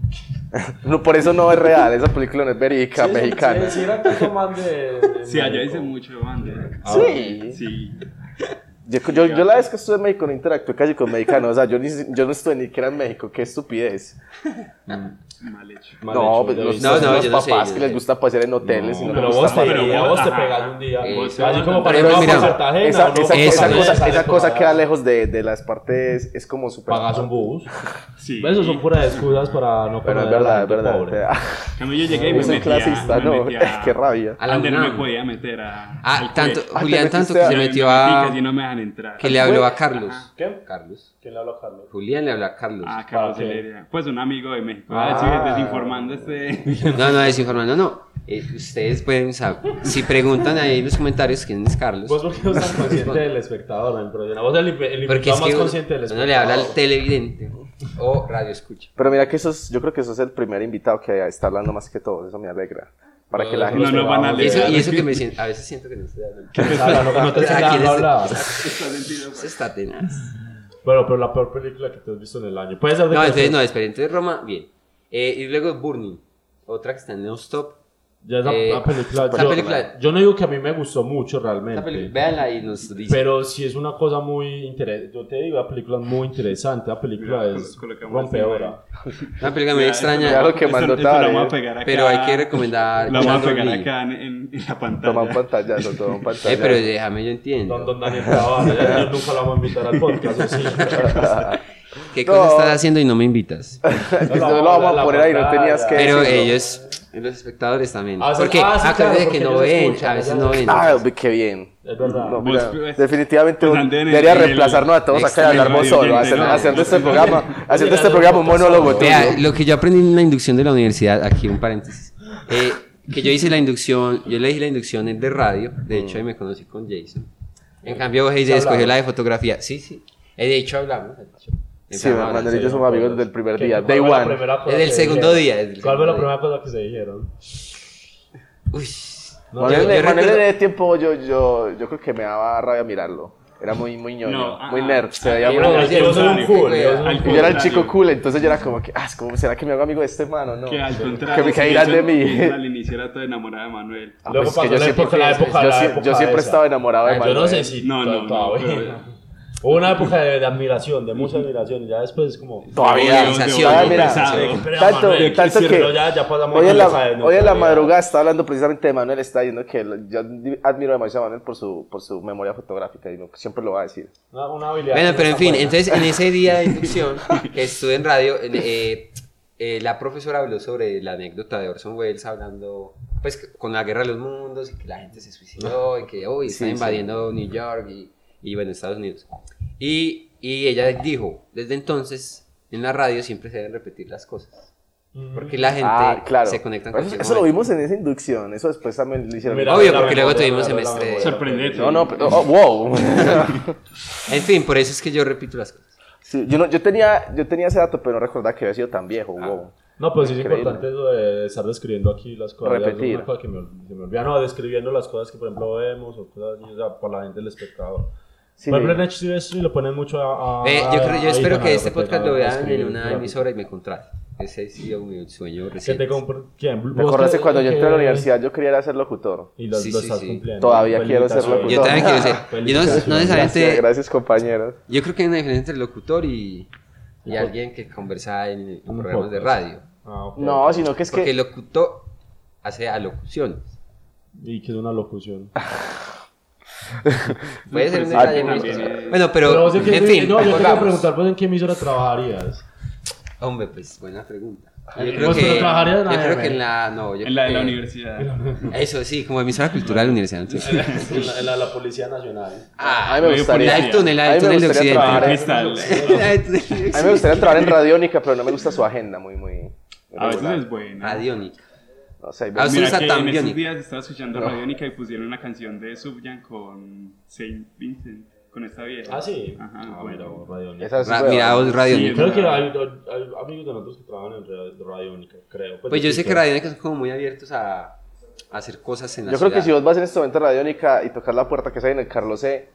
Speaker 4: No, por eso no es real. Esa película no es verídica,
Speaker 1: Sí,
Speaker 4: mexicana.
Speaker 1: Sí, sí, era tanto man de- de
Speaker 3: Sí, allá
Speaker 1: México.
Speaker 3: dice mucho, bande.
Speaker 1: Ah,
Speaker 4: Sí.
Speaker 3: Sí.
Speaker 4: Yo, yo, yo la vez que estuve en México no interactué casi con mexicanos. O sea, yo, ni, yo no estuve ni que era en México. Qué estupidez.
Speaker 3: Mal hecho.
Speaker 1: Mal
Speaker 4: no,
Speaker 1: hecho,
Speaker 4: pues,
Speaker 1: de
Speaker 4: los,
Speaker 1: vista.
Speaker 2: No,
Speaker 4: los
Speaker 2: no, yo no
Speaker 4: papás
Speaker 2: sé, yo
Speaker 4: que
Speaker 2: no
Speaker 4: les
Speaker 2: sé.
Speaker 4: gusta pasear en hoteles. y
Speaker 1: No,
Speaker 4: no
Speaker 1: pero
Speaker 4: les
Speaker 1: vos
Speaker 4: gusta
Speaker 1: te,
Speaker 3: pero
Speaker 1: pegas,
Speaker 3: vos-
Speaker 1: vos te
Speaker 3: ajá.
Speaker 1: pegas un día.
Speaker 2: Eh,
Speaker 1: así como para
Speaker 2: pero
Speaker 1: irnos
Speaker 2: mira,
Speaker 1: a Cartagena.
Speaker 4: Esa,
Speaker 1: uno
Speaker 4: esa,
Speaker 1: para
Speaker 4: cosa,
Speaker 1: Cartagena
Speaker 4: esa,
Speaker 1: sale
Speaker 4: esa
Speaker 1: por
Speaker 4: cosa
Speaker 1: allá.
Speaker 4: queda lejos de, de las partes, es como súper...
Speaker 1: Pagas un bus.
Speaker 3: Sí.
Speaker 1: Eso Pues son puras excusas para no
Speaker 4: Pero es
Speaker 1: conocer a la
Speaker 4: verdad, es
Speaker 1: gente
Speaker 4: verdad. <laughs>
Speaker 1: pobre.
Speaker 3: Cuando yo llegué y me
Speaker 4: Es un
Speaker 3: metí a-
Speaker 2: ah,
Speaker 4: clasista,
Speaker 3: me
Speaker 4: ¿no?
Speaker 2: <laughs>
Speaker 3: metí a-
Speaker 4: <laughs> Qué rabia.
Speaker 2: A la
Speaker 3: Antes no me
Speaker 2: UNAM.
Speaker 3: podía meter a.
Speaker 2: Ah,
Speaker 3: al
Speaker 2: tanto,
Speaker 3: CUEC.
Speaker 4: Ah, te
Speaker 2: Julián tanto que se
Speaker 4: metiste a-
Speaker 2: metió
Speaker 3: Me metí,
Speaker 2: a...
Speaker 3: Casi no me dejan entrar.
Speaker 2: Que le habló a Carlos.
Speaker 1: ¿Quién?
Speaker 2: Carlos.
Speaker 1: ¿Quién le habló a Carlos?
Speaker 2: Julián le habló a Carlos.
Speaker 3: Ah, Carlos
Speaker 1: Ah, ok.
Speaker 3: Heredia. Pues un amigo de México.
Speaker 4: Ah.
Speaker 3: Ah, sí, desinformando este.
Speaker 2: No, no, desinformando, no. Eh, ustedes pueden saber. Si preguntan ahí en los comentarios quién es Carlos.
Speaker 1: Pues Vos porque sos
Speaker 2: <laughs>
Speaker 1: tan consciente del espectador, men, pero yo- vos el, el
Speaker 2: Porque
Speaker 1: invitado
Speaker 2: es
Speaker 1: más
Speaker 2: que uno,
Speaker 1: consciente del espectador.
Speaker 2: uno le habla al televidente o radio escucha.
Speaker 4: Pero mira que eso es, yo creo que eso es el primer invitado que está hablando más que todos, eso me alegra. Para que la
Speaker 1: No, no,
Speaker 4: gente...
Speaker 3: <laughs> No, no van a
Speaker 1: Y
Speaker 2: Y
Speaker 3: leer.
Speaker 2: eso, y eso que me siento, a veces siento que no estoy hablando.
Speaker 1: Habla,
Speaker 2: <laughs>
Speaker 1: no, no te
Speaker 2: Aquí
Speaker 1: estoy dejando
Speaker 2: les-
Speaker 1: hablar.
Speaker 3: Está sentido.
Speaker 2: Eso está tenaz.
Speaker 1: Bueno, pero la peor película que te has visto en el año. Puede ser de
Speaker 2: No,
Speaker 1: que-
Speaker 2: entonces no, Expediente de Roma, bien. Eh, y luego Burning, otra que está en Neustop.
Speaker 1: Ya esa
Speaker 2: eh,
Speaker 1: la película,
Speaker 2: esa
Speaker 1: yo,
Speaker 2: película-
Speaker 1: yo no digo que a mí me gustó mucho realmente.
Speaker 2: Esa peli- Véanla y nos dicen.
Speaker 1: Pero sí es una cosa muy interesante. Yo te digo, la película es muy interesante. La película
Speaker 3: Mira,
Speaker 1: es
Speaker 3: col- colocamos
Speaker 1: rompedora.
Speaker 2: Una película muy
Speaker 3: Ya,
Speaker 2: extraña,
Speaker 4: ya lo que
Speaker 3: esto-
Speaker 4: mandó
Speaker 3: esto lo
Speaker 4: Tavares.
Speaker 3: vamos a pegar acá.
Speaker 2: pero hay que recomendar.
Speaker 3: Lo vamos a pegar
Speaker 2: Chernobyl.
Speaker 3: acá en, en- en la pantalla. <laughs>
Speaker 4: Toman pantallazo, toman pantallazo.
Speaker 2: Eh, pero déjame, yo entiendo.
Speaker 1: Don, don Daniel Tavares, ya- yo nunca la vamos a invitar al podcast.
Speaker 2: <laughs>
Speaker 1: ¿o sí?
Speaker 2: ¿Qué
Speaker 4: No.
Speaker 2: cosa estás haciendo y no me invitas?
Speaker 4: Que no lo vamos a poner ahí, no tenías que
Speaker 2: Pero
Speaker 4: decirlo.
Speaker 2: ellos, los espectadores también.
Speaker 1: Ah, sí,
Speaker 2: Porque
Speaker 1: ah, sí, claro,
Speaker 2: acuérdense
Speaker 1: porque
Speaker 2: que no
Speaker 1: ellos
Speaker 2: ven,
Speaker 1: escuchan,
Speaker 2: a veces
Speaker 1: ellos-
Speaker 2: no ven.
Speaker 4: Ah, qué bien.
Speaker 1: es verdad.
Speaker 4: No,
Speaker 3: Vos,
Speaker 4: mira,
Speaker 3: pues,
Speaker 4: definitivamente un-
Speaker 3: anden en
Speaker 4: debería
Speaker 3: el-
Speaker 4: reemplazarnos a todos acá y
Speaker 2: extra
Speaker 4: hablar vos
Speaker 3: radio
Speaker 4: solo,
Speaker 3: oyente,
Speaker 4: hacer-
Speaker 3: ¿no?
Speaker 4: haciendo
Speaker 1: <laughs>
Speaker 4: este programa, haciendo este programa un monólogo tuyo.
Speaker 2: Vea, lo que yo aprendí en la inducción de la universidad, aquí un paréntesis, eh, que yo hice la inducción, yo le dije la inducción es de radio, de hecho ahí me conocí con Jason. En cambio, Jason escogió la de fotografía. Sí, sí. Eh, de hecho hablamos. de hecho.
Speaker 4: Sí,
Speaker 2: Empezamos a hablar.
Speaker 4: Manuel y yo somos amigos desde el primer
Speaker 1: ¿Qué-
Speaker 4: día,
Speaker 1: cuál
Speaker 4: day
Speaker 1: fue la
Speaker 4: one.
Speaker 1: primera cosa
Speaker 2: Es del
Speaker 1: que
Speaker 2: segundo
Speaker 1: dijeron?
Speaker 2: día, es
Speaker 1: ¿Cuál
Speaker 2: del
Speaker 1: fue la
Speaker 2: segundo
Speaker 1: primera cosa que se dijeron?
Speaker 2: Uy.
Speaker 1: No,
Speaker 4: Manuel,
Speaker 2: yo- yo
Speaker 4: Manuel
Speaker 2: recuerdo-
Speaker 4: en ese tiempo yo, yo, yo creo que me daba rabia mirarlo. Era muy, muy ñoño,
Speaker 3: No, ah,
Speaker 4: muy nerd, se veía
Speaker 2: yo
Speaker 4: muy
Speaker 2: no,
Speaker 4: nerd.
Speaker 1: es que yo soy un cool. yo soy un cool.
Speaker 3: Al
Speaker 4: Y yo era el
Speaker 3: contrario.
Speaker 4: chico cool, entonces yo era como que, ah, es como, ¿será que me hago amigo de este mano? No.
Speaker 3: Que al contrario.
Speaker 4: Que me
Speaker 3: sí,
Speaker 4: caerán de
Speaker 3: eso- <laughs>
Speaker 4: mí.
Speaker 3: eso Al inicio era todo enamorada de Manuel.
Speaker 4: Ah,
Speaker 1: Luego
Speaker 4: pues es que
Speaker 1: pasó
Speaker 4: yo
Speaker 1: la
Speaker 4: siempre,
Speaker 1: época, la época,
Speaker 4: yo
Speaker 1: la
Speaker 4: sí-
Speaker 1: época
Speaker 4: yo siempre
Speaker 1: esa.
Speaker 4: he estado enamorado de
Speaker 1: Ay, Yo
Speaker 4: Manuel.
Speaker 1: no sé si
Speaker 3: No, no,
Speaker 1: to-
Speaker 3: no,
Speaker 1: todavía.
Speaker 3: pero-
Speaker 1: Hubo una época de, de admiración, de mucha admiración, y ya después es como...
Speaker 4: Todavía,
Speaker 2: Organización,
Speaker 4: todavía,
Speaker 2: ¿no?
Speaker 4: mira,
Speaker 3: Pesado.
Speaker 4: sí,
Speaker 1: Pero
Speaker 4: tanto,
Speaker 1: Manuel,
Speaker 4: tanto
Speaker 1: sí,
Speaker 4: que
Speaker 1: pero ya- ya pasamos
Speaker 4: hoy en
Speaker 1: otra
Speaker 4: la,
Speaker 1: vez, ¿no?
Speaker 4: hoy en la
Speaker 1: Todavía.
Speaker 4: madrugada estaba hablando precisamente de Manuel, está diciendo que lo- yo admiro demasiado a Manuel por su, por su memoria fotográfica y no- siempre lo va a decir.
Speaker 1: Una, una habilidad
Speaker 2: Bueno,
Speaker 1: que no
Speaker 2: pero en
Speaker 1: está
Speaker 2: fin,
Speaker 1: buena.
Speaker 2: entonces en ese día de inducción
Speaker 4: <laughs>
Speaker 2: que estuve en radio, en- eh, eh, la profesora habló sobre la anécdota de Orson Welles hablando pues que- con la guerra de los mundos y que la gente se suicidó y que hoy
Speaker 4: Sí,
Speaker 2: está
Speaker 4: sí.
Speaker 2: invadiendo New York y, y, bueno, Estados Unidos. Y, y ella dijo, desde entonces en la radio siempre se deben repetir las cosas.
Speaker 1: Mm.
Speaker 2: Porque la gente
Speaker 4: ah, claro.
Speaker 2: se conecta en
Speaker 4: Pero eso,
Speaker 2: cualquier
Speaker 4: eso lo
Speaker 2: momento.
Speaker 4: vimos en esa inducción, eso después también lo hicieron.
Speaker 1: Mira,
Speaker 2: Obvio,
Speaker 1: la
Speaker 2: porque
Speaker 1: memoria,
Speaker 2: luego tuvimos
Speaker 1: la- la
Speaker 2: semestre-
Speaker 1: memoria.
Speaker 3: Sorprendente.
Speaker 4: No, no, pero, oh, wow. <laughs>
Speaker 2: En fin, por eso es que yo repito las cosas.
Speaker 4: Sí, yo, no, yo, tenía, yo tenía ese dato, pero no recordaba que había sido tan viejo, wow.
Speaker 1: No, pues sí es
Speaker 4: Increíble.
Speaker 1: importante eso de estar describiendo aquí las cosas. Ya
Speaker 4: Repetir.
Speaker 1: Es una cosa que me, ol- se me olvida, no, describiendo las cosas que, por ejemplo, vemos o cosas así, o sea, para la gente, el espectador.
Speaker 4: Sí.
Speaker 1: Por ejemplo, en HTV lo ponen mucho a... a-
Speaker 2: Eh,
Speaker 4: Ah,
Speaker 2: yo creo- yo
Speaker 1: a
Speaker 2: espero
Speaker 1: Ethan
Speaker 2: que
Speaker 1: a
Speaker 2: este podcast
Speaker 1: respetar,
Speaker 2: lo
Speaker 1: a
Speaker 2: vean en
Speaker 1: escribir,
Speaker 2: una
Speaker 1: claro.
Speaker 2: emisora y me contraten. Ese ha sido mi sueño
Speaker 1: Que te
Speaker 2: reciente.
Speaker 1: compre... ¿Quién? ¿Vos
Speaker 4: ¿Te acordás
Speaker 1: que-
Speaker 4: de cuando yo
Speaker 1: que-
Speaker 4: entré a la universidad yo quería era ser locutor?
Speaker 1: Y lo,
Speaker 2: Sí,
Speaker 1: lo
Speaker 2: sí,
Speaker 1: estás
Speaker 2: sí.
Speaker 1: cumpliendo. Ah,
Speaker 4: Todavía quiero ser
Speaker 1: Felicitaciones.
Speaker 2: Yo
Speaker 4: locutor.
Speaker 2: también quiero ser. Y no, no
Speaker 4: Gracias,
Speaker 2: necesariamente.
Speaker 4: gracias compañeros.
Speaker 2: Yo creo que hay una diferencia entre el locutor y, y alguien que conversa en
Speaker 1: Un
Speaker 2: programas de
Speaker 1: podcast.
Speaker 2: radio.
Speaker 1: Ah, ok.
Speaker 4: No, sino que es
Speaker 2: Porque
Speaker 4: que...
Speaker 2: el locutor hace alocuciones.
Speaker 1: Y que es una locución.
Speaker 2: Puede
Speaker 4: Pues,
Speaker 2: ser un
Speaker 3: Ah,
Speaker 2: detalle muy
Speaker 3: también, eh.
Speaker 2: Bueno, pero,
Speaker 1: vos en qué-
Speaker 2: en fin,
Speaker 1: No, yo te quiero
Speaker 2: pongamos.
Speaker 1: preguntar, pues, ¿en qué emisora trabajarías?
Speaker 2: Hombre, pues buena pregunta.
Speaker 1: Ah,
Speaker 2: Yo
Speaker 1: ¿y
Speaker 2: creo
Speaker 1: vos
Speaker 2: que,
Speaker 1: solo trabajarías en
Speaker 4: Ah,
Speaker 1: la
Speaker 2: yo creo
Speaker 1: AM?
Speaker 2: que en la. No, yo
Speaker 3: En la de la
Speaker 2: creo que-
Speaker 3: universidad.
Speaker 2: Eso sí, como emisora cultural de la universidad. entonces.
Speaker 1: en, la, en la- la Policía Nacional.
Speaker 2: <laughs> Ah,
Speaker 4: A mí me
Speaker 3: medio
Speaker 4: gustaría...
Speaker 2: la del túnel, la del
Speaker 4: A mí me
Speaker 2: túnel de
Speaker 4: gustaría
Speaker 2: Occidente.
Speaker 4: trabajar en-
Speaker 2: <laughs>
Speaker 3: Cristal.
Speaker 2: La del túnel de
Speaker 4: A mí me
Speaker 2: Occidente.
Speaker 4: gustaría trabajar en Radiónica, pero no me gusta su agenda muy, muy...
Speaker 3: A veces
Speaker 4: regular.
Speaker 3: es buena.
Speaker 2: Radiónica.
Speaker 4: No sé,
Speaker 2: A veces-
Speaker 3: Mira
Speaker 2: usa
Speaker 3: que
Speaker 2: tan
Speaker 3: en estos
Speaker 2: Bionic.
Speaker 3: días estaba escuchando
Speaker 4: No.
Speaker 3: Radiónica y pusieron una canción de Subjan con Saint Vincent, con esta vieja.
Speaker 1: Ah, sí.
Speaker 3: Ajá,
Speaker 1: Ah,
Speaker 3: bueno.
Speaker 1: mira, Radio
Speaker 4: Esa es
Speaker 2: Ra-
Speaker 4: hueva.
Speaker 2: Mira, vos, Radiónica.
Speaker 1: Creo que hay, hay- hay amigos de nosotros que trabajan en Ra- Radio Única, creo.
Speaker 2: Pues yo sé que
Speaker 1: Radio
Speaker 2: Radiónica son como muy abiertos a, a hacer cosas en la
Speaker 4: Yo creo que si
Speaker 2: ciudad.
Speaker 4: vos vas en este momento a Radiónica y tocar la puerta que está ahí en el Carlos C,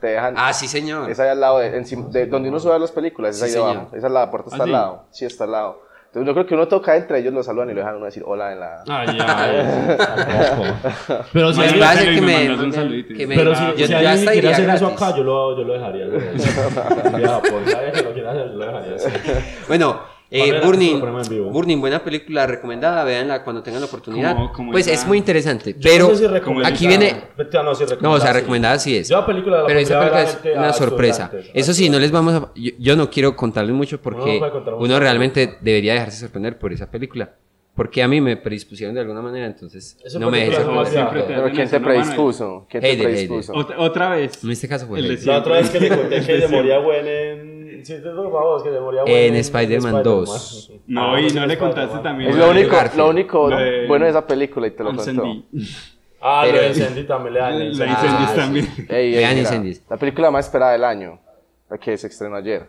Speaker 4: te dejan...
Speaker 2: Ah, sí, señor.
Speaker 4: Esa ahí al lado, de, encima- de donde uno sube a ver las películas,
Speaker 2: Sí,
Speaker 4: es ahí debajo.
Speaker 2: señor.
Speaker 4: Esa es la puerta, está
Speaker 3: ¿Ah,
Speaker 4: al
Speaker 3: sí?
Speaker 4: lado. Sí, está al lado. Entonces yo creo que uno toca entre ellos, lo saludan y lo dejan a uno decir hola en la...
Speaker 1: Ah,
Speaker 4: <laughs>
Speaker 1: ya. Pero si
Speaker 2: Pues
Speaker 3: Mañana
Speaker 2: va a
Speaker 3: te
Speaker 2: ser
Speaker 3: lo
Speaker 2: que me,
Speaker 3: mandas un
Speaker 2: que-
Speaker 3: saludito.
Speaker 2: que me-
Speaker 1: Pero si,
Speaker 2: yo
Speaker 1: si
Speaker 2: ya
Speaker 1: alguien
Speaker 2: hasta
Speaker 1: quiere
Speaker 2: iría
Speaker 1: hacer eso
Speaker 2: gratis.
Speaker 1: acá, yo lo, yo lo dejaría. güey. Ya, pues, si alguien que lo quiere hacer, yo lo dejaría.
Speaker 2: Bueno, eh,
Speaker 1: Vale,
Speaker 2: Burning,
Speaker 1: lo ponemos en vivo.
Speaker 2: Burning, buena película recomendada, véanla cuando tengan la oportunidad.
Speaker 3: Como- como
Speaker 2: pues
Speaker 3: esa-
Speaker 2: es muy interesante, pero aquí viene...
Speaker 1: No, sí
Speaker 2: No, o sea,
Speaker 1: recomendada,
Speaker 2: recomendada sí es.
Speaker 1: Yo la película la
Speaker 2: pero esa
Speaker 1: pondría
Speaker 2: película es
Speaker 1: realmente a
Speaker 2: una sorpresa.
Speaker 1: estudiantes, a
Speaker 2: Eso sí, no les vamos a... Yo, yo no quiero contarles mucho
Speaker 1: Uno
Speaker 2: porque
Speaker 1: no puede contar mucho.
Speaker 2: uno realmente debería dejarse sorprender por esa película. Porque a mí me predispusieron de alguna manera, entonces
Speaker 1: Esa
Speaker 2: no me dejé
Speaker 1: película es demasiado.
Speaker 2: sorprender.
Speaker 3: Siempre te
Speaker 4: Pero
Speaker 3: hacen
Speaker 4: ¿quién
Speaker 3: eso,
Speaker 4: te
Speaker 3: ¿no, Manuel?
Speaker 4: predispuso? ¿Quién te
Speaker 2: Hayden,
Speaker 4: predispuso?
Speaker 3: Ot- Otra vez.
Speaker 2: En este caso fue...
Speaker 3: El
Speaker 2: Lady.
Speaker 3: de
Speaker 1: La otra vez que le conté que se
Speaker 3: Siempre.
Speaker 1: moría Gwen en... Sí, te lo favor, que se moría Gwen
Speaker 2: En Spider-Man 2.
Speaker 3: No, y
Speaker 1: Ah,
Speaker 3: no
Speaker 1: en
Speaker 3: le
Speaker 1: Spider-Man.
Speaker 3: contaste también.
Speaker 4: Es lo
Speaker 2: Andrew
Speaker 4: único,
Speaker 2: Garfield.
Speaker 4: lo único
Speaker 3: Lo de-
Speaker 4: bueno de esa película y te lo
Speaker 3: Al
Speaker 4: contó.
Speaker 3: Sandy.
Speaker 1: Ah, pero
Speaker 2: Pero-
Speaker 1: el Sandy también le dan.
Speaker 3: <laughs> La
Speaker 1: el
Speaker 3: incendies
Speaker 1: Sandy.
Speaker 2: Ah, sí.
Speaker 3: <laughs> también.
Speaker 4: Ey, ey,
Speaker 2: Vean
Speaker 4: mira,
Speaker 2: Incendies.
Speaker 4: La película más esperada del año, la que se estrenó ayer.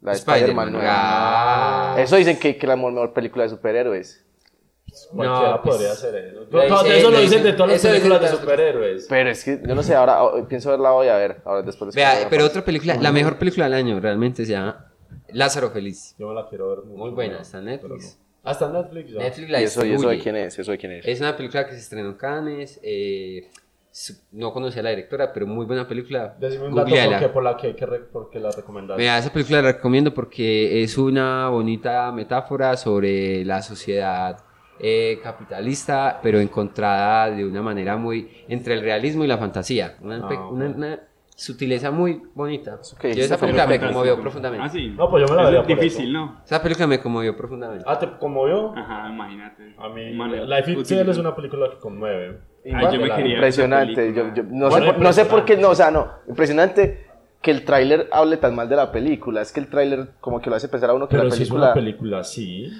Speaker 4: La de Spider-Man.
Speaker 2: Spider-Man.
Speaker 4: nueva.
Speaker 2: Ah.
Speaker 4: Eso dicen que, que la mo- mejor película de superhéroes.
Speaker 1: Ah, Cualquiera
Speaker 2: No, pues,
Speaker 1: podría hacer eso.
Speaker 2: lo
Speaker 1: No,
Speaker 2: dicen-
Speaker 1: eso
Speaker 2: lo
Speaker 1: lo dicen
Speaker 2: dicen-
Speaker 1: de todas las
Speaker 2: eso dicen
Speaker 1: películas de
Speaker 2: todas las-
Speaker 1: superhéroes.
Speaker 4: Pero es que yo no sé, ahora oh, pienso verla hoy a ver, ahora después de
Speaker 2: Vea,
Speaker 4: Spider-Man.
Speaker 2: pero otra película, la mejor película del año realmente se llama Lázaro Feliz.
Speaker 1: Yo me la quiero ver. mucho,
Speaker 2: Muy buena,
Speaker 1: pero-
Speaker 2: está en Netflix.
Speaker 1: pero no. Hasta en Netflix. ya.
Speaker 2: Netflix la
Speaker 4: ¿Y eso, y eso de
Speaker 2: distribuye.
Speaker 4: quién es? ¿Eso de quién es?
Speaker 2: Es una película que se estrenó en Cannes. eh, su- no conocía a la directora, pero muy buena película.
Speaker 1: Decime un dato
Speaker 2: Googleala.
Speaker 1: porque, por la que, que re- porque la recomendaste.
Speaker 2: Vea, esa película la recomiendo porque es una bonita metáfora sobre la sociedad eh, capitalista, pero encontrada de una manera muy entre el realismo y la fantasía. Una,
Speaker 1: Ah,
Speaker 2: pe- una-
Speaker 1: ok.
Speaker 2: una sutileza muy bonita.
Speaker 4: que
Speaker 2: Yo esa
Speaker 4: dijiste fue
Speaker 2: película me
Speaker 3: Fantástico.
Speaker 2: conmovió profundamente.
Speaker 3: Ah, sí.
Speaker 1: No, pues yo me la
Speaker 3: Es
Speaker 1: vería por
Speaker 3: difícil,
Speaker 1: eso.
Speaker 3: ¿no?
Speaker 2: Esa película me conmovió profundamente.
Speaker 1: Ah, ¿te conmovió?
Speaker 3: Ajá, imagínate.
Speaker 1: A mí,
Speaker 3: Ah, Manuel,
Speaker 1: Life
Speaker 3: útil.
Speaker 1: Itself es una película que conmueve.
Speaker 3: Ay, yo me
Speaker 1: la-
Speaker 3: quería ver esa
Speaker 4: Impresionante. Yo,
Speaker 3: película.
Speaker 4: yo- no, sé
Speaker 1: Bueno,
Speaker 4: por, no sé por qué,
Speaker 1: impresionante.
Speaker 4: no, o sea, no. Impresionante que el tráiler hable tan mal de la película. Es que el tráiler como que lo hace pensar a uno que
Speaker 1: Pero
Speaker 4: la
Speaker 1: si es
Speaker 4: película...
Speaker 1: una película, sí.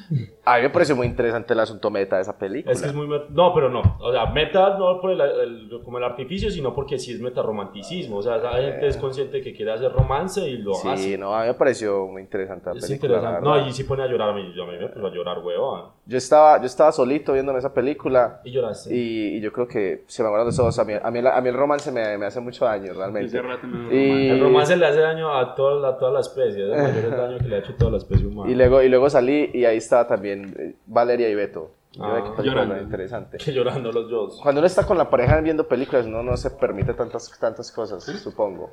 Speaker 4: A mí me pareció muy interesante el asunto meta de esa película.
Speaker 1: Es que es muy. met- No, pero no. O sea, meta no por el, el- como el artificio, sino porque sí es metaromanticismo. O sea, la gente es consciente que quiere hacer romance y lo
Speaker 4: Sí,
Speaker 1: hace.
Speaker 4: no, a mí me pareció muy interesante la
Speaker 1: Es
Speaker 4: película. la
Speaker 1: interesante.
Speaker 4: verdad.
Speaker 1: No, y sí pone a llorar a mí. Yo a mí me puso a llorar, huevón.
Speaker 4: Yo estaba, yo estaba solito viéndome esa película
Speaker 1: Y lloraste.
Speaker 4: y, y yo creo que se me acuerdan los ojos. A mí, a mí, la- a mí el romance me, me hace mucho daño,
Speaker 3: Ese
Speaker 4: realmente.
Speaker 3: rato me
Speaker 4: Y-
Speaker 3: romántico.
Speaker 1: El romance le hace daño a toda, a toda la especie. Es el mayor daño que le ha hecho toda la especie humana.
Speaker 4: Y luego, y luego salí y ahí estaba también eh, Valeria y Beto. Yo
Speaker 1: Ah,
Speaker 4: ve qué película
Speaker 3: llorando.
Speaker 4: tan
Speaker 1: <laughs>
Speaker 4: interesante.
Speaker 1: Que llorando los dos.
Speaker 4: Cuando uno está con la pareja viendo películas, uno no se permite tantas, tantas cosas, supongo.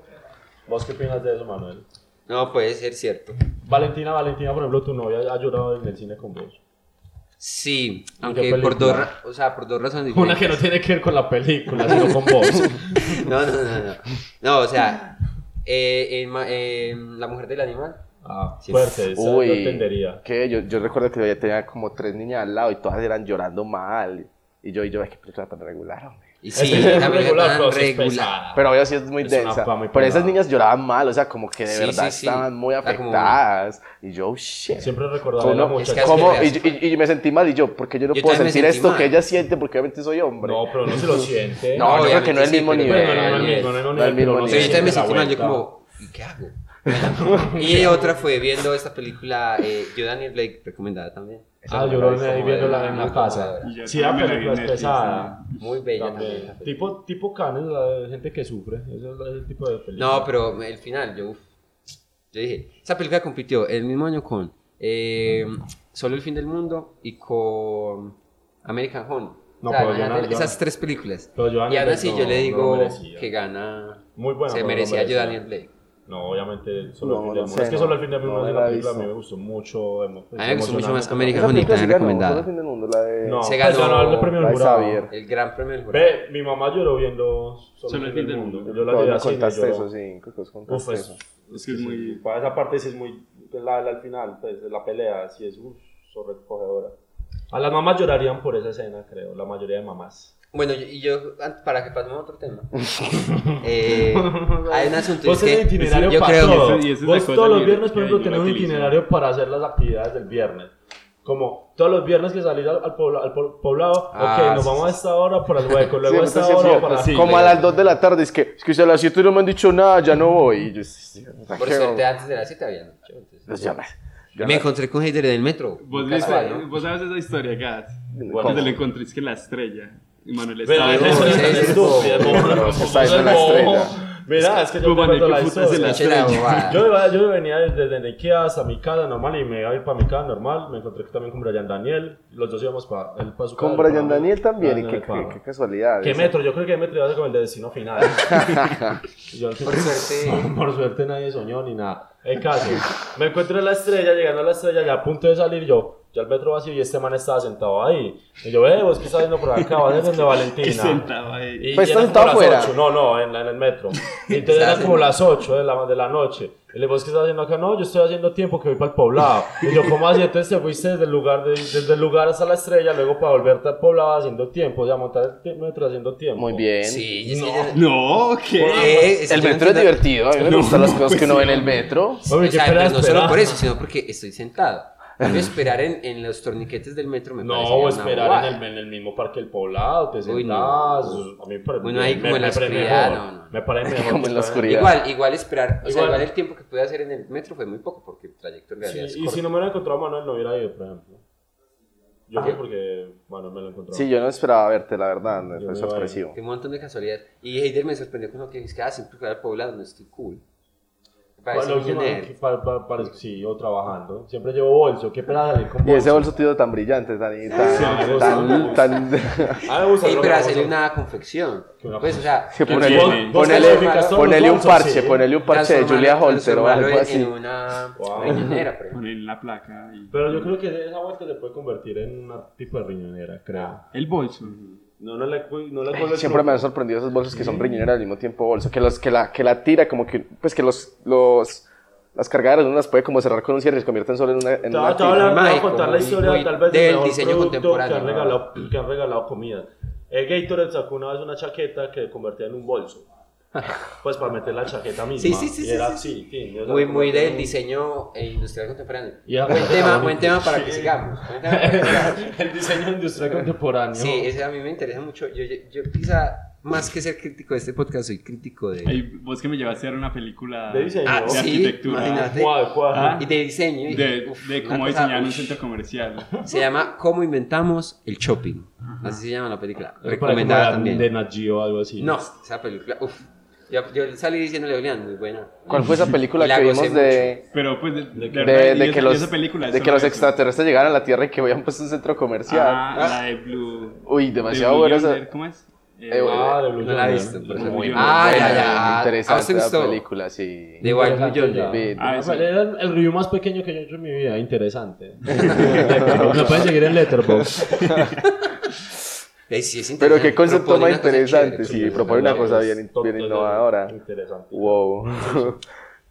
Speaker 1: ¿Vos qué opinas de eso, Manuel?
Speaker 2: No puede ser cierto.
Speaker 1: Valentina, Valentina, por ejemplo, tu novia ha llorado en el cine con vos.
Speaker 2: Sí,
Speaker 1: qué
Speaker 2: aunque por
Speaker 1: película?
Speaker 2: dos, ra- o sea, por dos
Speaker 1: <laughs>
Speaker 2: razones
Speaker 1: Una que
Speaker 2: diferentes.
Speaker 1: no tiene que ver con la película, sino con vos.
Speaker 2: No, no, no, no. No, o sea, eh, en ma- eh, La Mujer del Animal.
Speaker 1: <laughs> Ah,
Speaker 2: Sí.
Speaker 1: fuerte, esa yo entendería.
Speaker 4: que yo, yo recuerdo que yo ya tenía como tres niñas al lado y todas eran llorando mal. Y yo, y yo, es que película tan regular, hombre.
Speaker 2: Y sí,
Speaker 1: Es que es
Speaker 2: la
Speaker 1: regular,
Speaker 2: película tan
Speaker 1: pero sí es
Speaker 2: regular.
Speaker 1: pesada.
Speaker 4: Pero ahora sí es muy
Speaker 1: Ah, Es una
Speaker 4: densa.
Speaker 1: fama y
Speaker 4: Pero esas
Speaker 1: pelada.
Speaker 4: niñas lloraban mal, o sea, como que de
Speaker 2: Sí,
Speaker 4: verdad
Speaker 2: sí, sí.
Speaker 4: estaban muy
Speaker 2: Era como-
Speaker 4: afectadas. Y yo, oh, shit.
Speaker 1: Siempre recordaré a la
Speaker 4: ¿Cómo?
Speaker 2: Es que
Speaker 1: muchacha.
Speaker 2: hace-
Speaker 4: ¿Cómo?
Speaker 2: veas.
Speaker 4: Y, yo- y- y me sentí mal y yo, porque yo no
Speaker 2: Yo
Speaker 4: puedo
Speaker 2: también me
Speaker 4: sentir
Speaker 2: sentí
Speaker 4: esto
Speaker 2: mal.
Speaker 4: que ella siente, porque obviamente soy hombre.
Speaker 1: No, pero no
Speaker 2: <laughs>
Speaker 1: se lo siente. Ah,
Speaker 4: No, yo creo
Speaker 2: obviamente
Speaker 4: que no es el
Speaker 2: sí,
Speaker 4: mismo
Speaker 2: pero-
Speaker 4: nivel.
Speaker 1: Bueno, no, no, no, no, no, no, no,
Speaker 4: No, el
Speaker 1: pero
Speaker 4: mismo
Speaker 1: no
Speaker 4: nivel.
Speaker 1: se
Speaker 2: Sí, yo también me
Speaker 1: siente la
Speaker 2: sentí mal,
Speaker 1: vuelta.
Speaker 2: yo como, ¿y qué hago? y otra fue viendo esta película, eh, yo Daniel Blake, recomendada también.
Speaker 1: Ah, yo lo vi ahí viéndola en la casa.
Speaker 3: Y yo
Speaker 1: Sí, la
Speaker 3: también la vi en
Speaker 1: película es
Speaker 3: Netflix,
Speaker 1: pesada.
Speaker 2: Muy bella también.
Speaker 1: También.
Speaker 2: esa película.
Speaker 1: Tipo, tipo Canes, la gente que sufre. Ese es el tipo de película.
Speaker 2: No, pero el final, yo, uf, yo dije, esa película compitió el mismo año con eh, Solo el fin del mundo y con American Home.
Speaker 1: No,
Speaker 2: O sea,
Speaker 1: pero yo
Speaker 2: imagínate,
Speaker 1: no- yo
Speaker 2: esas
Speaker 1: no.
Speaker 2: tres películas.
Speaker 1: Pero Joanna
Speaker 2: y ahora
Speaker 1: Blake
Speaker 2: sí
Speaker 1: no-
Speaker 2: yo le
Speaker 1: no
Speaker 2: digo
Speaker 1: merecía.
Speaker 2: que gana.
Speaker 1: Muy buena,
Speaker 2: se
Speaker 1: pero no
Speaker 2: merecía yo
Speaker 1: merecía.
Speaker 2: Daniel Blake.
Speaker 1: No, obviamente, solo
Speaker 4: No,
Speaker 1: el fin del mundo.
Speaker 4: no sé,
Speaker 1: es que
Speaker 4: no.
Speaker 1: solo el fin del
Speaker 4: No
Speaker 1: mundo es
Speaker 4: la
Speaker 1: una
Speaker 4: he
Speaker 1: película a mí
Speaker 4: visto.
Speaker 1: me gustó mucho. A mí
Speaker 2: A mí me gustó mucho más que América
Speaker 4: Esa
Speaker 2: Home y
Speaker 4: película sí
Speaker 2: también
Speaker 4: ganó, fue la
Speaker 2: recomendada.
Speaker 4: fin del mundo, la de...
Speaker 1: No,
Speaker 2: Se
Speaker 1: se
Speaker 2: ganó-
Speaker 1: ganó, el premio
Speaker 4: la de
Speaker 1: del jurado.
Speaker 4: Xavier.
Speaker 2: El gran premio del jurado.
Speaker 1: Ve, mi mamá lloró viendo
Speaker 3: Solo el fin del mundo.
Speaker 1: Yo la
Speaker 4: Cuando
Speaker 1: llevé a cine,
Speaker 4: contaste
Speaker 1: lloró.
Speaker 4: eso, sí, creo que os
Speaker 1: Uf,
Speaker 4: contaste
Speaker 1: es,
Speaker 4: eso.
Speaker 3: Es que es muy-
Speaker 1: Para esa parte sí es muy... La, la al final, pues, la pelea, sí es uf, sobrecogedora. A las mamás llorarían por esa escena, creo. La mayoría de mamás.
Speaker 2: Bueno, y yo, an- para que pasemos a otro
Speaker 1: <laughs>
Speaker 2: tema, eh, hay un asunto. y
Speaker 1: Vos
Speaker 2: es que
Speaker 1: tenés itinerario
Speaker 2: yo
Speaker 1: para
Speaker 2: creo,
Speaker 1: todo.
Speaker 3: Y esa- y esa es la
Speaker 1: Vos
Speaker 3: cosa
Speaker 1: todos los
Speaker 3: que-
Speaker 1: viernes, por
Speaker 3: que
Speaker 1: ejemplo,
Speaker 3: yo
Speaker 1: tenés
Speaker 3: la
Speaker 1: un
Speaker 3: utilizo.
Speaker 1: itinerario para hacer las actividades del viernes. Como todos los viernes que salís al, al pobla- al po- poblado,
Speaker 2: Ah,
Speaker 1: ok, nos
Speaker 2: sí,
Speaker 1: vamos a esta hora para el hueco, luego a
Speaker 4: Sí,
Speaker 1: esta
Speaker 4: entonces,
Speaker 1: hora
Speaker 4: sí,
Speaker 1: para...
Speaker 4: sí, como a las 2 de la tarde, es que, es que si a las 7 no me han dicho nada, ya no voy. Y yo, sí, sí, o sea,
Speaker 2: Por
Speaker 4: ¿qué
Speaker 2: suerte,
Speaker 4: hago?
Speaker 2: antes de las 7 habían dicho, entonces.
Speaker 4: Pues ya me- ya
Speaker 2: Me
Speaker 4: me-
Speaker 2: encontré con Heider en el metro.
Speaker 3: ¿Vos,
Speaker 2: Nunca
Speaker 3: viste-
Speaker 2: se va, ¿no?
Speaker 3: vos sabes esa historia, Gat.
Speaker 4: Bueno,
Speaker 3: Cuando te lo encontré, es que la estrella. Y Manuel
Speaker 1: Pero
Speaker 3: estaba.
Speaker 1: eso es
Speaker 2: no,
Speaker 1: una
Speaker 3: <laughs>
Speaker 2: sí,
Speaker 1: historia
Speaker 2: sí,
Speaker 1: estúpida,
Speaker 2: sí.
Speaker 1: no,
Speaker 4: No,
Speaker 1: no,
Speaker 4: se está diciendo la
Speaker 1: no.
Speaker 4: estrella.
Speaker 1: Mira, es que yo
Speaker 3: Tú,
Speaker 1: te
Speaker 3: Mané,
Speaker 1: cuento
Speaker 3: ¿qué
Speaker 1: la
Speaker 3: putas es la
Speaker 1: historia.
Speaker 2: Escuché la bobada.
Speaker 1: Yo, iba- yo venía desde, desde Niquea hasta mi casa normal y me iba a ir para mi casa normal. Me encontré también con Brian Daniel. Los dos íbamos para él pa' su
Speaker 4: Con
Speaker 1: casa,
Speaker 4: Brian
Speaker 1: para mí.
Speaker 4: Daniel también, y
Speaker 1: Brian
Speaker 4: qué,
Speaker 1: Daniel para
Speaker 4: qué,
Speaker 1: mí.
Speaker 4: qué casualidad.
Speaker 1: ¿Qué metro? Yo creo que metro iba a ser como el de destino <laughs> final. Yo-
Speaker 2: Por suerte.
Speaker 1: Por suerte nadie soñó ni nada. El caso, me encuentro en la estrella, llegando a la estrella, ya a punto de salir yo. Ya el metro vacío y este man estaba sentado ahí. Y yo, eh, vos qué estás viendo por acá, vas a donde Valentina.
Speaker 3: Que sentaba ahí.
Speaker 1: Y
Speaker 4: Pues
Speaker 1: eran
Speaker 4: estaba
Speaker 1: como las
Speaker 4: afuera.
Speaker 1: ocho, No, no, en, la- en el
Speaker 2: <laughs>
Speaker 1: metro. Y entonces eran como las 8 de la, de la noche. Y le digo, ¿qué estás haciendo acá? No, yo estoy haciendo tiempo que voy para el poblado. Y yo, ¿cómo así? Entonces te fuiste desde el lugar, de- desde el lugar hasta la estrella, luego para volverte al poblado haciendo tiempo, o sea, montar el ti- metro haciendo tiempo.
Speaker 4: Muy bien.
Speaker 2: Sí, y es que
Speaker 1: No.
Speaker 2: yo-
Speaker 3: No, ¿qué?
Speaker 2: Eh, es
Speaker 4: El
Speaker 2: que yo
Speaker 4: metro es
Speaker 2: no entiendo-
Speaker 4: divertido, a mí me gustan las cosas que uno ve en el metro.
Speaker 1: Hombre,
Speaker 2: o
Speaker 1: qué
Speaker 2: sea,
Speaker 1: pena
Speaker 2: pero no
Speaker 1: esperar.
Speaker 2: solo por eso, sino porque estoy sentado. A mí esperar en, en los torniquetes del metro me parece.
Speaker 1: No, esperar en el, en el mismo parque del poblado, te
Speaker 2: Uy,
Speaker 1: sentás.
Speaker 2: no.
Speaker 1: A mí me parece
Speaker 2: Bueno, ahí
Speaker 1: me-
Speaker 2: como en
Speaker 1: me
Speaker 2: la
Speaker 1: parece
Speaker 2: oscuridad,
Speaker 1: mejor.
Speaker 2: no, no.
Speaker 1: Me
Speaker 2: <laughs>
Speaker 1: parece mejor.
Speaker 4: Como en la oscuridad.
Speaker 2: Igual, igual esperar. O sea,
Speaker 1: Igual.
Speaker 2: igual el tiempo que pude hacer en el metro fue muy poco porque el trayecto en
Speaker 1: Sí,
Speaker 2: realidad es
Speaker 1: y
Speaker 2: corto.
Speaker 1: si no me hubiera encontrado a Manuel, no hubiera ido, por ejemplo.
Speaker 2: Ah.
Speaker 1: Yo creo porque Manuel me lo encontró.
Speaker 4: Sí, yo no esperaba verte, la verdad, me
Speaker 1: Yo
Speaker 4: fue
Speaker 1: me voy.
Speaker 4: sorpresivo.
Speaker 2: Que Un montón de casualidades. Y Heider me sorprendió con lo que dice que ah, siempre que voy al poblado no estoy cool. Me
Speaker 1: Para
Speaker 2: parece
Speaker 1: lo
Speaker 2: un
Speaker 1: último,
Speaker 2: nerd.
Speaker 1: pa- pa- para- sí, o trabajando. Siempre llevo bolso. Qué pena salir con
Speaker 4: Y
Speaker 1: bolso.
Speaker 4: ese bolso tío tan brillante, tan...
Speaker 1: sí,
Speaker 4: tan, tan,
Speaker 1: sí.
Speaker 4: tan- <laughs>
Speaker 1: A mí me gusta
Speaker 2: Ey,
Speaker 1: lo
Speaker 2: pero
Speaker 1: que
Speaker 2: hacerle
Speaker 1: hago.
Speaker 2: una confección.
Speaker 1: Que una
Speaker 2: Pues, o sea,
Speaker 4: que
Speaker 1: Vos-
Speaker 4: ponele,
Speaker 1: vos
Speaker 4: ponele-
Speaker 1: clasificas todos
Speaker 4: ponele
Speaker 1: los
Speaker 4: un
Speaker 1: bolsos,
Speaker 4: parche,
Speaker 1: sí.
Speaker 4: ponele un parche de
Speaker 2: transformarlo-
Speaker 4: Julia Holter o
Speaker 2: transformarlo
Speaker 4: algo
Speaker 2: en-
Speaker 4: así.
Speaker 2: En una
Speaker 1: Wow.
Speaker 2: riñonera, por ejemplo.
Speaker 3: Ponen la placa. y-
Speaker 1: Pero yo creo que esa vuelta se puede convertir en un tipo de riñonera, creo.
Speaker 3: El bolso.
Speaker 1: No, no le, cu- no le cuelgo el
Speaker 4: Siempre me han
Speaker 1: truco.
Speaker 4: sorprendido esos bolsos que son riñoneras al mismo tiempo bolso, que, los, que, la, que la tira como que, pues que los, los, las cargaderas uno las puede como cerrar con un cierre y se convierten solo en una, en
Speaker 1: Te
Speaker 4: una
Speaker 1: voy- te
Speaker 4: tira.
Speaker 1: voy a hablar- te voy a
Speaker 2: Mágico,
Speaker 1: contar la
Speaker 2: muy-
Speaker 1: historia
Speaker 2: muy
Speaker 1: tal vez
Speaker 2: del
Speaker 1: del mejor
Speaker 2: diseño
Speaker 1: producto
Speaker 2: contemporáneo,
Speaker 1: que han,
Speaker 2: ¿no?
Speaker 1: regalado, que han regalado comida. El Gatorade sacó una vez una chaqueta que convertía en un
Speaker 2: <laughs>
Speaker 1: bolso. Pues para meter la chaqueta misma.
Speaker 2: Sí, sí, sí,
Speaker 1: Y
Speaker 2: sí,
Speaker 1: era
Speaker 2: sí,
Speaker 1: así, tin, o sea,
Speaker 2: Muy, muy
Speaker 1: convertía en
Speaker 2: del
Speaker 1: un-
Speaker 2: diseño eh, industrial <laughs> contemporáneo.
Speaker 1: Y ya-
Speaker 2: Buen tema, buen tema para que
Speaker 1: Sí.
Speaker 2: sigamos. buen tema para que
Speaker 1: <laughs>
Speaker 2: sigamos. <laughs>
Speaker 1: el diseño industrial contemporáneo.
Speaker 2: Sí, ese a mí me interesa mucho. Yo, yo, yo quizá, más que ser crítico de este podcast, soy crítico de...
Speaker 3: Ey, vos que me llevaste a ver una película
Speaker 1: De diseño.
Speaker 2: Ah,
Speaker 3: de
Speaker 1: sí,
Speaker 3: arquitectura.
Speaker 2: imagínate.
Speaker 1: ¿Cuál, cuál?
Speaker 3: Ah,
Speaker 2: Y de diseño. y-
Speaker 3: De,
Speaker 2: uf,
Speaker 3: de
Speaker 2: una
Speaker 3: cómo
Speaker 2: cosa-
Speaker 3: diseñar un centro comercial.
Speaker 2: Se llama Cómo inventamos el shopping. Así se llama la película.
Speaker 1: Para
Speaker 2: Recomendada
Speaker 1: comprar
Speaker 2: también.
Speaker 1: De Nagio o algo así.
Speaker 2: No, esa película, uf. Yo, yo salí diciéndole a Julián, muy buena.
Speaker 4: ¿Cuál fue esa película
Speaker 2: La
Speaker 4: que
Speaker 2: gocé
Speaker 4: vimos de,
Speaker 3: Pero pues de, de
Speaker 4: de,
Speaker 3: verdad, y
Speaker 4: de
Speaker 3: esa-
Speaker 4: que
Speaker 3: y
Speaker 4: los,
Speaker 3: esa película es
Speaker 4: de que
Speaker 3: solo
Speaker 4: los
Speaker 3: eso.
Speaker 4: extraterrestres llegaran a la Tierra y que habían puesto un centro comercial?
Speaker 3: Ah, la de Blue.
Speaker 4: Uy,
Speaker 3: de
Speaker 4: demasiado
Speaker 3: Blue
Speaker 4: bueno
Speaker 3: Yonder,
Speaker 4: esa.
Speaker 3: ¿Cómo es? Eh,
Speaker 4: Eh, bueno.
Speaker 1: Ah, de Blue
Speaker 2: No la he
Speaker 1: Yonder.
Speaker 2: visto. pero-
Speaker 3: Muy
Speaker 2: ah,
Speaker 4: buena,
Speaker 2: ya, ya. ¿A usted
Speaker 4: Interesante la
Speaker 2: gustó?
Speaker 4: película, sí.
Speaker 2: De Wild Blue
Speaker 1: ya.
Speaker 2: Yonder.
Speaker 4: Vi-
Speaker 3: Ah, sí.
Speaker 1: Era el, el review más pequeño que yo he hecho en mi vida,
Speaker 2: <laughs>
Speaker 1: interesante. Lo pueden seguir en
Speaker 4: <laughs>
Speaker 1: Letterboxd.
Speaker 2: Eh, sí, es interesante.
Speaker 4: Pero qué concepto
Speaker 2: Propone
Speaker 4: más
Speaker 2: una cosa
Speaker 4: interesante,
Speaker 2: chévere,
Speaker 4: sí,
Speaker 2: chévere.
Speaker 4: propone una cosa bien,
Speaker 1: Top
Speaker 4: bien
Speaker 1: de-
Speaker 4: innovadora.
Speaker 1: Interesante.
Speaker 4: Wow.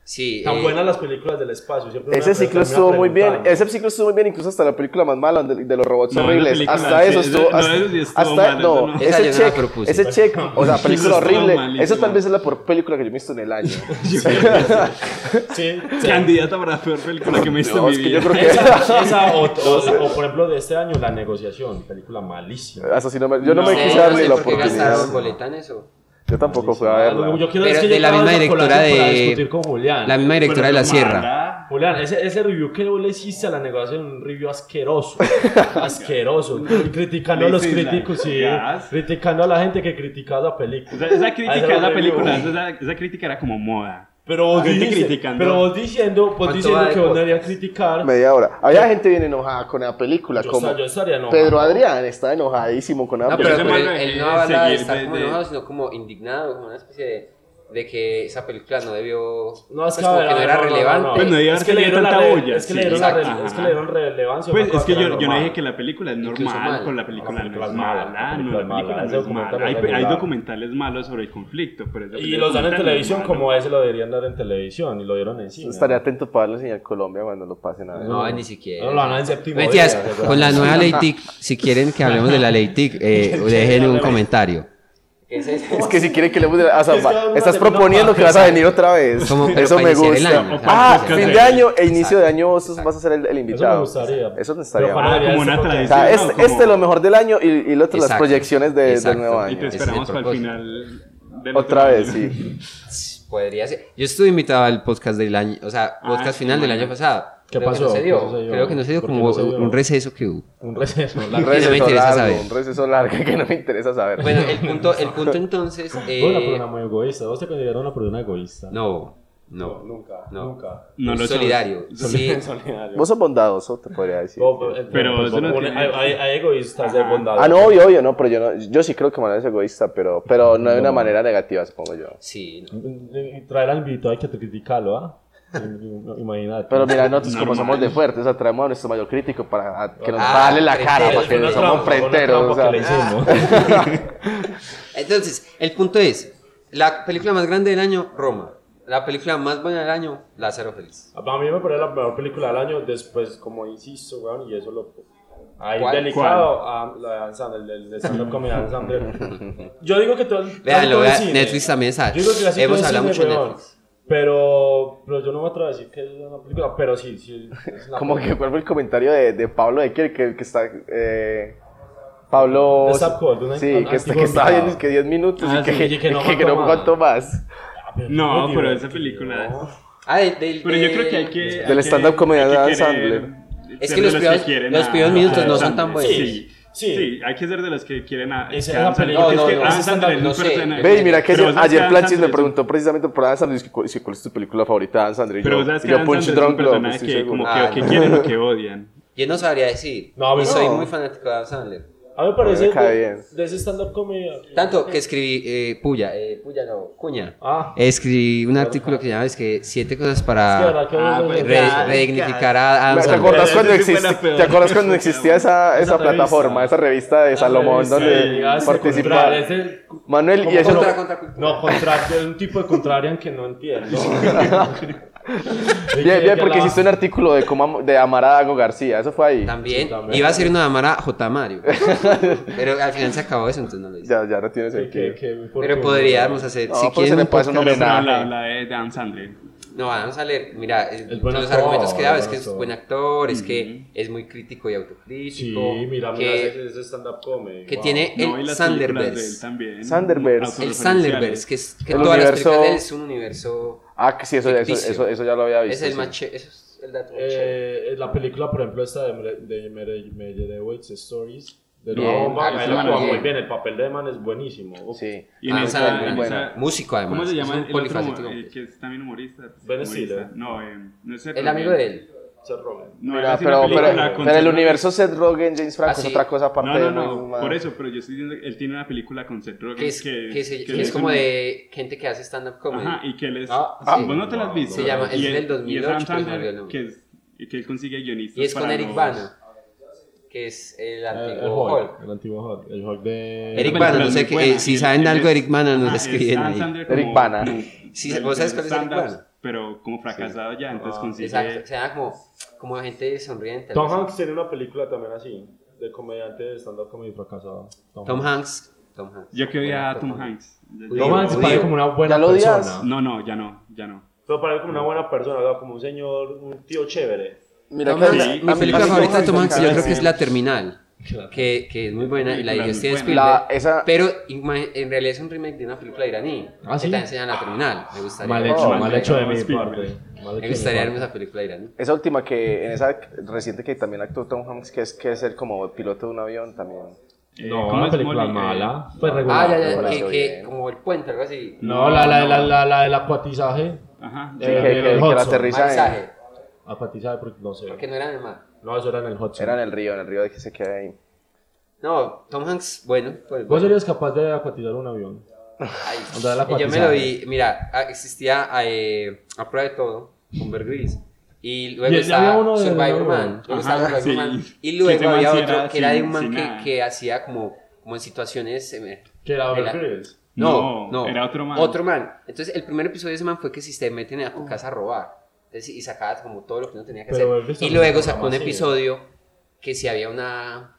Speaker 2: Sí,
Speaker 1: Tan
Speaker 2: eh,
Speaker 1: buenas las películas del espacio. siempre
Speaker 4: Ese
Speaker 1: uno
Speaker 4: ciclo
Speaker 1: termina
Speaker 4: estuvo muy bien,
Speaker 1: preguntando.
Speaker 4: ese ciclo estuvo muy bien, incluso hasta la película más mala de, de los robots
Speaker 3: No,
Speaker 4: horribles.
Speaker 3: la película,
Speaker 4: hasta
Speaker 3: sí,
Speaker 4: eso
Speaker 3: ese-
Speaker 4: estuvo.
Speaker 3: no,
Speaker 4: hasta,
Speaker 3: eso sí estuvo
Speaker 4: hasta-
Speaker 3: mal, eso
Speaker 4: no,
Speaker 3: no.
Speaker 2: Esa
Speaker 4: ese
Speaker 2: yo no la
Speaker 4: check,
Speaker 2: propuse.
Speaker 4: ese
Speaker 3: <laughs>
Speaker 4: check, o sea, película
Speaker 3: Eso estuvo
Speaker 4: horrible.
Speaker 3: malísimo.
Speaker 4: Esa tal vez es la peor película que yo he visto en
Speaker 3: <laughs>
Speaker 4: el año. <laughs>
Speaker 1: Sí, sí.
Speaker 3: Candidata para la peor película que me he visto en
Speaker 4: No,
Speaker 3: mi
Speaker 4: es que yo
Speaker 3: vida.
Speaker 4: creo que
Speaker 1: Esa, esa o, o- o, por ejemplo de este año, La Negociación, película malísima.
Speaker 4: Hasta si no me- yo no,
Speaker 3: No,
Speaker 4: me
Speaker 2: sí,
Speaker 4: quise
Speaker 2: no
Speaker 4: darle
Speaker 2: sé
Speaker 4: la
Speaker 2: por qué
Speaker 4: oportunidad.
Speaker 2: gastaron boleta en eso.
Speaker 4: Yo tampoco fui a verla.
Speaker 1: Yo quiero
Speaker 2: Pero
Speaker 1: es que
Speaker 2: de
Speaker 1: yo
Speaker 2: la
Speaker 1: estaba
Speaker 2: misma
Speaker 1: en esa
Speaker 2: directora
Speaker 1: colación para
Speaker 2: de-
Speaker 1: discutir con Julián.
Speaker 2: La misma directora de la sierra.
Speaker 1: Julián, ese, ese review que vos le hiciste a la negociación, un review
Speaker 3: <laughs>
Speaker 1: asqueroso. asqueroso. Criticando a los
Speaker 3: This is like
Speaker 1: críticos, sí.
Speaker 3: gas.
Speaker 1: Criticando a la gente que criticaba la
Speaker 3: Esa,
Speaker 1: película.
Speaker 3: esa crítica de la
Speaker 1: Ay,
Speaker 3: película,
Speaker 1: uy.
Speaker 3: esa, esa crítica era como moda.
Speaker 1: Pero vos,
Speaker 3: Gente
Speaker 1: dices-
Speaker 3: criticando.
Speaker 1: pero vos diciendo, vos
Speaker 2: ¿Cuánto
Speaker 1: diciendo
Speaker 2: va de
Speaker 1: que vos
Speaker 2: podcast?
Speaker 1: deberías criticar.
Speaker 4: Media hora. Había gente bien enojada con la película,
Speaker 1: yo,
Speaker 4: como
Speaker 1: esta- yo estaría enojado.
Speaker 4: Pedro Adrián está enojadísimo con la
Speaker 2: No,
Speaker 3: Pero
Speaker 2: pero,
Speaker 3: ese
Speaker 2: pero
Speaker 4: película.
Speaker 2: él,
Speaker 3: man
Speaker 2: él no
Speaker 3: debe
Speaker 2: habla de
Speaker 3: seguir
Speaker 2: estar
Speaker 3: de-
Speaker 2: como
Speaker 3: de-
Speaker 2: enojado, sino como indignado, como una especie de, de que esa película no debió.
Speaker 1: No, es
Speaker 2: pues, como
Speaker 1: a ver,
Speaker 2: que
Speaker 1: a
Speaker 2: no
Speaker 1: ver,
Speaker 2: era
Speaker 1: no, no, no,
Speaker 2: relevante.
Speaker 1: no.
Speaker 3: Pues no iba a
Speaker 1: es que
Speaker 3: tener
Speaker 1: le dieron la
Speaker 3: tanta
Speaker 1: re-
Speaker 3: olla,
Speaker 1: Es que
Speaker 3: sí,
Speaker 1: le dieron la
Speaker 2: exacto,
Speaker 1: re- es que
Speaker 3: ajá.
Speaker 1: le dieron relevancia.
Speaker 3: Pues
Speaker 1: una
Speaker 3: es que
Speaker 1: cosa
Speaker 3: yo, yo no
Speaker 1: normal.
Speaker 3: dije que la película es
Speaker 2: Incluso
Speaker 3: normal,
Speaker 2: mal.
Speaker 3: con la película
Speaker 1: La
Speaker 3: no
Speaker 1: película
Speaker 3: es
Speaker 1: es mala,
Speaker 3: mala,
Speaker 1: la película
Speaker 3: no, la
Speaker 1: es mala, ese
Speaker 3: película no es
Speaker 1: documental
Speaker 3: mala. Hay,
Speaker 1: es
Speaker 3: pe- hay
Speaker 1: regular.
Speaker 3: documentales malos sobre el conflicto, pero ese
Speaker 1: Y los dan en
Speaker 3: documental
Speaker 1: televisión
Speaker 3: es malo.
Speaker 1: como ese lo deberían dar en televisión y lo dieron en cine.
Speaker 4: Estaré atento para darle señal Colombia cuando lo pasen a ver.
Speaker 2: No, ni siquiera.
Speaker 1: No, lo van a en séptimo
Speaker 2: Mentiras,
Speaker 1: día,
Speaker 2: con la nueva ley TIC, si quieren que hablemos de la ley
Speaker 1: <laughs>
Speaker 2: TIC, eh, dejen un comentario.
Speaker 4: Es que si quiere que le guste a Zapa,
Speaker 1: que vamos a
Speaker 4: estás
Speaker 1: hacer una
Speaker 4: proponiendo que vas a venir otra vez.
Speaker 2: Como- pero
Speaker 4: Eso
Speaker 2: para
Speaker 4: me
Speaker 2: iniciar el
Speaker 4: gusta.
Speaker 2: año, o sea,
Speaker 4: ah,
Speaker 3: para
Speaker 4: fin
Speaker 3: iniciar
Speaker 4: de
Speaker 3: el año.
Speaker 4: año e inicio de año vos vas a ser el, el
Speaker 1: Eso me
Speaker 4: invitado.
Speaker 1: gustaría.
Speaker 4: Eso no
Speaker 1: Pero
Speaker 4: estaría
Speaker 1: Juan
Speaker 4: mal.
Speaker 1: debería
Speaker 3: como
Speaker 1: hacer
Speaker 3: una
Speaker 1: otro-
Speaker 4: O
Speaker 3: tradición.
Speaker 4: sea,
Speaker 3: Sí,
Speaker 4: este,
Speaker 3: no, como-
Speaker 4: este lo mejor del año y, y el otro las
Speaker 2: Exacto.
Speaker 4: proyecciones de- del
Speaker 2: Exacto.
Speaker 4: nuevo
Speaker 3: Y te
Speaker 1: Este
Speaker 4: año.
Speaker 2: Ese es
Speaker 3: esperamos
Speaker 2: el
Speaker 3: para el
Speaker 2: propósito.
Speaker 3: final del
Speaker 4: Otra
Speaker 3: otro
Speaker 4: vez,
Speaker 3: año.
Speaker 2: <laughs>
Speaker 4: sí.
Speaker 2: Podría ser. Yo estuve invitado al podcast del año, o sea, podcast
Speaker 3: Ah, sí,
Speaker 2: final del
Speaker 3: bueno.
Speaker 2: año pasado.
Speaker 1: ¿Qué
Speaker 2: Creo que
Speaker 1: pasó?
Speaker 2: no se dio.
Speaker 1: ¿Por qué no se dio?
Speaker 2: Creo que no se dio
Speaker 1: ¿Por qué
Speaker 2: como
Speaker 1: no se dio?
Speaker 2: un receso que hubo.
Speaker 1: Un
Speaker 2: <laughs>
Speaker 1: receso.
Speaker 4: Un
Speaker 1: La...
Speaker 2: me
Speaker 4: receso
Speaker 2: interesa
Speaker 4: largo,
Speaker 2: saber.
Speaker 4: un receso largo que no me interesa saber.
Speaker 2: Bueno, el punto,
Speaker 1: <laughs>
Speaker 2: el punto entonces. eh,
Speaker 1: Una persona muy egoísta. ¿Vos te consideras una persona egoísta?
Speaker 2: no, no,
Speaker 1: nunca.
Speaker 2: no.
Speaker 1: Nunca.
Speaker 3: No
Speaker 1: <laughs>
Speaker 3: lo
Speaker 2: solidario. Sí,
Speaker 4: Vos sos bondadoso, te podría decir.
Speaker 1: No, eh,
Speaker 3: Pero
Speaker 1: pues,
Speaker 3: eso no
Speaker 1: bueno,
Speaker 3: tiene-
Speaker 1: hay, hay- hay egoítas de
Speaker 3: Ajá.
Speaker 1: bondad.
Speaker 4: Ah, no, obvio, obvio, no, pero yo no, yo sí creo que Manuel es egoísta, pero, pero no de una manera negativa, supongo yo.
Speaker 2: sí. no.
Speaker 1: Y Traer al invitado hay que criticarlo,
Speaker 4: <laughs>
Speaker 1: ¿ah? Y- y- Imagínate.
Speaker 4: Pero
Speaker 1: <laughs>
Speaker 4: mira, nosotros como
Speaker 3: Normal.
Speaker 4: somos de fuertes, atraemos a nuestro mayor crítico para a- que nos
Speaker 2: Ah,
Speaker 4: vale la cara,
Speaker 2: frentero.
Speaker 4: porque
Speaker 1: Una
Speaker 4: somos
Speaker 1: trampa, una
Speaker 4: frenteros.
Speaker 1: trampa
Speaker 4: o sea.
Speaker 1: que le hicimos.
Speaker 2: Entonces, el punto es: la película más grande del año, Roma. La película más buena del año, Lázaro Feliz.
Speaker 1: A mí me parece la mejor película del año después, como insisto, weón, y eso lo... Ahí
Speaker 2: ¿Cuál?
Speaker 1: delicado a la de Ensemble, el del de stand-up comedy Ensemble. Yo digo que todo el...
Speaker 2: Véanlo,
Speaker 1: todo el
Speaker 2: vea-
Speaker 1: cine.
Speaker 2: Netflix también sabe.
Speaker 1: Yo digo que la sí
Speaker 2: Hemos
Speaker 1: todo el
Speaker 2: hablado
Speaker 1: cine,
Speaker 2: mucho de
Speaker 1: weón.
Speaker 2: Netflix.
Speaker 1: Pero, pero yo no me atrevo a decir que es una película, pero sí, sí. es una
Speaker 4: Como que
Speaker 1: película.
Speaker 4: vuelve el comentario de, de Pablo de Kier, que, que está. Eh, Pablo.
Speaker 1: De Sapco, de una-
Speaker 4: sí, que, está- que
Speaker 1: antiguo
Speaker 4: estaba viendo
Speaker 1: invitado.
Speaker 4: es que 10 minutos
Speaker 1: Ah,
Speaker 4: y que,
Speaker 1: sí, y que no
Speaker 4: que- que no
Speaker 1: aguantó
Speaker 4: cuánto más.
Speaker 3: No,
Speaker 1: Muy
Speaker 3: pero
Speaker 1: divertido.
Speaker 3: esa película.
Speaker 2: Ah, del- del-
Speaker 3: Pero yo creo que hay
Speaker 2: del-
Speaker 3: que. hay
Speaker 4: Del
Speaker 3: que-
Speaker 4: stand-up comedy
Speaker 3: hay que querer
Speaker 4: ensemble.
Speaker 2: Es que
Speaker 3: ser de
Speaker 2: los primeros-
Speaker 3: quieren
Speaker 2: los
Speaker 3: a-
Speaker 2: primeros minutos
Speaker 3: a
Speaker 2: no son
Speaker 3: Adam
Speaker 2: tan buenos.
Speaker 3: Sí,
Speaker 1: Sí.
Speaker 3: sí. hay que ser de los que quieren a.
Speaker 1: Esa-
Speaker 3: que
Speaker 1: esa
Speaker 3: Adam Sandler-
Speaker 1: película-
Speaker 3: porque
Speaker 2: No,
Speaker 3: es
Speaker 2: no,
Speaker 3: que
Speaker 2: no,
Speaker 3: Adam
Speaker 2: esa
Speaker 3: Sandler
Speaker 2: no
Speaker 3: es un
Speaker 2: sé.
Speaker 3: personaje-
Speaker 4: Ve, y mira que
Speaker 3: Pero
Speaker 4: ayer,
Speaker 3: vos sabes
Speaker 4: ayer
Speaker 3: que Adam
Speaker 4: Planchis me
Speaker 3: Sandler es un-
Speaker 4: preguntó precisamente por Adam Sandler, y ¿cuál sí, cuál es tu película favorita, Adam Sandler? Y
Speaker 3: Pero
Speaker 4: yo,
Speaker 3: vos sabes
Speaker 4: y
Speaker 3: que
Speaker 4: yo
Speaker 3: Adam
Speaker 4: Punch
Speaker 3: Sandler es un
Speaker 4: Drunk Love,
Speaker 3: personaje
Speaker 4: estoy
Speaker 3: que
Speaker 4: seguro.
Speaker 3: como
Speaker 2: Ah,
Speaker 3: que, que
Speaker 2: no.
Speaker 3: quieren o que odian.
Speaker 2: Yo no sabría decir.
Speaker 1: No, a mí
Speaker 2: y
Speaker 1: no.
Speaker 2: soy muy fanático de Adam Sandler.
Speaker 1: A mí me parece
Speaker 4: Me cae
Speaker 1: de,
Speaker 4: bien.
Speaker 1: de ese stand-up comedy...
Speaker 2: Tanto que escribí, eh, Puya, eh, Puya no, Cuña.
Speaker 1: Ah.
Speaker 2: Escribí un artículo que se llama es que siete cosas
Speaker 1: Es que de
Speaker 2: para
Speaker 1: verdad que vos-
Speaker 2: re-
Speaker 3: pues,
Speaker 2: re- redignificar a Adam
Speaker 4: ¿Te
Speaker 2: Sandler.
Speaker 4: acordás
Speaker 3: Esa
Speaker 4: cuando,
Speaker 3: sí fue
Speaker 4: exist-
Speaker 3: la peor.
Speaker 4: ¿te acordás cuando existía esa, esa,
Speaker 1: Esa revista.
Speaker 4: plataforma, esa revista de Salomón
Speaker 1: Sí,
Speaker 4: donde
Speaker 1: llegaste a
Speaker 4: participaba?
Speaker 1: comprar, es el-
Speaker 4: Manuel,
Speaker 1: como
Speaker 4: y eso-
Speaker 1: contra-
Speaker 2: Contra- contra-
Speaker 1: No, contrario, es un tipo de contrarian que no entiendo. <laughs>
Speaker 4: <laughs> Bien, bien, porque hiciste un artículo de, cómo am- de amar a Dago García, eso fue ahí.
Speaker 2: También,
Speaker 1: Sí, también.
Speaker 2: iba a ser una Damara
Speaker 1: <laughs>
Speaker 2: J. Mario. pero al final se acabó eso, entonces no lo hice.
Speaker 4: Ya, ya no tiene sentido.
Speaker 2: Pero podríamos hacer,
Speaker 4: No,
Speaker 2: si
Speaker 4: pues se
Speaker 2: quieren,
Speaker 4: le
Speaker 2: un
Speaker 4: puede hacer
Speaker 2: podcast-
Speaker 4: un
Speaker 3: Pero pero la,
Speaker 4: homenaje.
Speaker 3: la de Adam Sandler.
Speaker 2: No, Adam Sandler, mira, es-
Speaker 1: buen
Speaker 2: los
Speaker 1: actor,
Speaker 2: argumentos que daba
Speaker 1: es
Speaker 2: es que es
Speaker 1: buen
Speaker 2: buen actor, es que es muy crítico y autocrítico.
Speaker 1: Sí, mira, mira,
Speaker 2: que-
Speaker 1: ese, ese stand-up comedy.
Speaker 2: que
Speaker 1: wow.
Speaker 2: tiene-
Speaker 3: No,
Speaker 2: El
Speaker 3: y las
Speaker 2: Sandlerverse.
Speaker 3: películas de él también.
Speaker 4: Sandlerverse.
Speaker 2: El
Speaker 3: Autorreferenciales.
Speaker 2: Sandlerverse, que, es, que
Speaker 4: El
Speaker 2: todas las
Speaker 4: universo-
Speaker 2: películas de él es un universo.
Speaker 4: Ah, que sí, eso, eso,
Speaker 2: Ficticio.
Speaker 4: eso, eso ya lo había visto.
Speaker 2: es el
Speaker 4: sí.
Speaker 2: más che- eso es el dato más chévere.
Speaker 1: Eh, la película, por ejemplo, esta de Mere- de Mere- Meyerowitz, Stories, de la
Speaker 4: Bien.
Speaker 1: bomba,
Speaker 2: Ah,
Speaker 1: ahí
Speaker 2: sí,
Speaker 1: lo
Speaker 2: man,
Speaker 1: juega muy
Speaker 2: bien.
Speaker 1: bien. El papel de Man es buenísimo. Uf.
Speaker 4: Sí.
Speaker 3: Y en
Speaker 2: Ah,
Speaker 3: esa-
Speaker 2: sabe,
Speaker 3: en
Speaker 2: muy
Speaker 3: esa-
Speaker 4: buena.
Speaker 2: Músico, además.
Speaker 3: ¿Cómo se
Speaker 2: es
Speaker 3: llama
Speaker 2: un
Speaker 3: el otro
Speaker 2: polifacético.
Speaker 3: eh, que es también humorista? pues,
Speaker 1: Ben Stiller.
Speaker 3: humorista. No, eh, no es
Speaker 2: El amigo de él.
Speaker 1: Se roba.
Speaker 3: No,
Speaker 4: Mira,
Speaker 3: era así
Speaker 4: pero,
Speaker 3: una
Speaker 4: pero,
Speaker 3: película con
Speaker 4: pero el
Speaker 3: Seth-
Speaker 4: universo Seth Rogen, James Franco,
Speaker 2: Ah, sí.
Speaker 4: es otra cosa aparte
Speaker 3: No, no,
Speaker 4: de
Speaker 3: no,
Speaker 4: muy-
Speaker 3: por eso, pero yo estoy diciendo, él tiene una película con Seth Rogen
Speaker 2: Que es,
Speaker 3: que,
Speaker 2: que se-
Speaker 3: que
Speaker 2: que es
Speaker 3: es
Speaker 2: como
Speaker 3: un-
Speaker 2: de gente que hace stand-up comedy.
Speaker 3: Ajá, y que él es...
Speaker 2: Ah,
Speaker 3: Ah,
Speaker 2: sí.
Speaker 3: vos no te la has visto.
Speaker 2: Se llama-
Speaker 3: Y
Speaker 2: es del
Speaker 3: y
Speaker 2: 2008, pero
Speaker 3: Adam
Speaker 2: se me olvidó el
Speaker 3: Sandler,
Speaker 2: nombre.
Speaker 3: que, es- y que él consigue guionistas
Speaker 2: y es con
Speaker 3: para
Speaker 2: Eric
Speaker 3: los-
Speaker 2: Bana, que es el
Speaker 1: Eh, El, el
Speaker 2: antiguo Hulk.
Speaker 1: Hulk, el antiguo Hulk. El Hulk de.
Speaker 2: Eric
Speaker 3: Esa
Speaker 2: Bana,
Speaker 3: película
Speaker 2: no sé
Speaker 3: es muy
Speaker 2: qué-
Speaker 3: buena.
Speaker 2: eh, si
Speaker 3: Y él-
Speaker 2: saben
Speaker 3: él
Speaker 2: algo de
Speaker 3: es-
Speaker 2: Eric Bana, nos
Speaker 3: Ajá,
Speaker 2: escriben
Speaker 3: Adam
Speaker 2: ahí.
Speaker 3: Sandler como-
Speaker 4: Eric Bana.
Speaker 3: como-
Speaker 2: Sí,
Speaker 3: del-
Speaker 2: ¿vos sabes
Speaker 3: del
Speaker 2: cuál es Eric
Speaker 3: stand-up,
Speaker 2: Bana?
Speaker 3: Pero como fracasado ya, entonces
Speaker 1: Ah,
Speaker 3: consigue...
Speaker 2: Exacto, se llama como, como gente sonriente. algo
Speaker 1: Tom
Speaker 2: así.
Speaker 1: Hanks tiene una película también así, de comediante de stand-up comedy fracasado.
Speaker 2: Tom Hanks. Tom Hanks.
Speaker 3: Yo que odia a
Speaker 2: Tom
Speaker 3: Tom Hanks. Ya- ya-
Speaker 1: Tom Hanks
Speaker 2: Judío.
Speaker 1: parece como una buena
Speaker 4: ¿Ya lo odias?
Speaker 1: persona.
Speaker 3: No, no, ya no, ya no.
Speaker 1: Pero parece como una buena persona, o sea, como un señor, un tío chévere.
Speaker 4: Mira
Speaker 2: Tom
Speaker 4: que-
Speaker 2: Hanks,
Speaker 4: a mí-
Speaker 2: mi película
Speaker 4: a mí-
Speaker 2: favorita de Tom Hanks, yo
Speaker 4: Sí.
Speaker 2: creo que es La Terminal. que, que es muy buena y la eh,
Speaker 3: Película
Speaker 2: dirigió
Speaker 3: muy
Speaker 2: Steven
Speaker 3: buena.
Speaker 2: Spielberg.
Speaker 4: La- esa-
Speaker 2: Pero ima- en realidad es un remake de una película iraní.
Speaker 1: ¿Ah, sí?
Speaker 2: Que también se llama La Terminal. Me gustaría,
Speaker 1: Mal hecho,
Speaker 4: Oh,
Speaker 1: mal hecho de
Speaker 3: no,
Speaker 1: mi
Speaker 3: Spielberg.
Speaker 1: parte. Mal hecho de
Speaker 2: me
Speaker 1: mi
Speaker 2: gustaría
Speaker 1: parte.
Speaker 2: verme esa película iraní.
Speaker 4: Esa última que, en esa reciente que también actuó Tom Hanks, que es que es el como piloto de un avión también.
Speaker 3: Eh,
Speaker 1: No,
Speaker 3: ¿cómo
Speaker 1: una
Speaker 3: es
Speaker 1: película
Speaker 3: Molly? Eh,
Speaker 1: mala. Pues regular.
Speaker 2: Ah, ya, ya,
Speaker 4: regular,
Speaker 2: que,
Speaker 4: muy
Speaker 2: que
Speaker 4: bien.
Speaker 2: como el puente, algo así.
Speaker 1: No, la, la, la, la, la del acuatizaje.
Speaker 3: Eh, Ajá.
Speaker 1: Eh,
Speaker 4: Sí, que,
Speaker 1: el
Speaker 4: que- que el
Speaker 1: Hudson.
Speaker 4: aterrizaje
Speaker 2: Paisaje,
Speaker 1: Acuatizaje porque no sé.
Speaker 2: porque no era en el mar.
Speaker 1: No, eso era en el Hudson.
Speaker 4: era en el río, en el río de que se queda ahí.
Speaker 2: No, Tom Hanks, bueno, pues.
Speaker 1: ¿Vos
Speaker 2: bueno.
Speaker 1: serías capaz de acuatizar un avión?
Speaker 2: Ay,
Speaker 1: O sea, la
Speaker 2: y yo me
Speaker 1: cuatizada.
Speaker 2: lo vi, mira, a- existía a, eh, a prueba de todo con Bear Grylls. Y luego
Speaker 1: Y ya
Speaker 2: estaba
Speaker 1: había uno de-
Speaker 2: Survivor
Speaker 1: de-
Speaker 2: Man. luego
Speaker 3: Ajá,
Speaker 2: estaba Survivor
Speaker 3: sí.
Speaker 2: Man, Y
Speaker 3: Que
Speaker 2: luego
Speaker 3: ese man
Speaker 2: había
Speaker 3: sí
Speaker 2: otro
Speaker 3: era
Speaker 2: que era de
Speaker 3: sin-
Speaker 2: un man
Speaker 3: sin
Speaker 2: que,
Speaker 3: nada.
Speaker 2: que hacía como, como en situaciones. eh,
Speaker 1: Que era
Speaker 2: Era-
Speaker 1: Bear Grylls.
Speaker 2: no,
Speaker 3: No,
Speaker 2: no,
Speaker 3: era otro man.
Speaker 2: Otro man. Entonces, el primer episodio de ese man fue que si se meten
Speaker 4: Oh.
Speaker 2: a tu casa a robar. Entonces, y sacaba como todo lo que no tenía que
Speaker 1: Pero Bear
Speaker 2: hacer.
Speaker 1: Grylls
Speaker 2: Y
Speaker 1: también
Speaker 2: luego
Speaker 1: era
Speaker 2: sacó un
Speaker 1: masivo.
Speaker 2: episodio que si había una,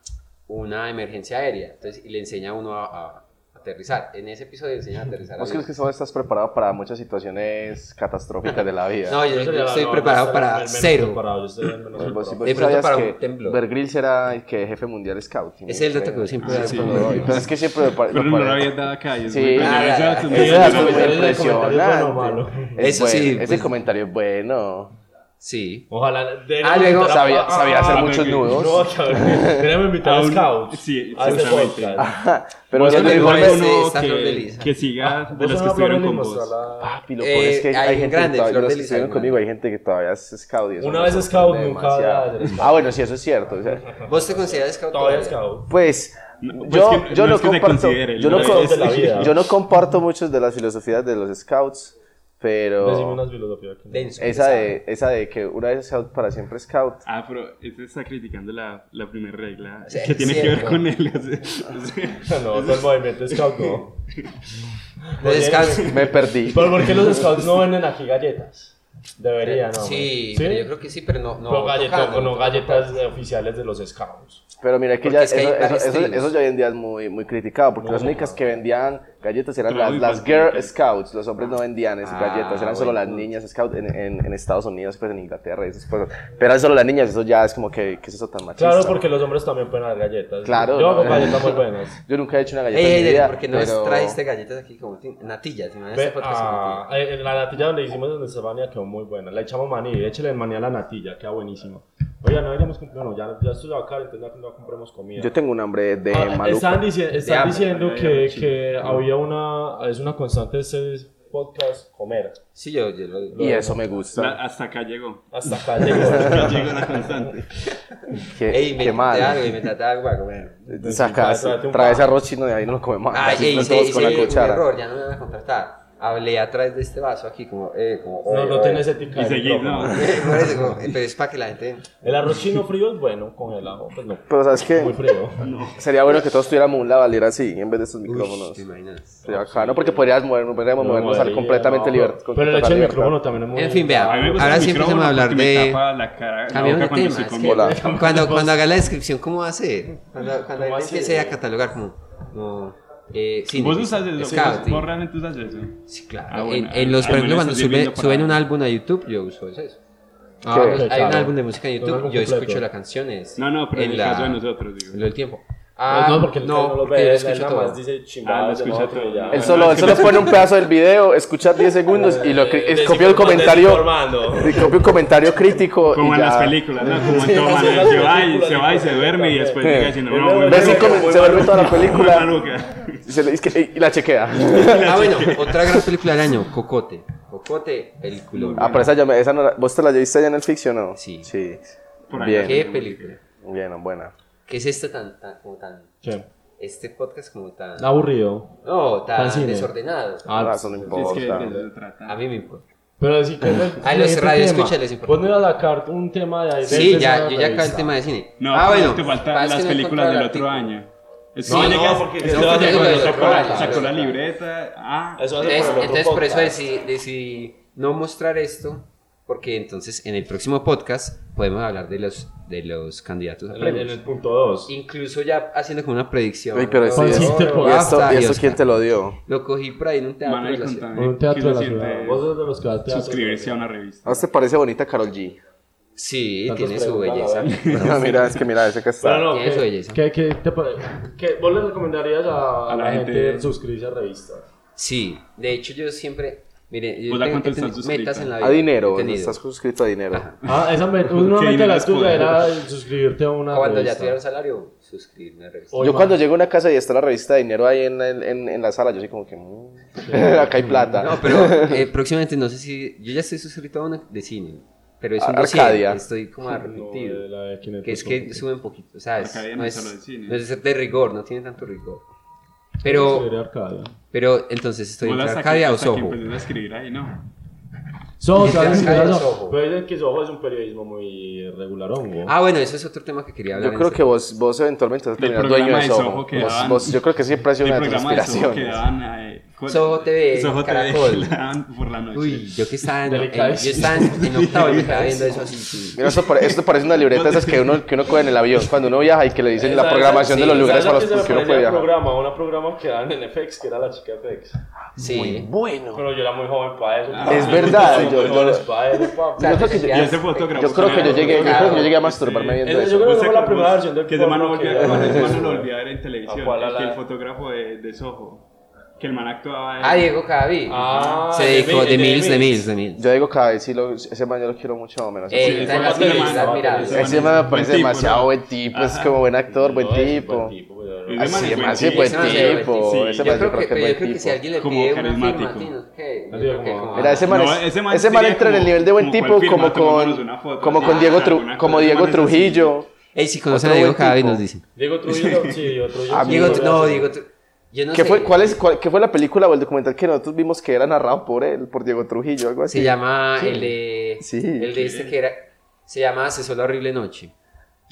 Speaker 2: una emergencia aérea. Entonces, y le enseña a uno a, a aterrizar. En ese episodio le enseña a aterrizar.
Speaker 4: ¿Vos
Speaker 2: a
Speaker 4: crees que solo estás preparado para muchas situaciones catastróficas de la vida?
Speaker 2: No, yo, yo
Speaker 1: sería la-
Speaker 2: estoy
Speaker 1: no,
Speaker 2: preparado
Speaker 1: yo
Speaker 2: para
Speaker 1: estaría menos
Speaker 2: cero.
Speaker 1: preparado, yo estaría
Speaker 4: <laughs>
Speaker 1: menos
Speaker 4: Vos- vos
Speaker 1: preparado.
Speaker 2: De pronto
Speaker 4: sabías
Speaker 2: para un
Speaker 4: que
Speaker 2: temblor.
Speaker 4: Bear Grylls era el que jefe mundial scouting.
Speaker 2: Ese es el dato que yo siempre
Speaker 3: Ah,
Speaker 2: doy
Speaker 3: sí.
Speaker 2: cuando doy.
Speaker 4: Pero es que siempre lo pare-
Speaker 3: Pero
Speaker 4: lo
Speaker 3: no lo
Speaker 4: pare-
Speaker 3: habías dado acá. Y es
Speaker 4: Sí,
Speaker 3: muy bueno.
Speaker 2: ah,
Speaker 3: Ese
Speaker 2: ya,
Speaker 3: dato
Speaker 2: ya,
Speaker 3: es
Speaker 4: Ese
Speaker 1: Ese
Speaker 4: dato es
Speaker 1: comentario es
Speaker 4: muy
Speaker 1: bueno o malo.
Speaker 4: impresionante. Es
Speaker 2: Eso sí,
Speaker 4: bueno, Ese
Speaker 2: pues-
Speaker 4: comentario es bueno.
Speaker 2: Sí.
Speaker 1: Ojalá.
Speaker 2: Ah, luego
Speaker 4: Sabía, sabía hacer
Speaker 3: ah,
Speaker 4: muchos
Speaker 3: ok.
Speaker 4: nudos.
Speaker 1: No, cabrón. Queremos invitar a
Speaker 3: Aún-
Speaker 1: Scouts.
Speaker 3: sí,
Speaker 1: a este
Speaker 3: exactamente.
Speaker 1: podcast.
Speaker 4: Pero
Speaker 3: Vos
Speaker 4: yo
Speaker 2: Yo
Speaker 4: te
Speaker 2: tengo
Speaker 3: tenés
Speaker 4: digo,
Speaker 2: igual
Speaker 3: uno
Speaker 2: ese, está
Speaker 3: que-
Speaker 2: Flor de Lis.
Speaker 3: Que siga de
Speaker 1: Vos
Speaker 3: los
Speaker 1: no
Speaker 3: que
Speaker 1: hablas
Speaker 3: estuvieron
Speaker 1: de
Speaker 3: con
Speaker 1: Limos,
Speaker 3: vos.
Speaker 1: a la-
Speaker 4: Papi, lo
Speaker 2: Eh,
Speaker 4: peor es que hay,
Speaker 2: hay
Speaker 4: hay gente
Speaker 2: grandes,
Speaker 4: que todavía,
Speaker 2: Flor
Speaker 4: los
Speaker 2: de
Speaker 4: que
Speaker 2: Lis,
Speaker 4: estuvieron
Speaker 2: hay
Speaker 4: conmigo, hay gente que todavía es scout. y eso
Speaker 1: Una
Speaker 4: me
Speaker 1: vez
Speaker 4: sorprende
Speaker 1: scout, nunca
Speaker 4: demasiado.
Speaker 1: habrá de scout.
Speaker 4: Ah, bueno, sí, eso es cierto. o sea,
Speaker 2: ¿Vos te consideras scout
Speaker 1: Todavía
Speaker 2: todavía?
Speaker 1: Scout.
Speaker 4: pues,
Speaker 3: No, pues
Speaker 4: yo,
Speaker 3: que-
Speaker 4: yo
Speaker 3: no
Speaker 4: no,
Speaker 3: es que te
Speaker 4: comparto,
Speaker 3: considere,
Speaker 4: yo,
Speaker 3: no
Speaker 4: no
Speaker 1: es
Speaker 4: com-
Speaker 1: de la vida.
Speaker 4: yo no comparto muchas de las filosofías de los scouts,
Speaker 1: Decime
Speaker 4: pero
Speaker 1: unas filosofías. que no-
Speaker 2: Denso.
Speaker 4: esa de, esa de que una vez scout para siempre scout,
Speaker 3: Ah, pero este está criticando la, la primera regla
Speaker 2: Sí,
Speaker 3: que tiene que ver
Speaker 2: cierto.
Speaker 3: con él. o sea, o sea,
Speaker 1: <laughs> <laughs> No, no el movimiento Scout no.
Speaker 2: Los
Speaker 1: Pues <laughs>
Speaker 2: scouts.
Speaker 4: me perdí.
Speaker 1: ¿Pero por qué los Scouts no venden aquí galletas? Deberían, ¿no?
Speaker 2: Sí,
Speaker 1: güey.
Speaker 2: pero yo creo que sí, pero no. no
Speaker 1: Pero galletas-
Speaker 2: tocando,
Speaker 1: no,
Speaker 2: tocando.
Speaker 1: galletas eh, oficiales de los Scouts.
Speaker 4: Pero mira que
Speaker 2: Porque
Speaker 4: ya
Speaker 2: es que hay
Speaker 4: eso, eso,
Speaker 2: varios
Speaker 4: eso-
Speaker 2: estilos.
Speaker 4: eso ya hoy en día es muy, muy criticado, porque
Speaker 1: No,
Speaker 4: las únicas
Speaker 1: no.
Speaker 4: que vendían galletas eran
Speaker 3: Pero
Speaker 4: las,
Speaker 3: muy
Speaker 4: las
Speaker 3: patrióticas.
Speaker 4: Girl Scouts, los hombres no vendían esas
Speaker 2: Ah,
Speaker 4: galletas, eran solo
Speaker 2: bueno.
Speaker 4: las niñas Scouts en, en, en Estados Unidos, pues en Inglaterra y esas cosas. Pero eran solo las niñas, eso ya es como que, que es eso tan machista.
Speaker 1: Claro, porque los hombres también pueden dar galletas.
Speaker 4: Claro,
Speaker 1: Yo hago
Speaker 4: no.
Speaker 1: galletas muy buenas.
Speaker 4: Yo nunca he hecho una
Speaker 2: Ey,
Speaker 4: galleta
Speaker 2: ey,
Speaker 4: en mi
Speaker 2: ey,
Speaker 4: vida,
Speaker 2: ¿por qué no
Speaker 4: pero-
Speaker 2: trajiste galletas aquí como ti- natillas? Imagínate
Speaker 1: Ve-
Speaker 2: <laughs> este podcast con
Speaker 1: ah,
Speaker 2: natillas.
Speaker 1: eh, en la natilla donde hicimos en Estefania quedó muy buena. Le echamos maní, échele el maní a la natilla, queda buenísimo. Oiga, no habíamos comprado, no, ya, ya estoy acá, entonces ya no compremos comida.
Speaker 4: Yo tengo un hambre de
Speaker 1: Ah,
Speaker 4: maluco.
Speaker 1: están dici- están
Speaker 2: hambre,
Speaker 1: diciendo
Speaker 3: de
Speaker 1: que,
Speaker 3: hambre,
Speaker 1: que había una, es una constante de ese podcast, comer.
Speaker 2: Sí, yo, yo lo digo.
Speaker 4: Y eso me gusta.
Speaker 3: la- hasta acá llegó.
Speaker 1: Hasta
Speaker 4: <laughs>
Speaker 1: acá llegó.
Speaker 3: Acá llegó la constante.
Speaker 4: Qué,
Speaker 2: Ey,
Speaker 4: qué
Speaker 2: me
Speaker 4: mal.
Speaker 2: trate algo, y me trate algo a
Speaker 4: <laughs>
Speaker 2: comer.
Speaker 4: Sacas,
Speaker 1: Pues, Tráete un
Speaker 4: traes
Speaker 1: pan.
Speaker 4: arroz chino de ahí no lo come más.
Speaker 2: Ay,
Speaker 4: Así
Speaker 2: ey,
Speaker 4: están
Speaker 2: hice,
Speaker 4: todos
Speaker 2: hice
Speaker 4: con la
Speaker 2: un
Speaker 4: cuchara.
Speaker 2: error, ya no me van a contratar. Hablé a través de este vaso aquí, como. Eh, como
Speaker 1: No,
Speaker 2: oye,
Speaker 1: no
Speaker 2: oye. <laughs>
Speaker 1: tenés ética.
Speaker 3: Y
Speaker 1: de
Speaker 3: seguís,
Speaker 1: micrófono.
Speaker 3: no.
Speaker 2: Por eso, como, eh, pero es para que la gente.
Speaker 1: El arroz chino frío es bueno, congelado, pues no.
Speaker 4: Pero ¿sabes qué?
Speaker 1: Muy frío.
Speaker 4: Sería bueno que todos tuviéramos un lavalier así, en vez de estos
Speaker 2: Uy,
Speaker 4: micrófonos.
Speaker 2: ¿te imaginas?
Speaker 4: Sería bacano, porque podríamos movernos, podríamos movernos al
Speaker 1: Ahí,
Speaker 4: completamente
Speaker 1: no,
Speaker 4: libertad.
Speaker 1: Pero el hecho del micrófono también es muy
Speaker 2: En fin,
Speaker 3: A mí me
Speaker 2: vea.
Speaker 3: gusta
Speaker 2: Ahora
Speaker 3: el
Speaker 2: sí empezamos a
Speaker 3: micrófono
Speaker 2: hablar
Speaker 3: porque Me
Speaker 2: de.
Speaker 3: tapa la cara, la
Speaker 2: Cambiamos
Speaker 3: boca
Speaker 2: de
Speaker 3: cuando
Speaker 2: tema.
Speaker 3: estoy
Speaker 2: es
Speaker 3: con
Speaker 2: que
Speaker 3: vos.
Speaker 4: bola.
Speaker 2: cuando, cuando haga la descripción, ¿cómo va a ser? Cuando, cuando él
Speaker 1: ¿Cómo así?
Speaker 2: empiece a catalogar, como. No, eh, cine,
Speaker 3: Vos usas eso.
Speaker 2: scouting.
Speaker 3: Vos realmente usas eso.
Speaker 2: Sí, claro.
Speaker 3: Ah, bueno,
Speaker 2: en, en los, por
Speaker 3: al
Speaker 2: ejemplo,
Speaker 3: menos
Speaker 2: cuando
Speaker 3: estoy
Speaker 2: sube-
Speaker 3: viendo para-
Speaker 2: suben un álbum a YouTube, yo uso eso. Ah,
Speaker 4: ¿Qué?
Speaker 2: pues, hay
Speaker 1: Claro.
Speaker 2: un álbum de música en
Speaker 1: Un
Speaker 2: YouTube,
Speaker 1: álbum
Speaker 2: yo
Speaker 1: completo.
Speaker 2: escucho las canciones.
Speaker 3: No, no, pero en, el
Speaker 2: la-
Speaker 3: caso de nosotros, digo.
Speaker 2: en lo del tiempo.
Speaker 1: Ah, no, porque el no, no lo
Speaker 2: porque yo
Speaker 1: ve, él
Speaker 2: escucho
Speaker 1: nada
Speaker 2: todo.
Speaker 1: más dice chimbadas.
Speaker 3: Ah, lo
Speaker 1: de
Speaker 3: escucha
Speaker 1: nosotros
Speaker 3: todo.
Speaker 1: y ya.
Speaker 4: Él solo,
Speaker 1: <laughs>
Speaker 4: él solo pone un pedazo del video, escucha 10 segundos y lo cri-
Speaker 1: Eh,
Speaker 4: copia el comentario,
Speaker 1: desinformando.
Speaker 4: y copia un comentario crítico
Speaker 3: Como
Speaker 4: y
Speaker 3: en
Speaker 4: ya.
Speaker 3: las películas, ¿no? Como en todo
Speaker 1: Sí,
Speaker 3: manera,
Speaker 1: las
Speaker 3: se va y
Speaker 1: películas
Speaker 3: se va y se
Speaker 1: de-
Speaker 3: duerme y después
Speaker 4: Sí.
Speaker 3: llega diciendo,
Speaker 1: Sí.
Speaker 3: no,
Speaker 1: Sí.
Speaker 3: muy
Speaker 4: Ve cinco
Speaker 3: maluca,
Speaker 4: min-
Speaker 3: <laughs> muy
Speaker 4: se vuelve toda la
Speaker 3: muy
Speaker 4: película
Speaker 3: maluca.
Speaker 4: y, se le- y que- y la
Speaker 1: <laughs>
Speaker 4: chequea.
Speaker 3: <laughs>
Speaker 2: Ah, bueno, otra gran película del año, Cocote. Cocote, el culo.
Speaker 4: Ah, pero esa, ya me- esa no la- ¿vos te la lleviste allá en el ficción o no?
Speaker 2: Sí.
Speaker 4: Sí.
Speaker 3: Por ahí.
Speaker 4: Bien,
Speaker 2: Qué película.
Speaker 4: bien, buena.
Speaker 2: ¿Qué es esta tan, tan, como tan,
Speaker 1: ¿Qué?
Speaker 2: este podcast como tan,
Speaker 1: Aburrido.
Speaker 2: no, tan
Speaker 1: Tan cine.
Speaker 2: desordenado?
Speaker 1: Ah,
Speaker 4: eso no
Speaker 3: Es que
Speaker 4: importa.
Speaker 3: de eso se trata.
Speaker 2: A mí me importa.
Speaker 1: pero
Speaker 4: <laughs>
Speaker 1: sí que es el-
Speaker 2: Ah, los
Speaker 1: el
Speaker 2: radioescuchas
Speaker 1: tema.
Speaker 2: les importa.
Speaker 1: Vos no ibas a sacar un tema de ahí. de
Speaker 2: Sí,
Speaker 1: esa
Speaker 2: ya, yo ya
Speaker 1: revista.
Speaker 2: acabé el tema de cine.
Speaker 3: No,
Speaker 2: ah,
Speaker 3: pero
Speaker 2: bueno,
Speaker 3: te
Speaker 2: pasa
Speaker 3: faltan
Speaker 2: es
Speaker 3: las
Speaker 2: que no
Speaker 3: películas
Speaker 2: encontré
Speaker 3: del
Speaker 2: el
Speaker 3: otro
Speaker 2: artículo.
Speaker 3: año. Es
Speaker 1: No,
Speaker 3: que
Speaker 1: no,
Speaker 3: llegas-
Speaker 1: porque-
Speaker 3: es
Speaker 1: no,
Speaker 3: que
Speaker 1: porque
Speaker 3: llegó-
Speaker 1: lo
Speaker 3: sacó
Speaker 1: sacaron.
Speaker 3: la- sacó la libreta. Ah,
Speaker 1: Eso hace
Speaker 2: Entonces,
Speaker 1: por el otro
Speaker 2: entonces por eso
Speaker 1: podcast.
Speaker 2: decidí, decidí no mostrar esto, porque entonces en el próximo podcast podemos hablar de los, de los candidatos a
Speaker 1: En el, en
Speaker 2: premios.
Speaker 1: el punto 2.
Speaker 2: Incluso ya haciendo como una predicción.
Speaker 4: Ay, pero
Speaker 2: ¿no?
Speaker 4: sí,
Speaker 2: Oro,
Speaker 4: eso-
Speaker 1: Consiste por-
Speaker 4: ¿Y esto,
Speaker 2: BAFTA
Speaker 4: y esto
Speaker 2: Oscar.
Speaker 4: quién te lo dio?
Speaker 2: Lo cogí por ahí en un teatro. de
Speaker 3: Manuel,
Speaker 2: la ciudad.
Speaker 3: contame,
Speaker 1: Un teatro
Speaker 3: ¿qué
Speaker 1: de la
Speaker 3: se siente
Speaker 1: ciudad. Vos sos de los que vas al teatro.
Speaker 3: Suscribirse a una revista.
Speaker 4: ¿A vos te parece bonita Carol G?
Speaker 2: Sí,
Speaker 1: Tantas
Speaker 2: tiene su
Speaker 1: preguntas,
Speaker 2: belleza.
Speaker 1: la
Speaker 4: No, <laughs> mira, es que mira, ese que está.
Speaker 1: Pero no,
Speaker 2: Tiene su
Speaker 1: ¿qué-
Speaker 2: belleza.
Speaker 1: ¿qué, qué te pare- qué- ¿Vos le recomendarías a, a
Speaker 3: A
Speaker 1: la,
Speaker 3: la
Speaker 1: gente,
Speaker 3: gente-
Speaker 1: suscribirse a revistas?
Speaker 2: Sí, de hecho yo siempre, mire, yo
Speaker 3: ¿Vos la
Speaker 2: tengo-
Speaker 3: cuánto
Speaker 2: he tenido
Speaker 3: estás suscrita?
Speaker 2: metas en la vida.
Speaker 4: A dinero,
Speaker 2: he tenido.
Speaker 4: estás suscrito a dinero.
Speaker 2: Ajá.
Speaker 1: Ah, esa
Speaker 4: <laughs>
Speaker 1: me, una meta
Speaker 3: Que
Speaker 1: de
Speaker 3: no
Speaker 1: la
Speaker 3: les
Speaker 1: tuya
Speaker 3: puedo.
Speaker 1: era suscribirte a una
Speaker 2: Cuando Ah, ya
Speaker 1: revista.
Speaker 2: tuviera un salario, suscribirme a revista.
Speaker 1: Oye,
Speaker 4: yo
Speaker 1: man.
Speaker 4: cuando llego a una casa y está la revista de dinero ahí en, el- en- en la sala, yo soy como que... mm, <laughs> acá hay plata.
Speaker 2: No, pero eh, próximamente no sé si. Yo ya estoy suscrito a una de cine, pero es un dossier,
Speaker 4: Arcadia.
Speaker 2: Estoy como
Speaker 1: No, de
Speaker 2: arrepentido.
Speaker 1: la de
Speaker 2: que es
Speaker 1: 500
Speaker 2: que suben poquito, o sea, es-
Speaker 3: Arcadia
Speaker 2: no,
Speaker 3: no
Speaker 2: es,
Speaker 3: solo de cine.
Speaker 2: no es de rigor, no tiene tanto rigor.
Speaker 1: Sí,
Speaker 2: Pero,
Speaker 1: era Arcadia.
Speaker 2: pero entonces estoy
Speaker 3: Vos
Speaker 2: entre
Speaker 3: hasta que-
Speaker 2: Arcadia o
Speaker 3: hasta que
Speaker 2: Soho.
Speaker 3: empezás a escribir ahí, ¿no?
Speaker 1: Soho,
Speaker 2: Dice
Speaker 1: ¿sabes?
Speaker 2: Arcadia
Speaker 1: Pero
Speaker 2: Soho.
Speaker 1: Pero dicen que Soho es un periodismo muy regularón, güey.
Speaker 2: Ah, bueno, eso es otro tema que quería hablar.
Speaker 4: Yo
Speaker 2: en
Speaker 4: creo
Speaker 2: este-
Speaker 4: que vos, vos eventualmente vas a
Speaker 3: Del
Speaker 4: terminar
Speaker 3: programa
Speaker 4: dueño de
Speaker 3: de
Speaker 4: Soho.
Speaker 3: Soho que
Speaker 4: Vos-
Speaker 3: daban.
Speaker 4: vos- yo creo que siempre ha sido
Speaker 3: El
Speaker 4: una de tus
Speaker 3: programa de Soho que
Speaker 4: aspiraciones.
Speaker 3: daban eh, ¿cuál?
Speaker 2: Soho TV,
Speaker 3: Soho TV,
Speaker 2: Caracol.
Speaker 3: que daban por la noche.
Speaker 2: Uy, yo que estaba en, en- yo
Speaker 1: Delicadísimo.
Speaker 2: estaba en, en octavo y me estaba viendo eso así. sí.
Speaker 4: Mira, esto, pare- esto parece una libreta esas que uno, que uno coge en el avión cuando uno viaja y que le dicen la
Speaker 1: Esa-
Speaker 4: programación
Speaker 1: sí,
Speaker 4: de los lugares
Speaker 1: ¿sabes
Speaker 4: para
Speaker 1: a
Speaker 4: los
Speaker 1: qué se me
Speaker 4: que uno puede
Speaker 1: parecía el
Speaker 4: viajar.
Speaker 1: programa, un programa que daban en FX, que era la chica FX.
Speaker 2: Sí.
Speaker 4: Bueno.
Speaker 1: Pero yo era muy joven para eso.
Speaker 4: Es verdad, Ah, yo- yo-
Speaker 1: para eso, papi.
Speaker 2: O sea,
Speaker 4: Yo creo que yo-
Speaker 3: Y
Speaker 2: ya-
Speaker 3: ese fotógrafo.
Speaker 4: Yo creo que yo llegué, yo creo que yo pues llegué a masturbarme viendo
Speaker 1: Ese- yo creo
Speaker 4: eso.
Speaker 1: que
Speaker 3: ¿Vos
Speaker 1: fue la
Speaker 3: te
Speaker 1: primera
Speaker 3: acordás
Speaker 1: versión del
Speaker 3: Que ese man no
Speaker 1: porno
Speaker 3: volvió
Speaker 1: que-
Speaker 3: a grabar, ese man no
Speaker 1: Ah,
Speaker 3: lo volvió a ver en
Speaker 1: ¿A
Speaker 3: televisión.
Speaker 1: cuál, a
Speaker 3: el que
Speaker 1: la-
Speaker 3: El fotógrafo de, de Soho, que el man actuaba en...
Speaker 2: Ah, Diego Cavi.
Speaker 1: Ah,
Speaker 2: Se
Speaker 1: de
Speaker 2: dedicó
Speaker 1: Mills,
Speaker 2: de
Speaker 1: de
Speaker 2: Mills, de
Speaker 1: Mills.
Speaker 2: Mills, de Mills.
Speaker 4: Yo digo cada vez, sí, lo- ese man yo lo quiero mucho o menos.
Speaker 2: Eh,
Speaker 4: Ese
Speaker 3: Sí,
Speaker 2: está en
Speaker 3: ese
Speaker 2: las
Speaker 3: man-
Speaker 2: Mills,
Speaker 3: ese man-
Speaker 2: admirable.
Speaker 3: ese
Speaker 4: ese man me
Speaker 3: tipo,
Speaker 4: parece
Speaker 3: ¿no?
Speaker 4: demasiado buen tipo, es como buen actor, buen
Speaker 1: No, es
Speaker 4: Pues tipo.
Speaker 1: pero-
Speaker 3: Ese man
Speaker 4: Así
Speaker 3: es
Speaker 4: es,
Speaker 3: buen
Speaker 4: así es
Speaker 3: tipo.
Speaker 4: buen
Speaker 2: Ese man es buen
Speaker 3: tipo.
Speaker 4: tipo.
Speaker 3: Sí,
Speaker 4: Ese
Speaker 2: Yo creo que, pero
Speaker 4: man yo
Speaker 2: yo
Speaker 4: creo que
Speaker 2: creo que
Speaker 4: es
Speaker 2: si
Speaker 4: buen tipo.
Speaker 2: alguien le
Speaker 3: Como
Speaker 2: pide una firma,
Speaker 3: carismático.
Speaker 2: Martín, ¿qué? Yo
Speaker 1: Digo,
Speaker 2: creo que
Speaker 1: como-
Speaker 2: como-
Speaker 4: Mira, ese man,
Speaker 3: No,
Speaker 4: es-
Speaker 3: ese man
Speaker 4: ese man
Speaker 3: sería
Speaker 4: entra en el
Speaker 3: como-
Speaker 4: nivel de buen
Speaker 3: como
Speaker 4: tipo
Speaker 3: cualquiera,
Speaker 4: como
Speaker 3: tomándonos
Speaker 4: con,
Speaker 3: una foto,
Speaker 4: como
Speaker 3: sí,
Speaker 4: con Diego,
Speaker 3: alguna
Speaker 4: Tru-
Speaker 3: cosa,
Speaker 4: como
Speaker 3: ese
Speaker 4: Diego
Speaker 3: man es así.
Speaker 4: Trujillo.
Speaker 2: Ey, si conocen a
Speaker 4: Otro
Speaker 2: Diego
Speaker 4: buen
Speaker 2: Cavi
Speaker 4: tipo.
Speaker 2: nos dicen.
Speaker 1: Diego Trujillo, sí, Diego Trujillo.
Speaker 4: Ah,
Speaker 1: sí,
Speaker 2: Diego,
Speaker 1: podría
Speaker 2: no,
Speaker 1: ser.
Speaker 2: Diego, tú- yo no
Speaker 4: ¿Qué
Speaker 2: sé.
Speaker 4: fue, cuál, es, cuál- ¿Qué fue la película o el documental que nosotros vimos que era narrado por él, por Diego Trujillo, algo así?
Speaker 2: Se llama el de.
Speaker 4: Sí.
Speaker 2: El de este que era. Se llama Cesó la horrible noche.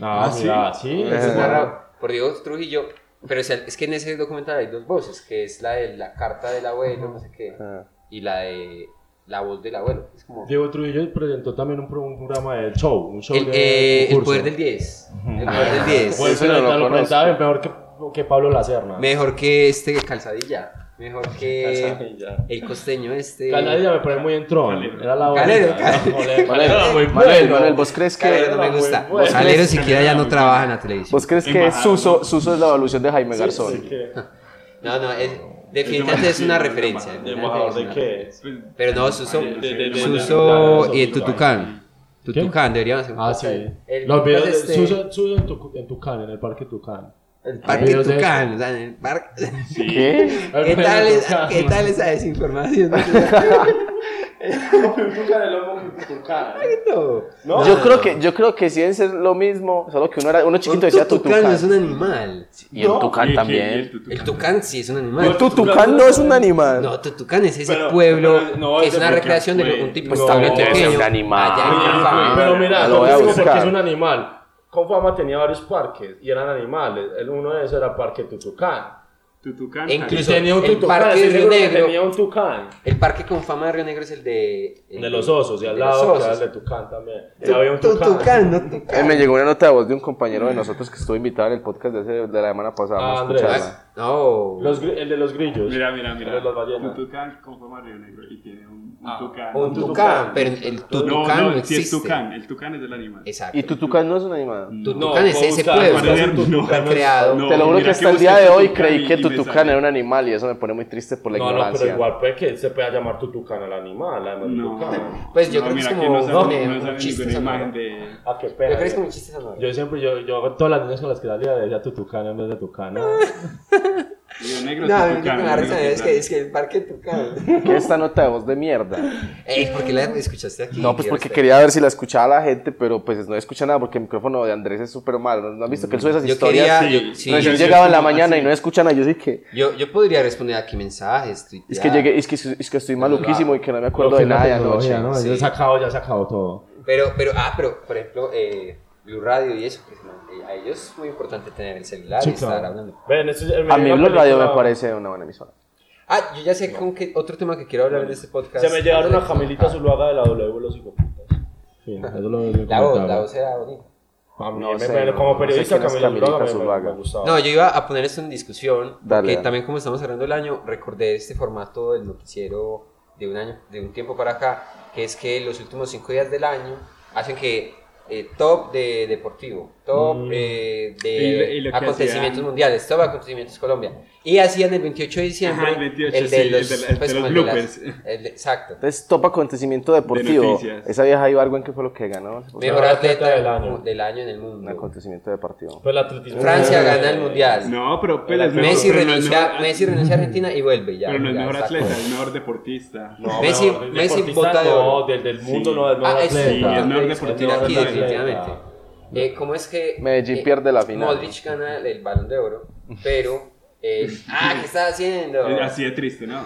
Speaker 1: Ah, mira, sí.
Speaker 2: Es
Speaker 4: Ajá.
Speaker 2: narrado por Diego Trujillo. Pero o sea, es que en ese documental hay dos voces, que es la de la carta del abuelo, no sé qué,
Speaker 4: Ah.
Speaker 2: y la de la voz del abuelo. Es como
Speaker 1: Diego Trujillo presentó también un, pro- un programa de show, un show
Speaker 2: el,
Speaker 1: de
Speaker 2: eh, el
Speaker 1: concurso. Ah. pues
Speaker 2: poder del 10. El poder del 10.
Speaker 1: Bueno,
Speaker 4: Ese
Speaker 1: pero
Speaker 4: no lo
Speaker 1: lo
Speaker 4: conozco.
Speaker 1: presentaba mejor que, que Pablo Lacerna.
Speaker 2: Mejor que este calzadilla. Mejor que
Speaker 1: Calzadilla.
Speaker 2: el costeño este.
Speaker 1: Canadilla me pone muy en tron.
Speaker 3: Calero.
Speaker 1: Era la
Speaker 2: Calero,
Speaker 1: buena,
Speaker 2: Calero.
Speaker 1: era la- Calero,
Speaker 4: Manuel,
Speaker 1: muy
Speaker 4: Manuel,
Speaker 1: bueno.
Speaker 4: Manuel, ¿vos crees
Speaker 2: Calero
Speaker 4: que,
Speaker 2: no me
Speaker 1: Muy
Speaker 2: gusta.
Speaker 1: bueno.
Speaker 2: Calero siquiera ya no trabaja en la televisión.
Speaker 4: vos crees que
Speaker 3: Embajador,
Speaker 4: Suso, Suso es la evolución de Jaime Garzón?
Speaker 1: Sí, que-
Speaker 2: No, no, es, definitivamente es una referencia.
Speaker 1: ¿De embajador de qué?
Speaker 2: Pero no, Suso,
Speaker 3: De- de-
Speaker 1: de-
Speaker 2: Suso
Speaker 1: de-
Speaker 2: y
Speaker 1: de-
Speaker 2: el Tutucán. Tutucán, deberíamos hacer un
Speaker 1: Ah, sí.
Speaker 2: podcast. El
Speaker 1: Los videos de
Speaker 2: podcast este-
Speaker 1: Suso, Suso en, tu, en Tucán, en el parque Tucán.
Speaker 2: El
Speaker 1: Los
Speaker 2: parque
Speaker 1: videos de-
Speaker 2: Tucán. o sea, en el parque-
Speaker 4: ¿Qué?
Speaker 2: ¿Qué tal, es- ¿Qué tal esa desinformación?
Speaker 1: Tucán, el lomo Tucán.
Speaker 2: No,
Speaker 4: yo,
Speaker 2: no,
Speaker 4: creo
Speaker 2: no.
Speaker 4: que, yo creo que sí deben ser lo mismo, solo que uno era uno chiquito
Speaker 2: Un
Speaker 4: decía
Speaker 2: tutucán no
Speaker 4: Tutucán.
Speaker 2: es un animal.
Speaker 4: Y el Tucán también.
Speaker 2: El tucán sí es un
Speaker 4: El
Speaker 1: Pues,
Speaker 2: animal.
Speaker 4: Tutucán no es un animal.
Speaker 2: No, Tutucán es ese
Speaker 1: Pero-
Speaker 2: pueblo
Speaker 1: pero no,
Speaker 2: que
Speaker 1: es
Speaker 2: es una
Speaker 1: de-
Speaker 2: recreación de
Speaker 3: fue-
Speaker 2: un tipo
Speaker 4: Pues
Speaker 2: pueblo
Speaker 4: también debe ser
Speaker 2: pequeño,
Speaker 4: un animal.
Speaker 2: allá en
Speaker 4: Ah,
Speaker 2: Confama.
Speaker 1: Pero mira,
Speaker 4: Lo
Speaker 1: lo
Speaker 4: voy a
Speaker 1: mismo porque
Speaker 4: buscar.
Speaker 1: es un animal. Confama tenía varios parques y eran animales. El uno de esos era Parque Tutucán.
Speaker 3: Tutucán.
Speaker 1: Y
Speaker 2: E Incluso- Eso,
Speaker 1: tenía un
Speaker 2: el
Speaker 1: tucán,
Speaker 2: Parque
Speaker 1: estoy
Speaker 2: Río
Speaker 1: seguro que
Speaker 2: Negro.
Speaker 1: tenía un tucán.
Speaker 2: El parque con fama de Río Negro es el de... el
Speaker 1: De los osos, y
Speaker 2: de
Speaker 1: al
Speaker 2: los
Speaker 1: lado
Speaker 2: osos.
Speaker 1: queda el de tucán también. Y había un tucán.
Speaker 2: Tutucán, no tucán.
Speaker 4: Eh, me llegó una nota de voz de un compañero de nosotros que estuvo invitado en el podcast de, hace- de la semana pasada.
Speaker 1: Ah,
Speaker 4: Vamos a
Speaker 1: Andrés.
Speaker 4: escucharla.
Speaker 2: No.
Speaker 1: Los gri- el de los grillos.
Speaker 3: Mira, mira, mira.
Speaker 1: Pero las ballenas.
Speaker 3: Tutucán con forma de Río Negro y tiene un, un tucán.
Speaker 2: Ah, Un tucán, pero el tutucán no,
Speaker 3: No, no, sí es
Speaker 2: existe.
Speaker 3: tucán. El tucán es el animal.
Speaker 2: Exacto.
Speaker 4: Y Tutucán no es un animal.
Speaker 3: No.
Speaker 2: Tutucán es
Speaker 1: puedo
Speaker 2: ese
Speaker 1: buscar,
Speaker 2: pueblo
Speaker 3: parece- no,
Speaker 2: recreado.
Speaker 3: no.
Speaker 4: Te lo juro
Speaker 3: mira
Speaker 4: que hasta el
Speaker 3: busqué
Speaker 4: día de hoy
Speaker 3: Tutucán y-
Speaker 4: creí que
Speaker 3: y me
Speaker 4: Tutucán
Speaker 3: sale.
Speaker 4: era un animal y eso me pone muy triste por la
Speaker 1: No, no,
Speaker 4: ignorancia.
Speaker 1: pero igual puede que se pueda llamar tutucán al animal, además de
Speaker 3: No.
Speaker 1: tucán.
Speaker 2: Pues yo creo que
Speaker 3: mira,
Speaker 2: es como
Speaker 3: no
Speaker 2: un-
Speaker 3: sale,
Speaker 2: un
Speaker 3: no sale
Speaker 2: chiste
Speaker 3: ninguna
Speaker 2: sonoro.
Speaker 3: imagen de...
Speaker 1: Ah, qué
Speaker 2: Yo
Speaker 1: pena.
Speaker 2: creo que es como un chiste sonoro.
Speaker 1: Yo siempre, yo, yo, todas las niñas con las que salía decía tutucán en vez de tucán. <laughs> ¿no?
Speaker 3: Río
Speaker 2: No,
Speaker 3: Negro,
Speaker 2: me
Speaker 3: Tutucán.
Speaker 2: me da
Speaker 3: Río
Speaker 2: risa,
Speaker 3: Negro,
Speaker 2: es que es que el parque
Speaker 4: <laughs>
Speaker 2: tucán.
Speaker 4: ¿Qué esta nota de voz de mierda?
Speaker 2: Ey, ¿por qué la escuchaste aquí?
Speaker 4: No, pues
Speaker 2: Quiero
Speaker 4: porque
Speaker 2: saber.
Speaker 4: quería ver si la escuchaba la gente, pero pues no escucha nada porque el micrófono de Andrés es súper malo. ¿No han visto que él sube esas
Speaker 2: Yo
Speaker 4: historias?
Speaker 2: quería,
Speaker 3: sí.
Speaker 2: yo, sí,
Speaker 4: Recién
Speaker 3: yo-
Speaker 4: llegaba
Speaker 3: yo
Speaker 4: en la
Speaker 3: estuve
Speaker 4: mañana y
Speaker 3: así.
Speaker 4: no escuchan a yo soy que...
Speaker 2: yo, yo podría responder aquí mensajes, tuitear.
Speaker 4: Es que llegué, es que, es que estoy maluquísimo y que no Pues, me acuerdo
Speaker 1: Lo que es
Speaker 4: de
Speaker 1: la
Speaker 4: nada de
Speaker 1: tecnología,
Speaker 4: anoche.
Speaker 1: ¿no?
Speaker 2: Sí.
Speaker 1: Ya se acabó, ya se acabó todo.
Speaker 2: Pero, pero, ah, pero, por ejemplo, eh, Blue Radio y eso, pues, no, eh, a ellos es muy importante tener el celular
Speaker 1: Sí,
Speaker 2: y estar
Speaker 1: claro.
Speaker 2: hablando.
Speaker 1: Ven, esto es-
Speaker 4: A mí
Speaker 1: llegó
Speaker 4: Blue
Speaker 1: una
Speaker 4: Radio me
Speaker 1: película-
Speaker 4: parece una buena emisora.
Speaker 2: Ah, yo ya sé con qué otro tema que quiero hablar en este podcast.
Speaker 1: Se me llegaron a Camilita
Speaker 2: Ah,
Speaker 1: Zuluaga de la W los hijoputas. Fin, eso lo lo
Speaker 2: La voz,
Speaker 1: comentaba.
Speaker 2: la voz era bonita.
Speaker 1: A mí
Speaker 4: No
Speaker 1: me-
Speaker 4: sé,
Speaker 1: me-
Speaker 4: no,
Speaker 1: como
Speaker 4: no sé
Speaker 1: periodista,
Speaker 4: quién es
Speaker 1: Camila Zuluaga
Speaker 4: Camilita
Speaker 1: me- me,
Speaker 4: Zuluaga.
Speaker 1: me gustaba.
Speaker 2: No, yo iba a poner esto en discusión,
Speaker 4: Dale,
Speaker 2: que
Speaker 4: dale.
Speaker 2: también como estamos cerrando el año, recordé este formato del noticiero de un año, de un tiempo para acá, que es que los últimos cinco días del año hacen que eh, top de deportivo, top
Speaker 5: Mm.
Speaker 2: eh,
Speaker 3: Y-
Speaker 2: de
Speaker 3: y lo que
Speaker 2: acontecimientos
Speaker 3: hacían-
Speaker 2: mundiales, top acontecimientos Colombia. Y hacían el 28 de diciembre
Speaker 3: Ajá, el 28,
Speaker 2: el de
Speaker 3: sí,
Speaker 2: los,
Speaker 3: el de la- el
Speaker 2: pues,
Speaker 3: de
Speaker 2: como
Speaker 3: los
Speaker 2: el de las-
Speaker 3: bloopers.
Speaker 2: el de- exacto.
Speaker 4: Entonces, top acontecimiento deportivo.
Speaker 3: noticias.
Speaker 4: Esa vieja Ibargüen que fue lo que ganó.
Speaker 2: Mejor
Speaker 1: atleta
Speaker 2: atleta
Speaker 1: del
Speaker 2: del
Speaker 1: año.
Speaker 2: año. en el
Speaker 4: Un
Speaker 2: mundo.
Speaker 4: acontecimiento deportivo.
Speaker 1: Fue el atletismo.
Speaker 2: Francia
Speaker 1: Eh,
Speaker 2: gana el mundial.
Speaker 3: No, pero pues, es mejor-
Speaker 2: Messi,
Speaker 3: pero no es
Speaker 2: renuncia,
Speaker 3: mejor-
Speaker 2: Messi renuncia a Argentina y vuelve ya.
Speaker 3: Pero no es
Speaker 2: ya
Speaker 3: mejor
Speaker 2: está
Speaker 3: atleta,
Speaker 2: fuera.
Speaker 3: es mejor deportista.
Speaker 1: No,
Speaker 2: Messi-
Speaker 1: mejor del
Speaker 2: Messi
Speaker 1: deportista
Speaker 2: bota de
Speaker 1: no,
Speaker 2: oro.
Speaker 1: del, del mundo
Speaker 3: Sí.
Speaker 1: no es mejor
Speaker 2: Ah, es-
Speaker 1: atleta.
Speaker 3: sí, es mejor
Speaker 1: El
Speaker 3: deportista
Speaker 1: mejor
Speaker 2: Aquí,
Speaker 1: atleta.
Speaker 2: definitivamente. Eh, ¿Cómo es que.
Speaker 4: Medellín
Speaker 2: eh,
Speaker 4: pierde la final.
Speaker 2: Modric gana el balón de oro, pero. eh, ¡Ah, qué está haciendo!
Speaker 3: Es Así de triste, ¿no?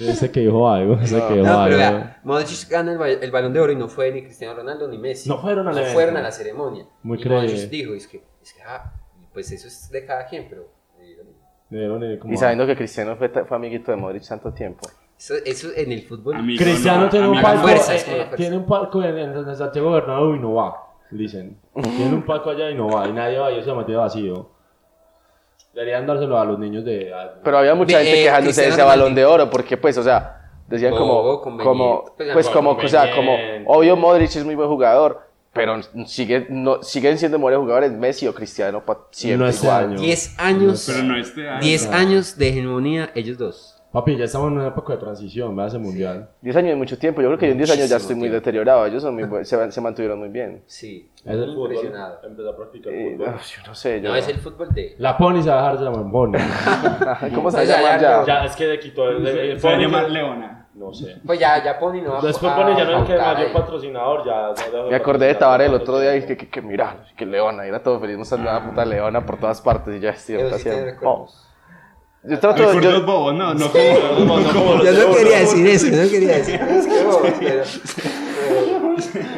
Speaker 5: Ese que dijo algo, ese
Speaker 4: No.
Speaker 5: que dijo
Speaker 2: No, pero
Speaker 5: algo.
Speaker 2: vea, Modric gana el, ba- el balón de oro y no fue ni Cristiano Ronaldo ni Messi.
Speaker 1: No fueron al
Speaker 2: No
Speaker 1: evento.
Speaker 2: fueron a la ceremonia.
Speaker 5: Muy
Speaker 2: y
Speaker 5: creíble.
Speaker 2: Modric dijo: es que, es que, ah, pues eso es de cada quien, pero. eh,
Speaker 5: Le dieron, eh, como-
Speaker 4: Y sabiendo que Cristiano fue, fue amiguito de Modric tanto tiempo.
Speaker 2: Eso, eso en el fútbol.
Speaker 3: Amigo,
Speaker 5: Cristiano
Speaker 3: no,
Speaker 5: tiene un
Speaker 3: amigo.
Speaker 5: palco,
Speaker 2: fuerza,
Speaker 5: eh,
Speaker 2: es una
Speaker 5: eh,
Speaker 2: fuerza.
Speaker 5: tiene un palco en, en- en Santiago Bernabéu y no va, dicen. Tiene un palco allá y no va, y nadie va, y eso se mantiene vacío. Deberían dárselo a los niños de... a-
Speaker 4: Pero había mucha
Speaker 2: Ve,
Speaker 4: gente
Speaker 2: eh,
Speaker 4: quejándose de ese
Speaker 2: Cristiano
Speaker 4: balón de oro, porque pues, o sea, decían
Speaker 2: Bobo,
Speaker 4: como,
Speaker 2: conveniente,
Speaker 4: como,
Speaker 2: pues,
Speaker 4: pues
Speaker 2: algo
Speaker 4: como, o sea, como,
Speaker 1: conveniente.
Speaker 4: obvio Modric es muy buen jugador, pero sigue, no, siguen siendo mejores jugadores Messi o Cristiano pa- siempre
Speaker 5: No este
Speaker 4: igual.
Speaker 5: año.
Speaker 2: 10 años.
Speaker 3: Pero no este año.
Speaker 2: 10 años de hegemonía, ellos dos.
Speaker 5: Papi, ya estamos en una época de transición, vea ese mundial.
Speaker 4: 10 años es mucho tiempo, yo creo que yo en 10 años ya
Speaker 2: Muchísimo
Speaker 4: estoy muy
Speaker 2: tiempo.
Speaker 4: deteriorado, ellos son muy buen- se, se mantuvieron muy bien.
Speaker 2: Sí,
Speaker 5: Es el fútbol.
Speaker 2: impresionado.
Speaker 5: Empezó a practicar
Speaker 4: Eh,
Speaker 5: fútbol.
Speaker 4: uf, yo no sé, yo...
Speaker 2: No es el fútbol de.
Speaker 5: La pony se va a dejar de la pony.
Speaker 4: <laughs> ¿Cómo se
Speaker 2: O sea,
Speaker 4: llama
Speaker 2: ya
Speaker 4: ya?
Speaker 2: no-
Speaker 1: Ya, es que le quitó el... el- el
Speaker 3: Se va a
Speaker 1: pony.
Speaker 3: llamar Leona.
Speaker 5: No sé.
Speaker 2: Pues ya, ya Pony no va a-
Speaker 1: Después
Speaker 2: a-
Speaker 1: pone ya no es el que
Speaker 2: a-
Speaker 1: mayor patrocinador, ya... ya dejó
Speaker 4: Me acordé de
Speaker 1: patrocinar
Speaker 4: Tabaré el
Speaker 1: tanto
Speaker 4: otro día y
Speaker 1: tiempo.
Speaker 4: que, que, que mira, que Leona, era todo feliz, mostrando una puta Leona por todas partes y ya es
Speaker 2: Eso
Speaker 4: cierto.
Speaker 2: sí tiene
Speaker 4: hacía-
Speaker 2: recuerdos.
Speaker 4: Oh. Yo trato,
Speaker 3: Recuerdos
Speaker 4: yo,
Speaker 3: bobos, no, no como.
Speaker 1: No, no,
Speaker 2: <laughs>
Speaker 1: como los de
Speaker 2: Yo no
Speaker 1: oro,
Speaker 2: quería
Speaker 1: Oh. ¿no?
Speaker 2: decir eso, yo no quería decir eso. <laughs>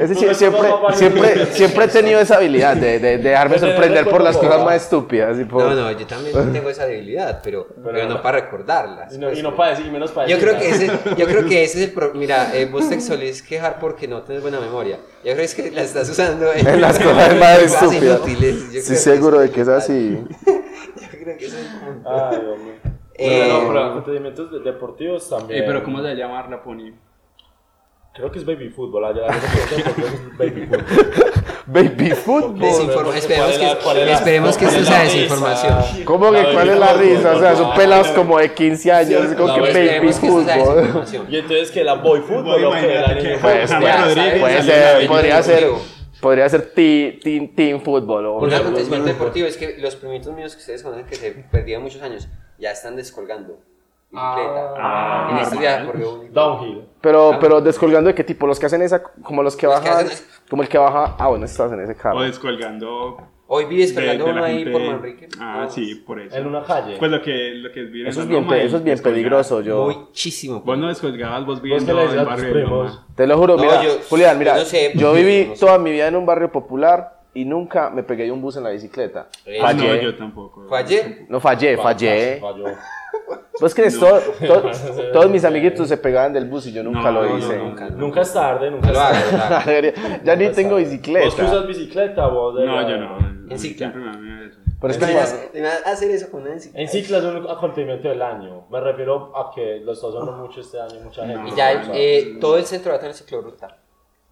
Speaker 2: Es
Speaker 1: Tú
Speaker 2: que vos, pero-
Speaker 4: Es decir,
Speaker 1: ves
Speaker 4: siempre,
Speaker 1: todo mal.
Speaker 4: siempre, siempre he tenido esa habilidad de, de- de dejarme
Speaker 1: De tener
Speaker 4: sorprender por las
Speaker 1: recuerdo
Speaker 4: cosas
Speaker 1: bobo.
Speaker 4: más estúpidas. y por-
Speaker 2: No, no, yo también tengo esa debilidad, pero, pero no para recordarlas.
Speaker 1: Y no,
Speaker 2: pues,
Speaker 1: y no
Speaker 2: pero-
Speaker 1: para decir, y menos para
Speaker 2: Yo
Speaker 1: decir.
Speaker 2: creo que
Speaker 1: nada.
Speaker 2: ese, yo creo que ese es el pro- Mira, eh, vos te solís quejar porque no tenés buena memoria. Yo creo es que la estás usando
Speaker 4: En las cosas más estúpidas.
Speaker 2: inútiles. Yo creo
Speaker 4: Sí,
Speaker 2: que
Speaker 4: seguro de que es así.
Speaker 2: Yo creo que eso es como-
Speaker 1: Ay, Dios mío.
Speaker 2: Eh,
Speaker 1: Bueno, no, pero acontecimientos de- deportivos también.
Speaker 3: Eh, pero ¿cómo se va a llamar la pony?
Speaker 1: Creo que es baby fútbol. Allá, allá no sé por qué es baby fútbol.
Speaker 4: Baby fútbol.
Speaker 2: Desinforma-
Speaker 1: ¿Cuál
Speaker 2: esperemos
Speaker 1: es la- cuál
Speaker 2: que,
Speaker 1: es la-
Speaker 2: esperemos que
Speaker 1: cuál
Speaker 2: esto
Speaker 1: es
Speaker 2: sea
Speaker 1: la risa?
Speaker 2: desinformación.
Speaker 4: ¿Cómo que
Speaker 1: La
Speaker 4: cuál
Speaker 1: baby
Speaker 4: es la
Speaker 1: fútbol,
Speaker 4: risa? O sea,
Speaker 1: no,
Speaker 4: son
Speaker 1: no,
Speaker 4: pelados
Speaker 1: no.
Speaker 4: como de 15 años.
Speaker 1: no,
Speaker 4: como
Speaker 1: no,
Speaker 4: pues, que baby Pues,
Speaker 2: Esperemos que esto sea
Speaker 4: fútbol.
Speaker 1: Y
Speaker 2: desinformación.
Speaker 1: entonces que la boy fútbol.
Speaker 3: Voy,
Speaker 1: o que la
Speaker 3: imagínate
Speaker 1: niña
Speaker 3: que-
Speaker 1: fútbol.
Speaker 4: Pues,
Speaker 2: Ya,
Speaker 3: Rodríguez,
Speaker 4: puede
Speaker 2: ¿sabes?
Speaker 4: ser,
Speaker 2: Desinformación.
Speaker 4: podría ser,
Speaker 2: Deportivo.
Speaker 4: podría ser ti- ti- team fútbol. o-
Speaker 2: Un
Speaker 1: Porque-
Speaker 2: acontecimiento deportivo es que los primitos míos que ustedes conocen que se perdían muchos años ya están descolgando bicicleta.
Speaker 1: Ah,
Speaker 2: en estos días
Speaker 3: normal.
Speaker 2: porque un-
Speaker 1: Downhill.
Speaker 4: Pero, pero descolgando de qué tipo, los que hacen esa, como los que
Speaker 2: Los que
Speaker 4: bajan,
Speaker 2: hacen es-
Speaker 4: como el que baja, ah bueno, estás en ese
Speaker 3: O
Speaker 4: carro.
Speaker 3: descolgando.
Speaker 2: Hoy vi descargando
Speaker 3: de- de
Speaker 2: uno
Speaker 3: la
Speaker 2: ahí
Speaker 3: gente-
Speaker 2: por Manrique.
Speaker 3: Ah, sí, por eso.
Speaker 1: En una calle.
Speaker 3: Pues lo que, lo que es bien
Speaker 4: Eso
Speaker 3: en la
Speaker 4: es bien,
Speaker 3: Loma
Speaker 4: pe-
Speaker 3: y
Speaker 4: eso es bien
Speaker 3: descolgar.
Speaker 4: peligroso, yo.
Speaker 2: Muchísimo.
Speaker 3: Vos no descolgabas, vos
Speaker 1: Vos que le
Speaker 3: viviendo en
Speaker 1: decías
Speaker 3: el
Speaker 1: a tus
Speaker 3: barrio de
Speaker 1: primos.
Speaker 3: Loma.
Speaker 4: Te lo juro,
Speaker 2: No,
Speaker 4: mira,
Speaker 2: yo-
Speaker 4: Julián, mira, yo,
Speaker 2: yo no sé, porque
Speaker 4: viví
Speaker 2: no sé.
Speaker 4: toda mi vida en un barrio popular y nunca me pegué de un bus en la bicicleta.
Speaker 2: Eh,
Speaker 3: Ah,
Speaker 4: Fallé.
Speaker 3: no, yo tampoco.
Speaker 2: Fallé.
Speaker 4: No fallé, fallé.
Speaker 1: Falló.
Speaker 4: Pues crees, todo-
Speaker 3: <laughs>
Speaker 4: todo- todos mis amiguitos se pegaban del bus y yo
Speaker 3: No,
Speaker 4: nunca lo
Speaker 3: no,
Speaker 4: hice. <laughs>
Speaker 3: no,
Speaker 2: Nunca,
Speaker 1: Nunca es tarde, nunca
Speaker 2: No
Speaker 1: es
Speaker 2: lo
Speaker 1: tarde.
Speaker 2: hagas, no lo hagas.
Speaker 4: ya ni
Speaker 1: Nunca es
Speaker 4: tengo
Speaker 1: tarde. Vos que usas
Speaker 4: bicicleta.
Speaker 1: bicicleta, vos. de
Speaker 3: No,
Speaker 1: la-
Speaker 3: yo no.
Speaker 2: En cicla.
Speaker 3: Siempre me había eso.
Speaker 4: Pero es
Speaker 2: Te
Speaker 4: que,
Speaker 2: vas a- te vas a hacer eso con una bicicleta.
Speaker 1: En cicla es un acontecimiento del año. Me refiero a que lo está usando mucho este año, mucha gente.
Speaker 2: Ah. Y
Speaker 3: No,
Speaker 2: ya
Speaker 3: no, no.
Speaker 2: eh, todo el centro va a tener ciclorruta.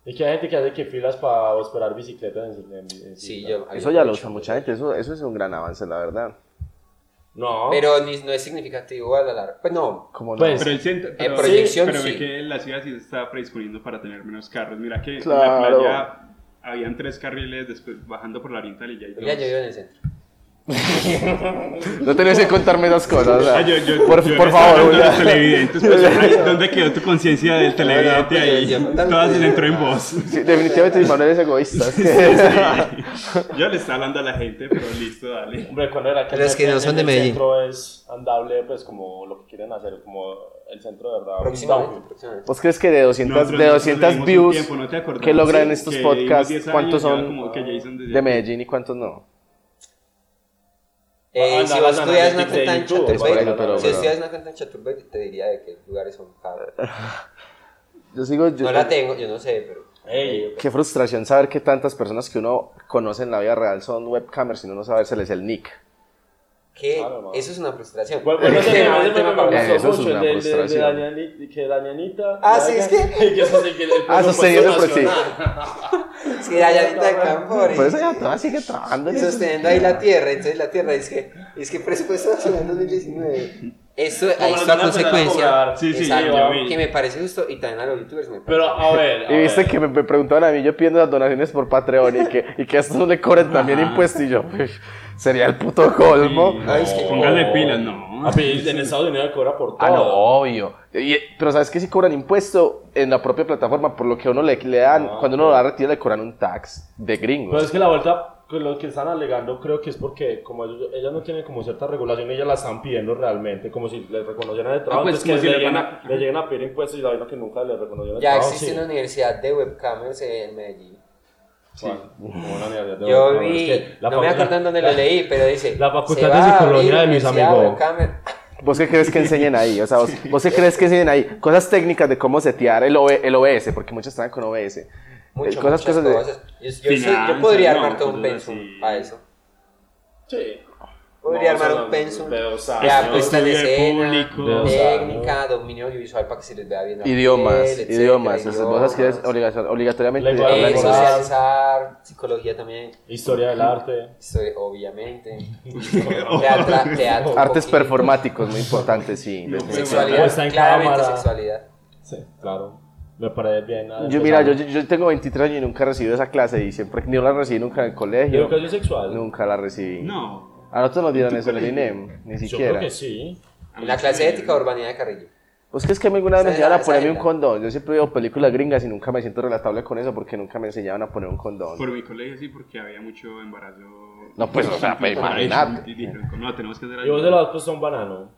Speaker 1: Y que hay gente que hace que filas para esperar bicicletas en, en, en
Speaker 2: Sí,
Speaker 1: cicla.
Speaker 2: yo.
Speaker 4: eso ya lo usa mucha gente, eso, eso es un gran avance, la verdad.
Speaker 1: No.
Speaker 2: Pero ni- no es significativo a la larga. Pues no.
Speaker 4: Como no?
Speaker 1: Pues,
Speaker 3: Pero el centro, pero,
Speaker 2: proyección,
Speaker 3: pero ve
Speaker 2: sí.
Speaker 3: que la ciudad sí se está predisponiendo para tener menos carros. Mira que
Speaker 4: Claro.
Speaker 3: en la playa habían tres carriles después bajando por la oriental y ya hay dos.
Speaker 2: Ya yo vivo en el centro.
Speaker 4: No
Speaker 3: <laughs>
Speaker 4: tenés que contarme esas cosas. o sea,
Speaker 3: Ah, yo- yo-
Speaker 4: por
Speaker 3: yo
Speaker 4: por
Speaker 3: le <laughs> estaba
Speaker 4: favor,
Speaker 3: hablando a los
Speaker 4: Julián.
Speaker 3: televidentes,
Speaker 4: <laughs>
Speaker 3: pues, ay, ¿dónde quedó tu conciencia del
Speaker 2: No, no,
Speaker 3: televidente
Speaker 2: pues,
Speaker 3: ahí?
Speaker 2: yo- yo-
Speaker 3: Todas se entró en vos.
Speaker 4: Sí, definitivamente Manuel
Speaker 3: <laughs>
Speaker 4: es egoísta. es que-
Speaker 3: Yo le estaba hablando a la gente, pero listo, dale.
Speaker 1: Hombre, cuando era que
Speaker 2: Pero es que no son de
Speaker 1: El
Speaker 2: Medellín.
Speaker 1: centro es andable, pues como lo que quieren hacer, como el centro de verdad. un
Speaker 2: Próximamente.
Speaker 1: downhill.
Speaker 2: próximamente.
Speaker 4: ¿Vos crees que de 200,
Speaker 3: Nosotros-
Speaker 4: de
Speaker 3: nosotros vivimos un
Speaker 4: 200 views
Speaker 3: tiempo, ¿no te acordás?
Speaker 4: que logran
Speaker 3: Sí,
Speaker 4: estos
Speaker 3: que vivimos 10
Speaker 4: podcasts,
Speaker 3: años,
Speaker 4: cuántos
Speaker 3: ya
Speaker 4: son
Speaker 3: como que Jason decía
Speaker 4: de
Speaker 3: que-
Speaker 4: Medellín y cuántos no?
Speaker 2: Eh,
Speaker 1: Ah,
Speaker 2: si
Speaker 1: la-
Speaker 2: vos
Speaker 1: la-
Speaker 2: estudias
Speaker 1: la-
Speaker 2: una
Speaker 1: de
Speaker 2: cuenta en
Speaker 1: YouTube,
Speaker 2: Chaturbey,
Speaker 4: bueno, pero-
Speaker 2: si
Speaker 4: pero-
Speaker 2: estudias una cuenta en Chaturbey, te diría de qué lugares son cada-
Speaker 4: Yo sigo. yo-
Speaker 2: No la tengo, yo no sé, pero.
Speaker 1: Ey,
Speaker 4: Qué frustración saber que tantas personas que uno conoce en la vida real son webcamers y uno no saberse les el nick.
Speaker 2: que eso es una frustración.
Speaker 1: Bueno,
Speaker 2: <laughs> Pero
Speaker 1: bueno,
Speaker 2: es que
Speaker 1: ese
Speaker 2: no,
Speaker 1: me-
Speaker 2: el
Speaker 1: ese
Speaker 2: tema
Speaker 1: me
Speaker 2: para hablar.
Speaker 1: gustó
Speaker 4: Eso es
Speaker 1: mucho,
Speaker 4: una
Speaker 1: el de- de- de
Speaker 4: frustración.
Speaker 1: Dani- que Danianita.
Speaker 2: Ah, sí, es que-
Speaker 1: <laughs> que eso sí que el
Speaker 4: Ah, eso sí,
Speaker 1: presupuesto
Speaker 4: eso por sí.
Speaker 1: nacional.
Speaker 2: Sí, Dayanita de Campori.
Speaker 1: Pues
Speaker 4: Por eso ya todavía sigue trabajando. en eso.
Speaker 2: sosteniendo ahí la tierra, entonces la tierra es que, es que presupuesto nacional 2019. Eso ahí
Speaker 1: nos
Speaker 2: está
Speaker 1: van a empezar a
Speaker 2: consecuencia.
Speaker 1: cobrar.
Speaker 3: Sí, sí,
Speaker 2: Exacto,
Speaker 3: ya vi.
Speaker 2: que me parece justo y también a los youtubers me parece.
Speaker 1: Pero a ver. a
Speaker 4: Y viste
Speaker 1: ver.
Speaker 4: que me, me preguntaban a mí, yo pidiendo las donaciones por Patreon y que, y que a estos le cobren también impuestos. Y yo, uy, sería el puto colmo.
Speaker 2: Ay, es que-
Speaker 3: Póngale pilas, no.
Speaker 1: A pedir Ah, pues, en Estados Unidos cobra por todo.
Speaker 4: Ah, no,
Speaker 2: Oh.
Speaker 4: obvio. Y- pero sabes que si cobran impuesto en la propia plataforma, por lo que a uno le, le dan,
Speaker 2: Ah,
Speaker 4: cuando uno lo va a retirar, le cobran un tax de gringo.
Speaker 1: Pero
Speaker 2: Pues,
Speaker 1: es que la vuelta, con lo que están alegando, creo que es porque como ellos, ellas no tienen como cierta regulación, ellas la están pidiendo realmente, como si les reconocieran el trabajo.
Speaker 3: pues,
Speaker 1: entonces
Speaker 3: como
Speaker 1: que
Speaker 3: si
Speaker 1: le,
Speaker 3: le
Speaker 1: lleguen
Speaker 3: van a-
Speaker 1: a, le lleguen a pedir impuestos y la vaina que nunca les reconocieron el
Speaker 2: Ya
Speaker 1: trabajo.
Speaker 2: existe
Speaker 1: sí.
Speaker 2: una universidad de webcamers en Medellín.
Speaker 1: Bueno, como una universidad de
Speaker 2: Yo
Speaker 1: Bogotá,
Speaker 2: vi,
Speaker 1: es que la
Speaker 2: no me
Speaker 1: facultad-
Speaker 2: acuerdo en dónde lo leí, pero dice...
Speaker 1: la
Speaker 2: se
Speaker 1: Facultad de
Speaker 2: va a
Speaker 1: Psicología
Speaker 2: abrir
Speaker 1: de mis
Speaker 2: universidad
Speaker 1: amigos.
Speaker 2: webcamer.
Speaker 4: ¿Vos qué crees que enseñen ahí? O sea,
Speaker 2: <laughs>
Speaker 4: ¿vos, vos qué crees que enseñen ahí? Cosas técnicas de cómo setear el, OB el OBS, porque muchos están con OBS. Eh,
Speaker 2: Mucho,
Speaker 4: cosas,
Speaker 2: muchas
Speaker 4: cosas de-
Speaker 2: cosas. Yo, yo sé- yo
Speaker 3: Finanzas,
Speaker 2: podría
Speaker 3: no,
Speaker 2: armar todo un
Speaker 3: cosas
Speaker 2: pensum
Speaker 3: así.
Speaker 2: para eso.
Speaker 1: Sí.
Speaker 2: Podría
Speaker 1: No,
Speaker 2: armar
Speaker 1: son
Speaker 2: un pensum.
Speaker 1: de dos
Speaker 2: Ya,
Speaker 1: años,
Speaker 2: pues
Speaker 3: estudio de
Speaker 2: escena,
Speaker 3: público.
Speaker 2: técnica, dominio audiovisual para que se les vea bien. la
Speaker 4: idiomas,
Speaker 2: piel, etcétera,
Speaker 4: idiomas. Entonces, vos sabes que es
Speaker 2: idiomas.
Speaker 4: obligación- obligatoriamente.
Speaker 1: Lengua
Speaker 4: hablar
Speaker 2: Eh,
Speaker 1: laboral.
Speaker 4: inglés.
Speaker 2: socializar, psicología también,
Speaker 1: <laughs> Historia del arte.
Speaker 2: historia, obviamente.
Speaker 1: <laughs>
Speaker 2: Teatra- teatro, un
Speaker 4: Artes
Speaker 2: poquito.
Speaker 4: performáticos, muy importantes,
Speaker 2: <laughs>
Speaker 4: sí.
Speaker 3: No,
Speaker 4: Sí.
Speaker 1: Puesta
Speaker 2: Sexualidad,
Speaker 1: en
Speaker 2: claramente
Speaker 1: cámara.
Speaker 2: sexualidad.
Speaker 1: Sí, claro. Me parece bien. nada,
Speaker 4: Yo, mira, yo,
Speaker 1: empezando.
Speaker 4: yo- yo tengo 23 años y nunca he recibido esa clase y siempre ni la recibí nunca en el colegio.
Speaker 1: Educación sexual.
Speaker 4: Nunca la recibí.
Speaker 3: No.
Speaker 4: A nosotros nos dieron eso en el INEM, ni
Speaker 1: Yo creo
Speaker 4: siquiera.
Speaker 1: que Ah, sí.
Speaker 3: A
Speaker 2: En
Speaker 3: mí
Speaker 2: la
Speaker 3: sí
Speaker 2: clase
Speaker 3: me-
Speaker 2: ética urbanidad de Carrillo.
Speaker 4: ¿Vos crees Pues que a mí alguna vez me
Speaker 2: Esa-
Speaker 4: enseñaban a
Speaker 2: esa
Speaker 4: ponerme un
Speaker 2: era.
Speaker 4: condón? Yo siempre veo películas gringas y nunca me siento relatable con eso porque nunca me enseñaban a poner un condón.
Speaker 3: Por mi colegio sí, porque había mucho embarazo.
Speaker 4: No, pues, o sea, pues, imagínate.
Speaker 3: Y dijeron, no, tenemos que hacer
Speaker 1: Y
Speaker 3: algo.
Speaker 1: vos de los puesto un banano.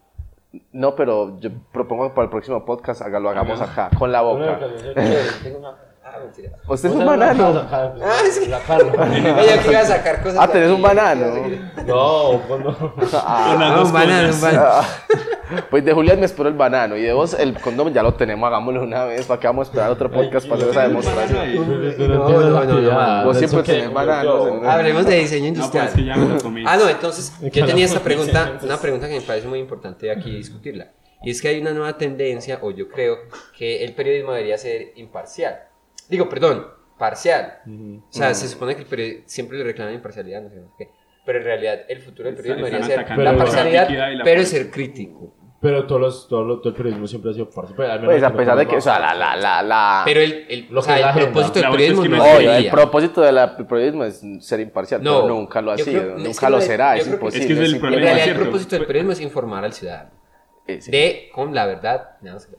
Speaker 4: No, pero yo propongo que para el próximo podcast haga- lo hagamos acá, con la
Speaker 1: Una
Speaker 4: boca.
Speaker 1: educación sexual.
Speaker 2: Tengo una- Ah,
Speaker 4: <laughs>
Speaker 2: mentira.
Speaker 4: ¿Usted es un
Speaker 1: O sea,
Speaker 4: banano?
Speaker 1: no, sacar-
Speaker 2: Ah, sí.
Speaker 1: sacarlo.
Speaker 2: Ella que iba a sacar cosas.
Speaker 4: Ah,
Speaker 2: de
Speaker 4: tenés
Speaker 2: aquí,
Speaker 4: un banano.
Speaker 2: de aquí, de aquí.
Speaker 1: No, pues no.
Speaker 4: <laughs> Ah,
Speaker 3: Las dos cosas.
Speaker 4: ah. <laughs> Pues de Julián me esperó el banano y de vos el condón ya lo tenemos, hagámoslo una vez. ¿Para qué vamos a esperar otro podcast para hacer esa demostración?
Speaker 1: No,
Speaker 2: no, no, no, no.
Speaker 4: Vos siempre tenés bananos en-
Speaker 2: Hablemos de diseño
Speaker 3: No, pues
Speaker 2: industrial.
Speaker 3: es que ya me lo comí.
Speaker 2: Ah, no,
Speaker 3: <laughs>
Speaker 2: entonces yo
Speaker 1: Claro,
Speaker 2: tenía esta
Speaker 1: sí,
Speaker 2: pregunta,
Speaker 1: entonces.
Speaker 2: una pregunta que me parece muy importante aquí discutirla. Y es que hay una nueva tendencia, o yo creo, que el periodismo debería ser imparcial. Digo, perdón, parcial. O sea, se supone que el peri- siempre le reclaman imparcialidad, no sé por qué. Pero en realidad el futuro del periodismo
Speaker 3: Están-
Speaker 2: debería
Speaker 3: están
Speaker 2: ser
Speaker 3: atacando
Speaker 2: la
Speaker 1: la
Speaker 2: parcialidad,
Speaker 3: criticidad y la
Speaker 2: pero
Speaker 3: parcialidad.
Speaker 2: ser crítico.
Speaker 1: Pero todos los, todos los, todo el periodismo siempre ha sido parcial. Pero al menos
Speaker 4: Pues a
Speaker 1: que
Speaker 4: pesar de
Speaker 1: no
Speaker 4: que, o sea, la, la, la, la...
Speaker 2: Pero el, el,
Speaker 1: Lo
Speaker 2: o sea,
Speaker 1: que
Speaker 2: el
Speaker 1: la agenda.
Speaker 2: propósito
Speaker 3: La
Speaker 2: del
Speaker 3: vuelta es
Speaker 2: periodismo
Speaker 3: que
Speaker 2: no
Speaker 3: no es-
Speaker 4: Obvio, el
Speaker 2: debería.
Speaker 4: propósito del periodismo es ser imparcial,
Speaker 2: Pues No,
Speaker 4: pero nunca lo ha
Speaker 2: yo
Speaker 4: sido,
Speaker 2: creo- es
Speaker 4: nunca
Speaker 2: que
Speaker 4: lo
Speaker 2: no es-
Speaker 4: será,
Speaker 2: yo
Speaker 4: es
Speaker 2: creo que-
Speaker 4: imposible.
Speaker 3: es que es el
Speaker 2: En
Speaker 3: problema,
Speaker 4: imposible.
Speaker 2: realidad el
Speaker 3: ¿cierto?
Speaker 2: propósito del periodismo es informar al ciudadano.
Speaker 4: Eh, sí.
Speaker 2: de con la verdad. nada más que-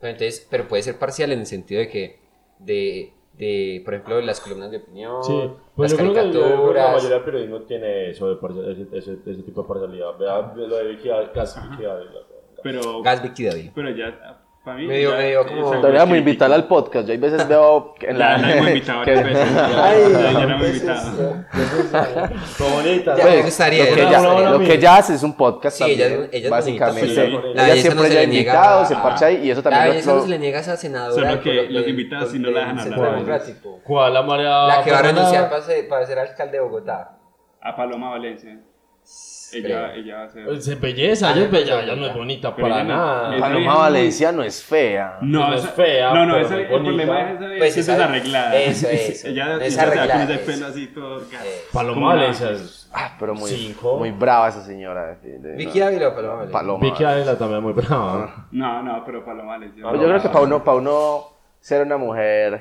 Speaker 2: Pero, entonces, pero puede ser parcial en el sentido de que, de, de, por ejemplo, las columnas de opinión,
Speaker 1: Sí, pues yo
Speaker 2: las
Speaker 1: creo, que, yo creo que la
Speaker 2: caricaturas.
Speaker 1: mayoría del periodismo tiene eso de parcial, ese, ese, ese tipo de parcialidad. Vea lo de Vicky casi Vicky Ávila.
Speaker 3: Pero,
Speaker 2: Gasby Kidavi.
Speaker 3: pero ya, para mí.
Speaker 2: Medio-
Speaker 3: ya- eh,
Speaker 2: medio como-
Speaker 3: esa-
Speaker 4: Deberíamos invitarla al podcast, yo hay veces veo que en
Speaker 3: Ya
Speaker 4: la...
Speaker 3: la
Speaker 4: <laughs>
Speaker 3: hemos invitado
Speaker 4: que-
Speaker 3: varias veces. Ya ya la hemos invitado.
Speaker 1: Pero bonita.
Speaker 2: Ya,
Speaker 1: ¿no?
Speaker 2: me gustaría,
Speaker 4: lo,
Speaker 2: ya
Speaker 4: que
Speaker 2: me
Speaker 4: ya,
Speaker 2: gustaría.
Speaker 4: lo que ya hace es un podcast
Speaker 2: Sí, ella,
Speaker 4: también,
Speaker 2: ella es
Speaker 4: básicamente.
Speaker 2: bonita, pero
Speaker 1: Sí.
Speaker 2: la
Speaker 4: Ella
Speaker 2: belleza
Speaker 4: siempre
Speaker 2: no se
Speaker 4: ya
Speaker 2: le
Speaker 4: invitado,
Speaker 2: niega,
Speaker 4: se parcha ahí y eso
Speaker 2: La
Speaker 4: también
Speaker 2: belleza
Speaker 4: lo-
Speaker 2: no se le niega a esa senadora.
Speaker 3: Solo que
Speaker 2: con
Speaker 3: los
Speaker 2: del-
Speaker 3: invitados
Speaker 2: con
Speaker 3: sí no la
Speaker 2: del
Speaker 3: dejan
Speaker 2: Centro
Speaker 1: hablar.
Speaker 2: Democrático.
Speaker 1: ¿Cuál? La María.
Speaker 2: La que va a
Speaker 1: Fernanda?
Speaker 2: renunciar para ser, para ser alcalde de Bogotá.
Speaker 3: A Paloma Valencia.
Speaker 2: creo.
Speaker 3: Ella, ella va a ser-
Speaker 1: Pues, Es de belleza, ella es bella, ella no es bonita
Speaker 3: Pero
Speaker 1: para
Speaker 3: ella no-
Speaker 1: nada.
Speaker 3: es-
Speaker 4: Paloma Valencia no es fea.
Speaker 1: No es
Speaker 3: esa-
Speaker 1: fea,
Speaker 3: No, no,
Speaker 1: pero
Speaker 3: ese-
Speaker 1: muy
Speaker 3: el
Speaker 1: bonita.
Speaker 3: problema es esa de-
Speaker 2: Pues
Speaker 3: que es
Speaker 2: esa-
Speaker 3: desarreglada. <laughs>
Speaker 2: eso, eso.
Speaker 3: Ella
Speaker 2: Es
Speaker 3: ella se va con
Speaker 2: arreglada,
Speaker 3: ese
Speaker 2: eso.
Speaker 3: pelo así todo.
Speaker 2: Eh,
Speaker 1: Paloma
Speaker 3: como
Speaker 1: Valencia.
Speaker 4: Ah, pero muy,
Speaker 1: Cinco.
Speaker 4: muy brava esa señora. de- de-
Speaker 2: Vicky
Speaker 4: no.
Speaker 2: Ávila o Paloma Valencia.
Speaker 4: Paloma.
Speaker 1: Vicky Ávila también muy brava.
Speaker 3: No, no, pero Paloma Valencia.
Speaker 4: Pues yo creo que para uno, para uno ser una mujer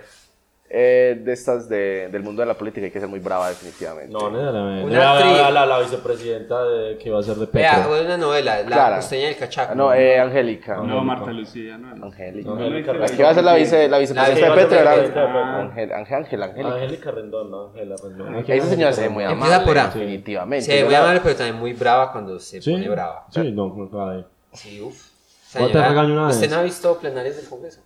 Speaker 4: eh, de estas de- del mundo de la política hay que ser muy brava definitivamente.
Speaker 1: No, necesariamente.
Speaker 2: Una
Speaker 1: Vea, vea,
Speaker 2: actriz.
Speaker 1: vea La, la vicepresidenta de- que va a ser de
Speaker 2: Vea,
Speaker 1: Petro.
Speaker 2: una novela, La
Speaker 4: Clara.
Speaker 2: costeña del cachaco.
Speaker 4: Ah, no, eh, Angélica.
Speaker 3: No, Marta Lucía, no.
Speaker 4: Angélica.
Speaker 1: Angélica
Speaker 4: La que iba a ser la, vice, la vicepresidenta
Speaker 2: La
Speaker 4: de Petro era
Speaker 2: vicepresidenta
Speaker 1: de Petro.
Speaker 4: Ángel- Ángel- Ángel- Angélica.
Speaker 1: Angélica Rendón, no, Ángela Rendón.
Speaker 4: Esa señora se ve muy
Speaker 2: Empieza
Speaker 4: amable,
Speaker 2: por A.
Speaker 4: definitivamente.
Speaker 2: Se ve
Speaker 4: Yo
Speaker 2: muy
Speaker 4: la-
Speaker 2: amable, pero también muy brava cuando se
Speaker 1: Sí,
Speaker 2: pone brava.
Speaker 1: sí, no, no, no.
Speaker 2: Sí, uff.
Speaker 1: ¿Cuál te regañó una
Speaker 2: ¿Usted
Speaker 1: vez?
Speaker 2: no ha visto plenarias del Congreso?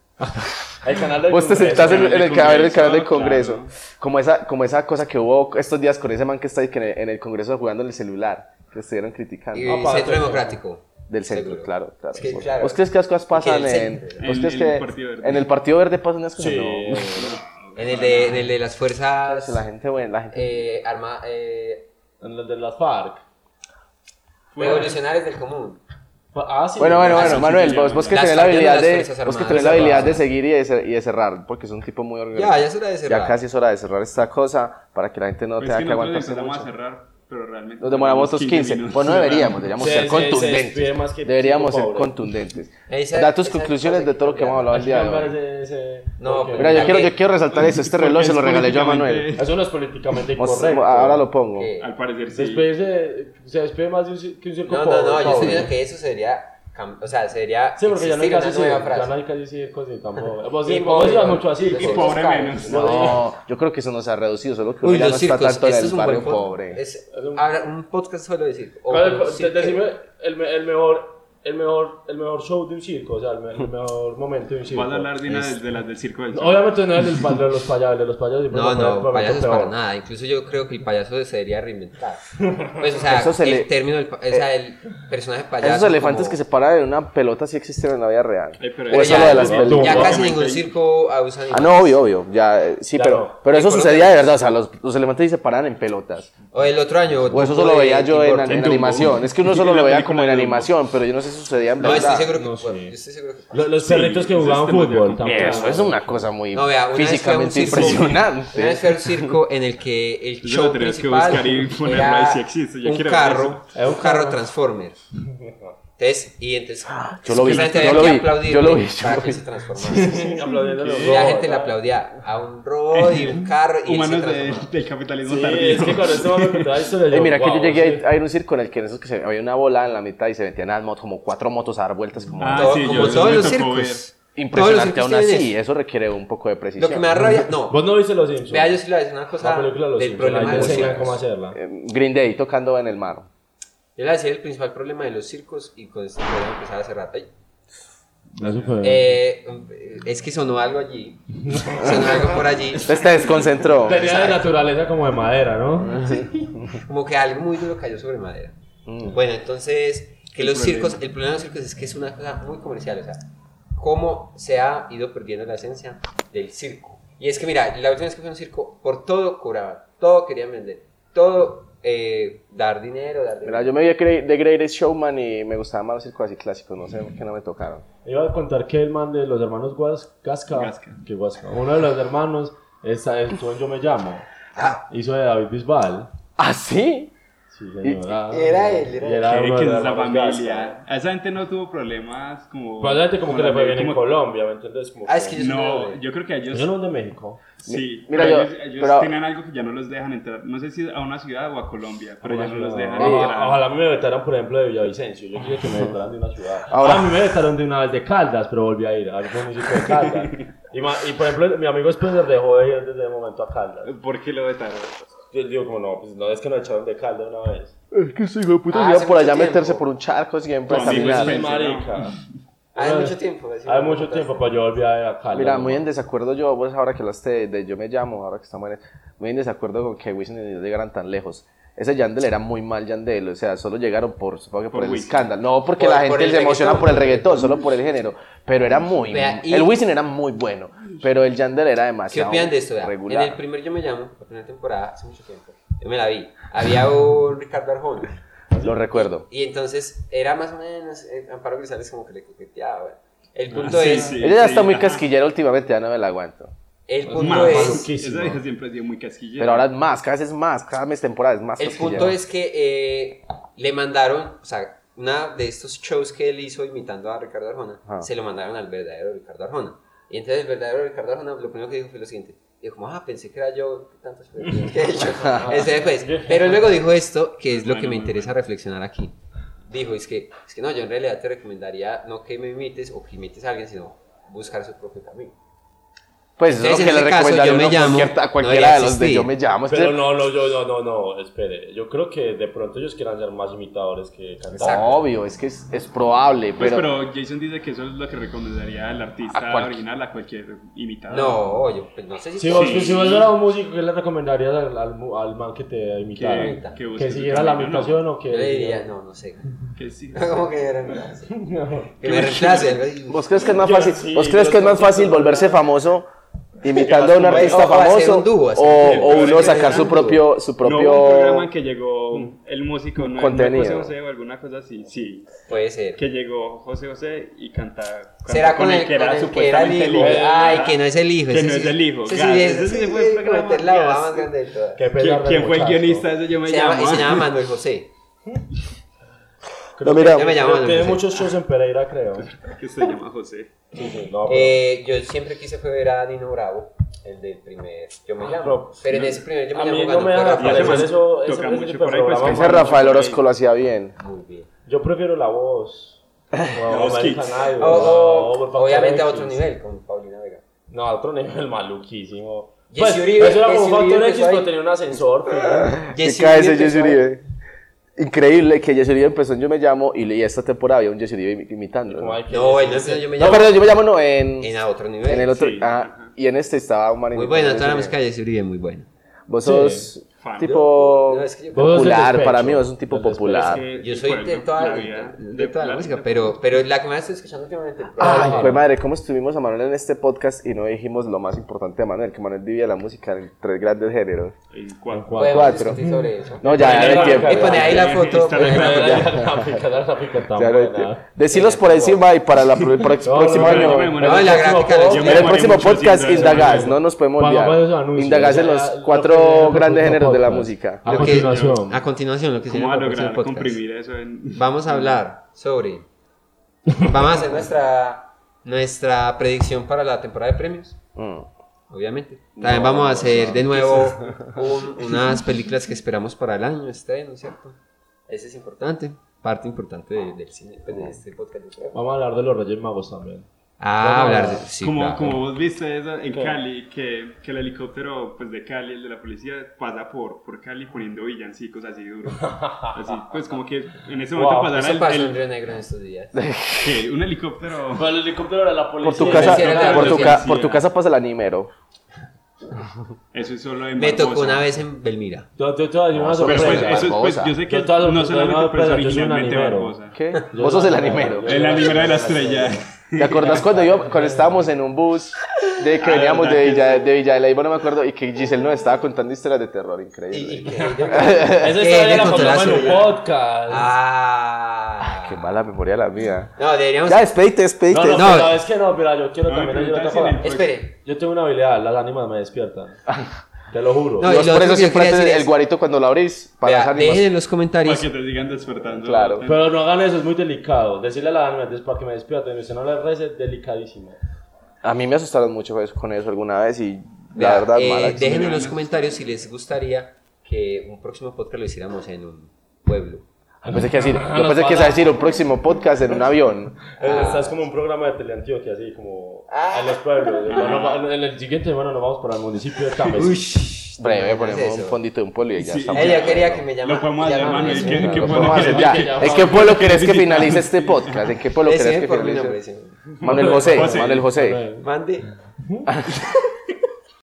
Speaker 1: El canal del
Speaker 4: Vos te
Speaker 1: Congreso.
Speaker 4: sentás en,
Speaker 3: canal
Speaker 4: en
Speaker 3: del
Speaker 4: el canal del
Speaker 3: Congreso,
Speaker 4: canal del
Speaker 3: claro.
Speaker 4: Congreso. Como, esa, como esa cosa que hubo estos días con ese man que está ahí que en, el, en el Congreso jugando en el celular. Que estuvieron criticando.
Speaker 2: Y
Speaker 1: No, para
Speaker 2: Centro
Speaker 1: todo.
Speaker 2: Democrático.
Speaker 4: Del centro,
Speaker 2: Seguro.
Speaker 4: claro, claro.
Speaker 2: Es que,
Speaker 4: ¿Vos-
Speaker 2: claro.
Speaker 4: ¿Vos crees que las cosas pasan
Speaker 2: el
Speaker 4: en,
Speaker 2: centro.
Speaker 4: ¿vos
Speaker 3: En
Speaker 4: crees
Speaker 3: el
Speaker 4: que
Speaker 3: Partido Verde.
Speaker 4: en el Partido Verde pasan las cosas?
Speaker 1: Sí.
Speaker 4: No.
Speaker 2: En el de, en el de las
Speaker 4: Pues
Speaker 2: fuerzas
Speaker 4: La gente buena, la gente...
Speaker 2: eh, arma, eh,
Speaker 1: En el de las FARC.
Speaker 2: Revolucionar es del común.
Speaker 1: Ah, sí.
Speaker 4: Bueno, bueno,
Speaker 2: Ah,
Speaker 4: bueno,
Speaker 2: sí,
Speaker 4: Manuel,
Speaker 3: sí,
Speaker 4: vos,
Speaker 3: sí,
Speaker 4: vos
Speaker 3: sí.
Speaker 4: que
Speaker 2: Las
Speaker 4: tenés la
Speaker 2: cambian de
Speaker 4: habilidad
Speaker 2: las
Speaker 4: de,
Speaker 2: Fuerzas
Speaker 4: vos que
Speaker 2: Armadas.
Speaker 4: tenés la habilidad de seguir y de, cer- y de cerrar, porque es un tipo muy organizado.
Speaker 2: Ya, ya será de cerrar.
Speaker 4: Ya casi es hora de cerrar esta cosa para que la gente no
Speaker 3: Pues
Speaker 4: tenga
Speaker 3: es
Speaker 4: que,
Speaker 3: que nosotros
Speaker 4: aguantarse
Speaker 3: empezamos a
Speaker 4: mucho.
Speaker 3: cerrar, pero realmente...
Speaker 4: Nos demoramos otros 15.
Speaker 3: minutos
Speaker 4: Pues no
Speaker 3: cerrando.
Speaker 4: deberíamos, deberíamos
Speaker 1: Sí,
Speaker 4: ser
Speaker 1: sí, se
Speaker 4: contundentes.
Speaker 1: despide más que
Speaker 4: deberíamos
Speaker 1: Chico
Speaker 4: ser
Speaker 1: Pobre.
Speaker 4: contundentes.
Speaker 2: Esa-
Speaker 4: da tus
Speaker 2: esa
Speaker 4: conclusiones
Speaker 2: cosa
Speaker 4: de todo lo que hemos hablado el día de hoy.
Speaker 2: No, pero-
Speaker 4: Mira, yo
Speaker 2: Ya
Speaker 4: quiero,
Speaker 2: que-
Speaker 4: yo quiero resaltar eso. Este
Speaker 3: Porque
Speaker 4: reloj se
Speaker 3: es
Speaker 4: lo regalé yo a Manuel.
Speaker 3: políticamente-
Speaker 1: Eso no es políticamente
Speaker 4: Mos-
Speaker 1: incorrecto.
Speaker 4: Ahora lo pongo.
Speaker 2: que-
Speaker 3: Al parecer sí.
Speaker 1: Despedirse, se despide más de un, ci- que un circo
Speaker 2: No,
Speaker 1: pobre,
Speaker 2: no, no, yo
Speaker 1: pobre.
Speaker 2: estoy
Speaker 4: eh.
Speaker 2: diciendo que eso sería. cam- O sea, sería.
Speaker 1: Sí, porque ya no hay
Speaker 2: existir
Speaker 1: casi
Speaker 2: una nueva
Speaker 1: circos,
Speaker 2: frase.
Speaker 1: ya no hay casi circos ni
Speaker 2: <laughs>
Speaker 1: tampoco. Vos
Speaker 2: Y
Speaker 1: sí, vos
Speaker 2: pobre,
Speaker 1: ibas
Speaker 2: ¿no?
Speaker 1: mucho a circos.
Speaker 4: Pues
Speaker 2: Los
Speaker 3: pobre
Speaker 2: circos
Speaker 3: menos.
Speaker 2: caros.
Speaker 4: No, yo creo que eso nos ha reducido, solo que uno
Speaker 2: Uy,
Speaker 4: ya no
Speaker 2: los
Speaker 4: está
Speaker 2: circos,
Speaker 4: tanto en
Speaker 2: esto
Speaker 4: el
Speaker 2: es un buen
Speaker 4: barrio
Speaker 2: Este pod-
Speaker 4: pobre.
Speaker 2: es- habrá un podcast solo de circo. o
Speaker 1: ¿Cuál
Speaker 2: un
Speaker 1: es-
Speaker 2: circo.
Speaker 1: de- Decime el, me- el mejor... El mejor, el mejor show de un circo, o sea, el, me- el mejor momento de un circo.
Speaker 3: Vas a hablar de una de, de las del circo del Sol.
Speaker 1: Obviamente no es el pa- de los payasos, el de los payasos. siempre
Speaker 2: No,
Speaker 1: lo ponen
Speaker 2: no,
Speaker 1: por
Speaker 2: payasos
Speaker 1: peor.
Speaker 2: para nada. Incluso yo creo que el payaso se debería reinventar. Pues, o sea,
Speaker 4: Eso se
Speaker 2: el
Speaker 4: le- eh,
Speaker 2: término, del pa- o sea, el personaje payaso.
Speaker 4: Esos elefantes
Speaker 2: como-
Speaker 4: que se paran en una pelota sí existen en la vida real.
Speaker 3: Eh, pero
Speaker 4: O
Speaker 2: Pero
Speaker 4: es
Speaker 3: ya-
Speaker 4: solo de las
Speaker 2: ya
Speaker 4: películas.
Speaker 2: casi ningún circo ah, usa
Speaker 4: Ah,
Speaker 2: animales.
Speaker 4: no, obvio, obvio. Ya, eh, sí,
Speaker 1: Ya
Speaker 4: pero,
Speaker 1: no.
Speaker 4: pero eso
Speaker 2: Por lo
Speaker 4: sucedía
Speaker 2: menos.
Speaker 4: de verdad. O sea, los, los elefantes ahí se paran en pelotas.
Speaker 2: O el otro año.
Speaker 4: O eso
Speaker 2: Dumbo
Speaker 4: solo
Speaker 2: de
Speaker 4: veía yo
Speaker 2: Tim
Speaker 4: en,
Speaker 2: Burton.
Speaker 4: en
Speaker 3: Dumbo.
Speaker 4: animación. Es que
Speaker 2: <laughs>
Speaker 4: uno
Speaker 3: En
Speaker 4: solo
Speaker 3: la
Speaker 4: lo veía
Speaker 3: película
Speaker 4: como en
Speaker 3: de Dumbo.
Speaker 4: animación, pero yo no sé si sucedía en
Speaker 2: No, estoy
Speaker 4: verdad.
Speaker 2: seguro que
Speaker 1: No
Speaker 2: fue.
Speaker 1: sé.
Speaker 2: Yo estoy seguro que fue.
Speaker 1: Los, los perritos que
Speaker 3: ese
Speaker 1: jugaban
Speaker 3: tema
Speaker 1: fútbol.
Speaker 3: ya-
Speaker 1: tampoco.
Speaker 4: Eso es una cosa muy
Speaker 2: No, vea, una vez
Speaker 4: físicamente
Speaker 2: fue a un circo. Una vez
Speaker 4: impresionante.
Speaker 2: fue a un circo en el que el
Speaker 3: Yo
Speaker 2: show
Speaker 3: lo tenemos que
Speaker 2: principal
Speaker 3: buscar y ponerlo
Speaker 2: era
Speaker 3: ahí si existe, yo
Speaker 2: un
Speaker 3: quiero ver
Speaker 2: carro,
Speaker 1: eso. Era
Speaker 2: un
Speaker 1: un
Speaker 2: carro
Speaker 1: carro.
Speaker 2: transformer. Entonces, y entonces
Speaker 4: yo lo vi,
Speaker 2: simplemente
Speaker 4: yo
Speaker 2: había
Speaker 4: lo
Speaker 2: que
Speaker 4: vi,
Speaker 2: aplaudirle
Speaker 4: yo lo vi, yo
Speaker 2: para
Speaker 4: lo
Speaker 2: que
Speaker 4: vi.
Speaker 2: se transformara.
Speaker 1: Aplaudiendo a los
Speaker 2: Y la
Speaker 1: robots,
Speaker 2: gente le
Speaker 1: ¿no?
Speaker 2: aplaudía a un robot y
Speaker 3: <laughs>
Speaker 2: un carro y él se
Speaker 3: Humanos de-
Speaker 2: transformaba.
Speaker 3: del capitalismo
Speaker 1: Sí,
Speaker 3: tardío.
Speaker 1: es que cuando
Speaker 3: <laughs>
Speaker 1: este momento que te da historia,
Speaker 4: Eh,
Speaker 1: yo,
Speaker 4: mira, que yo
Speaker 1: wow,
Speaker 4: llegué
Speaker 1: sí.
Speaker 4: a, a ir a un circo en el que, en esos que se- había una bola en la mitad y se metían las motos, como cuatro motos a dar vueltas, como
Speaker 3: Ah,
Speaker 2: Todo-
Speaker 3: sí, yo-
Speaker 2: como
Speaker 3: yo
Speaker 2: todos
Speaker 3: me
Speaker 2: los
Speaker 3: tocó
Speaker 2: circos.
Speaker 4: impresionante aún
Speaker 2: tienen
Speaker 4: así.
Speaker 2: eso.
Speaker 4: Eso requiere un poco de
Speaker 2: Lo
Speaker 4: precisión.
Speaker 2: que me da rabia, no,
Speaker 1: Vos no viste los Simpsons.
Speaker 2: Vea, yo sí le voy a decir una
Speaker 1: la
Speaker 2: cosa
Speaker 1: película de los
Speaker 2: del
Speaker 1: Simpsons.
Speaker 2: problema
Speaker 1: ahí
Speaker 2: de
Speaker 1: te
Speaker 2: los
Speaker 1: enseñan
Speaker 2: circos.
Speaker 1: cómo hacerla.
Speaker 4: Eh, Green Day tocando en el mar.
Speaker 2: Yo le voy a decir el principal problema de los circos y con esto voy a empezar a cerrar. Ay.
Speaker 5: Eso
Speaker 1: Mm.
Speaker 5: fue-
Speaker 2: Eh, es que sonó algo allí. Sonó algo por allí.
Speaker 4: Entonces te <laughs> desconcentró.
Speaker 1: Tenía de naturaleza como de madera, ¿no?
Speaker 2: Como que algo muy duro cayó sobre madera.
Speaker 4: Mm.
Speaker 2: Bueno, entonces, que
Speaker 3: El
Speaker 2: los
Speaker 3: problema.
Speaker 2: circos, el problema de los circos es que es una cosa muy comercial, o sea, cómo se ha ido perdiendo la esencia del circo. Y es que, mira, la última vez que fui a un circo, por todo cobraban, todo querían vender, todo eh, dar dinero, dar dinero.
Speaker 4: Mira, yo me vi a Grey- The Greatest Showman y me gustaban más los circos así clásicos, no sé por qué no me tocaron.
Speaker 1: Iba a contar que el man de los hermanos Guas- Gasca,
Speaker 3: Gasca.
Speaker 1: que Guasca, uno de los hermanos, esa- estuvo en Yo Me Llamo,
Speaker 2: Ah,
Speaker 1: hizo de David Bisbal.
Speaker 4: ¿Ah, sí?
Speaker 1: Sí, señora.
Speaker 2: Y- era él, era
Speaker 1: Y
Speaker 3: Que-
Speaker 1: uno de
Speaker 3: que
Speaker 1: los
Speaker 3: es la
Speaker 1: hermanos
Speaker 3: familia.
Speaker 1: Gasca.
Speaker 3: A esa gente no tuvo problemas como...
Speaker 1: Pues la gente como
Speaker 3: con
Speaker 1: que le
Speaker 3: la-
Speaker 1: fue bien en
Speaker 3: como-
Speaker 1: Colombia, ¿me entiendes? Como
Speaker 2: Ah, es que yo-
Speaker 3: No, yo creo que a ellos...
Speaker 1: Ellos no son de México.
Speaker 3: Sí,
Speaker 4: Mira,
Speaker 3: pero
Speaker 4: yo-
Speaker 3: ellos, ellos
Speaker 4: pero-
Speaker 3: tenían algo que ya no los dejan entrar. No sé si a una ciudad o a Colombia, pero ya no los dejan
Speaker 1: Ojalá-
Speaker 3: entrar.
Speaker 1: Ojalá a mí me vetaran, por ejemplo, de Villavicencio. Yo quería que me vetaran de una ciudad.
Speaker 4: Ahora-
Speaker 1: Ah, a mí me vetaron de una vez de Caldas, pero volví a ir al municipio de Caldas.
Speaker 3: <laughs>
Speaker 1: Y, ma- y, por ejemplo, mi amigo Spencer dejó de ir desde el momento a Caldas.
Speaker 3: ¿Por qué lo vetaron?
Speaker 1: Yo digo, como no, pues no es que nos echaron de Caldas una vez.
Speaker 4: Es que ese hijo de puta
Speaker 2: Ah,
Speaker 4: se iba
Speaker 2: hace
Speaker 4: por
Speaker 2: mucho
Speaker 4: allá a
Speaker 2: tiempo.
Speaker 4: meterse por un charco siempre a
Speaker 3: Tu amigo
Speaker 4: caminar.
Speaker 1: Sí,
Speaker 3: Spencer.
Speaker 1: marica.
Speaker 2: Hace Ah, mucho tiempo. así
Speaker 1: Hace
Speaker 2: me
Speaker 1: mucho
Speaker 2: contaste.
Speaker 1: tiempo, pues yo volví a ir a Caldas.
Speaker 4: Mira,
Speaker 1: ¿no?
Speaker 4: muy en desacuerdo yo, pues ahora que hablaste de, de Yo Me Llamo, ahora que estamos en... Muy en desacuerdo con que Wisin y Yandel llegaran tan lejos. Ese Yandel era muy mal Yandel, o sea, solo llegaron por, supongo que por,
Speaker 3: Por
Speaker 4: el
Speaker 3: Wisin.
Speaker 4: escándalo. No, porque
Speaker 2: Por-
Speaker 4: la
Speaker 2: por
Speaker 4: gente
Speaker 2: el
Speaker 4: se emociona
Speaker 2: reggaetón.
Speaker 4: por el reggaetón, solo por el género. Pero era muy...
Speaker 2: Vea, y-
Speaker 4: El Wisin era muy bueno, pero el Yandel era
Speaker 2: ¿Qué
Speaker 4: demasiado
Speaker 2: opinan de esto? Vea, En
Speaker 4: regular.
Speaker 2: el primer Yo Me Llamo, la primera temporada, hace mucho tiempo, yo me la vi. Había un Ricardo Arjona.
Speaker 4: Lo recuerdo.
Speaker 2: Y entonces era más o menos eh, Amparo Grisales como que le coqueteaba. bueno. El punto
Speaker 3: Ah, sí,
Speaker 2: es,
Speaker 3: sí.
Speaker 4: Ella ya está muy
Speaker 3: ajá.
Speaker 4: casquillera últimamente, ya no me la aguanto.
Speaker 2: el punto
Speaker 3: Más.
Speaker 2: es,
Speaker 1: maluquísimo.
Speaker 3: Esa hija siempre ha sido muy casquillera.
Speaker 4: Pero ahora es más, cada vez es más, cada mes temporada es más
Speaker 2: el
Speaker 4: casquillera.
Speaker 2: punto es que eh, le mandaron, o sea, una de estos shows que él hizo imitando a Ricardo Arjona,
Speaker 4: Ajá.
Speaker 2: se lo mandaron al verdadero Ricardo Arjona. Y entonces el verdadero Ricardo Arjona lo primero que dijo fue lo siguiente. Dijo como, ah, pensé que era yo, que tantas preguntas que he hecho. Ese, pues. Pero luego dijo esto, que es lo que me
Speaker 3: Bueno,
Speaker 2: interesa reflexionar aquí. Dijo, es que, es que no, yo en realidad te recomendaría no que me imites o que imites a alguien, sino buscar su propio camino.
Speaker 4: Pues eso es
Speaker 2: Entonces,
Speaker 4: lo que
Speaker 2: en
Speaker 4: le
Speaker 2: ese caso, Yo
Speaker 4: recomendaría
Speaker 2: Me
Speaker 4: uno a
Speaker 2: Llamo
Speaker 4: cualquier- a
Speaker 2: no
Speaker 4: cualquiera
Speaker 2: debería
Speaker 4: de los de
Speaker 2: existir.
Speaker 4: Yo Me Llamo. es
Speaker 1: Pero
Speaker 4: que-
Speaker 1: no, no, yo, no, no, no, espere. Yo creo que de pronto ellos quieran ser más imitadores que cantantes.
Speaker 4: Obvio, es que es, es probable,
Speaker 3: Pues,
Speaker 4: pero...
Speaker 3: pero Jason dice que eso es lo que recomendaría al artista
Speaker 4: A cual-
Speaker 3: original, a cualquier imitador.
Speaker 2: No, yo pues, no sé si...
Speaker 1: Si vos,
Speaker 3: Ah. Sí.
Speaker 1: si vos eras un músico, ¿qué le recomendarías al, al, mu- al man que te imitara?
Speaker 3: que,
Speaker 2: Claro.
Speaker 3: que,
Speaker 1: Que,
Speaker 3: busque su
Speaker 1: siguiera la
Speaker 3: camino, ¿no?
Speaker 1: imitación o que...
Speaker 2: Yo le diría, no, no sé. <laughs>
Speaker 3: Que sí.
Speaker 2: ¿Cómo que reemplace? Que me reemplace. algo así.
Speaker 4: ¿Vos crees que es más
Speaker 1: Yo
Speaker 4: fácil,
Speaker 1: sí,
Speaker 4: ¿vos crees
Speaker 1: yo
Speaker 4: que es más
Speaker 1: tampoco
Speaker 4: fácil
Speaker 1: creo.
Speaker 4: volverse famoso imitando a un artista
Speaker 2: O hacer
Speaker 4: famoso
Speaker 2: un dúo, hacer
Speaker 4: o,
Speaker 2: un
Speaker 4: o uno sacar su propio su propio
Speaker 3: No, un programa en que llegó el músico, no
Speaker 4: Contenido.
Speaker 3: no José José o alguna cosa así, sí.
Speaker 2: Puede ser.
Speaker 3: Que llegó José José y canta. canta
Speaker 2: Será con, el, con el que era el
Speaker 3: supuestamente
Speaker 2: hijo. Ay, que no es el hijo.
Speaker 3: Que
Speaker 2: ese
Speaker 3: no
Speaker 2: sí-
Speaker 3: es el hijo.
Speaker 2: ese
Speaker 3: gas,
Speaker 2: sí es-
Speaker 3: ese sí
Speaker 2: ese
Speaker 3: fue el
Speaker 2: es como
Speaker 3: programa,
Speaker 2: el la
Speaker 3: gas.
Speaker 2: más grande de todas.
Speaker 1: Qué
Speaker 3: ¿Quién,
Speaker 1: pena
Speaker 3: quién fue el
Speaker 1: remochazo.
Speaker 3: guionista? Eso yo me
Speaker 2: Se llama,
Speaker 3: llamo.
Speaker 2: se llama Manuel José.
Speaker 1: Creo
Speaker 4: No, mira,
Speaker 1: que-
Speaker 2: yo me llamo
Speaker 1: creo que
Speaker 2: Manuel
Speaker 1: Tiene
Speaker 2: José.
Speaker 1: muchos shows en Pereira, creo.
Speaker 3: <laughs> Que se llama José.
Speaker 1: Sí, sí, no, pero-
Speaker 2: Eh, yo siempre quise fue ver a Nino Bravo, el del primer Yo me llamo.
Speaker 1: pero-
Speaker 2: Pero en ese primer Yo me
Speaker 1: a mí
Speaker 2: llamo
Speaker 1: no
Speaker 2: cuando
Speaker 1: me da
Speaker 2: fue
Speaker 1: la
Speaker 3: fuera
Speaker 2: Rafael
Speaker 3: fuera.
Speaker 1: impresión,
Speaker 2: Orozco.
Speaker 1: eso, eso,
Speaker 3: Toca
Speaker 1: ese
Speaker 3: mucho por ahí,
Speaker 1: programa-
Speaker 3: pues,
Speaker 4: ese Rafael Orozco lo hacía bien
Speaker 2: Muy bien.
Speaker 1: Yo prefiero la voz.
Speaker 3: voz
Speaker 1: American
Speaker 3: Kids.
Speaker 1: Idol,
Speaker 2: O- o-
Speaker 1: o Factor
Speaker 2: Oh, obviamente a
Speaker 1: X.
Speaker 2: otro nivel, con Paulina Vega.
Speaker 1: No, a otro nivel <laughs> maluquísimo.
Speaker 2: Jesse
Speaker 1: Pues,
Speaker 2: Uribe,
Speaker 1: eso era como
Speaker 2: Jesse
Speaker 1: Factor
Speaker 2: Uribe
Speaker 1: X,
Speaker 2: empezó
Speaker 1: pero
Speaker 2: ahí.
Speaker 1: tenía un
Speaker 4: <laughs>
Speaker 1: ascensor. pues.
Speaker 4: Qué
Speaker 2: Jesse
Speaker 4: cabeza
Speaker 2: Uribe
Speaker 4: Jesse
Speaker 2: empezó-
Speaker 4: Uribe. increíble que Jesse Uribe empezó en Yo me llamo y leí esta temporada había un Jesse Uribe imi- imitando
Speaker 1: Como
Speaker 4: no,
Speaker 1: hay que
Speaker 2: No, él
Speaker 1: decir,
Speaker 2: no empezó, yo me
Speaker 4: No,
Speaker 2: llamo.
Speaker 4: perdón Yo me llamo no en
Speaker 2: En a otro nivel.
Speaker 4: en el otro
Speaker 3: Sí.
Speaker 4: ah, y en este estaba un man
Speaker 2: Muy
Speaker 4: imitando
Speaker 2: buena,
Speaker 4: a
Speaker 2: toda la
Speaker 4: Jesse
Speaker 2: música de Jesse Uribe, muy buena.
Speaker 4: Uribe. vos sos
Speaker 3: Fan.
Speaker 4: tipo
Speaker 2: No, es que yo-
Speaker 4: popular
Speaker 1: Vos sos
Speaker 4: para
Speaker 1: el
Speaker 4: mí vos sos un tipo
Speaker 1: despecho. El
Speaker 4: popular
Speaker 3: despecho.
Speaker 2: Ah, Yo soy de
Speaker 3: Bueno,
Speaker 2: toda,
Speaker 3: la
Speaker 2: de,
Speaker 3: vida,
Speaker 2: de toda la
Speaker 3: la-
Speaker 2: música, pero, pero la que más estoy escuchando últimamente.
Speaker 4: Ay,
Speaker 2: probablemente-
Speaker 4: pues madre, ¿cómo estuvimos a Manuel en este podcast y no dijimos lo más importante de Manuel? Que Manuel vivía la música en tres grandes géneros.
Speaker 3: En cuatro.
Speaker 1: Cuatro.
Speaker 2: Podemos
Speaker 4: cuatro.
Speaker 2: discutir sobre eso.
Speaker 4: No, ya, ya no hay tiempo.
Speaker 1: Y
Speaker 4: ya.
Speaker 2: pone ahí la foto.
Speaker 3: Instagram,
Speaker 1: <laughs> La
Speaker 2: pues,
Speaker 4: <laughs>
Speaker 1: verdad, la gráfica, la gráfica tan
Speaker 4: Ya no hay tiempo.
Speaker 1: buena.
Speaker 4: Decilos por encima y para el
Speaker 1: <laughs> No,
Speaker 4: próximo
Speaker 1: no, no,
Speaker 4: año.
Speaker 1: yo
Speaker 3: me
Speaker 4: En
Speaker 3: demoré
Speaker 2: No, la
Speaker 3: mucho.
Speaker 1: Yo
Speaker 2: gráfica. este la-
Speaker 1: me
Speaker 4: el
Speaker 3: demoré
Speaker 4: próximo
Speaker 3: mucho
Speaker 4: podcast
Speaker 3: haciendo eso.
Speaker 4: indagás, no nos podemos
Speaker 1: Pagamos
Speaker 4: olvidar.
Speaker 1: esos anuncios,
Speaker 4: Indagás en
Speaker 1: ya,
Speaker 4: los
Speaker 1: lo que
Speaker 4: cuatro
Speaker 1: viene en
Speaker 4: grandes
Speaker 1: el
Speaker 4: géneros de la
Speaker 1: podcast.
Speaker 4: música.
Speaker 1: A
Speaker 2: Lo que-
Speaker 1: continuación.
Speaker 2: a continuación, lo que se
Speaker 3: ¿Cómo va
Speaker 2: llama
Speaker 3: a
Speaker 2: el próximo
Speaker 3: lograr
Speaker 2: podcast.
Speaker 3: comprimir eso en.?
Speaker 2: Vamos a hablar sobre. Vamos a hacer nuestra, nuestra predicción para la temporada de premios,
Speaker 4: Mm.
Speaker 2: obviamente. También vamos a hacer de nuevo un- unas películas que esperamos para el año estreno, ¿cierto? Ese es importante, parte importante de- del cine, pues, de este podcast. yo creo.
Speaker 1: Vamos a hablar de los Reyes Magos también.
Speaker 2: Ah, hablar de. Sí,
Speaker 3: <laughs> como,
Speaker 2: claro.
Speaker 3: como vos viste eso en Cali, que, que el helicóptero pues, de Cali, el de la policía, pasa por, por Cali poniendo villancicos así duros. Así, pues como que en ese momento
Speaker 1: Wow,
Speaker 3: pasará
Speaker 2: Eso
Speaker 3: el,
Speaker 2: pasó
Speaker 3: el-
Speaker 2: en Río Negro en estos días.
Speaker 3: que un helicóptero.
Speaker 1: el helicóptero de la
Speaker 4: Por
Speaker 1: policía.
Speaker 4: tu casa,
Speaker 2: hicieron la
Speaker 4: por tu, ca-
Speaker 3: policía.
Speaker 4: por tu casa pasa el animero.
Speaker 3: Eso es solo en
Speaker 2: Me tocó
Speaker 3: Barbosa.
Speaker 2: una vez en Belmira.
Speaker 1: Yo yo te voy a decir una
Speaker 4: Pero
Speaker 3: Pero pues,
Speaker 1: sorpresa.
Speaker 4: Barbosa.
Speaker 3: eso, pues, yo sé que
Speaker 1: Yo todas las
Speaker 3: no soy la
Speaker 1: personas,
Speaker 3: única persona
Speaker 1: pero yo soy un
Speaker 3: originalmente de
Speaker 1: animero.
Speaker 3: Barbosa.
Speaker 4: ¿Qué?
Speaker 1: Yo
Speaker 4: Vos sos
Speaker 1: no-
Speaker 4: el animero.
Speaker 1: yo-
Speaker 3: El animero de la estrella.
Speaker 4: ¿Te acordás cuando, yo, cuando estábamos en un bus de que
Speaker 3: Ah,
Speaker 4: veníamos de
Speaker 3: verdad,
Speaker 4: Villa, de Villa de Leyva, no me acuerdo, y que Giselle nos estaba contando historias de terror,
Speaker 2: Y-
Speaker 4: increíble.
Speaker 2: y que- que
Speaker 1: Esa
Speaker 2: ella
Speaker 1: historia la
Speaker 2: contó Eh, la
Speaker 1: contamos en un
Speaker 2: suya.
Speaker 1: podcast.
Speaker 2: Ah.
Speaker 4: Qué mala memoria la mía.
Speaker 2: No, deberíamos.
Speaker 4: Ya, despedite, despedite.
Speaker 1: No, no,
Speaker 2: No.
Speaker 1: pero es que no, mira, yo quiero
Speaker 3: No,
Speaker 1: también
Speaker 3: me
Speaker 1: ayudar a
Speaker 3: preguntaste en el-
Speaker 4: pues,
Speaker 2: Espere.
Speaker 1: Yo tengo una habilidad, las ánimas me
Speaker 4: <laughs>
Speaker 1: despiertan. Te lo juro.
Speaker 2: No,
Speaker 4: Vos
Speaker 2: y lo
Speaker 4: por
Speaker 2: otro
Speaker 4: eso
Speaker 2: que
Speaker 4: siempre
Speaker 2: quería
Speaker 4: haces
Speaker 2: decir
Speaker 4: el
Speaker 2: es-
Speaker 4: guarito cuando lo abrís, para
Speaker 2: Vea,
Speaker 4: las ánimas.
Speaker 2: dejen en los
Speaker 3: Para
Speaker 2: comentarios.
Speaker 3: que te sigan despertando.
Speaker 4: Claro.
Speaker 1: Pero no hagan eso, es muy delicado. Decirle a las ánimas "Des- para que me despierten, y si no le reces, es delicadísimo.
Speaker 4: A mí me asustaron mucho pues, con eso alguna vez y la
Speaker 2: Vea,
Speaker 4: verdad,
Speaker 2: eh,
Speaker 4: mala
Speaker 2: dejen en
Speaker 4: experiencia.
Speaker 2: los comentarios si les gustaría que un próximo podcast lo hiciéramos en un pueblo.
Speaker 4: Yo pensé que, así,
Speaker 1: Ah,
Speaker 4: yo
Speaker 1: nos
Speaker 4: pensé que
Speaker 1: pagan.
Speaker 4: se iba a decir un próximo podcast en un avión.
Speaker 1: Eh, Estás como un programa de Teleantioquia, así como en los pueblos. Bueno, va- en el siguiente, bueno, nos vamos para el municipio de Tames.
Speaker 4: Breve,
Speaker 2: ¿Qué es
Speaker 4: ponemos un
Speaker 2: eso? eh,
Speaker 4: fondito de un pueblo y ya
Speaker 3: Sí.
Speaker 4: estamos.
Speaker 2: Ella quería que me llamara.
Speaker 3: Lo podemos hacer,
Speaker 2: llamara
Speaker 3: Manuel.
Speaker 2: eso.
Speaker 3: ¿Qué, qué
Speaker 4: Lo
Speaker 3: pueblo
Speaker 4: podemos hacer
Speaker 3: querés
Speaker 4: ya.
Speaker 3: que ya-
Speaker 4: ¿En
Speaker 2: <laughs>
Speaker 4: qué pueblo querés que finalice este podcast? ¿En qué pueblo querés
Speaker 2: Decime
Speaker 4: que
Speaker 2: por mi
Speaker 4: finalice?
Speaker 2: nombre, decime.
Speaker 4: Manuel José,
Speaker 3: José.
Speaker 4: Manuel José.
Speaker 2: Mande.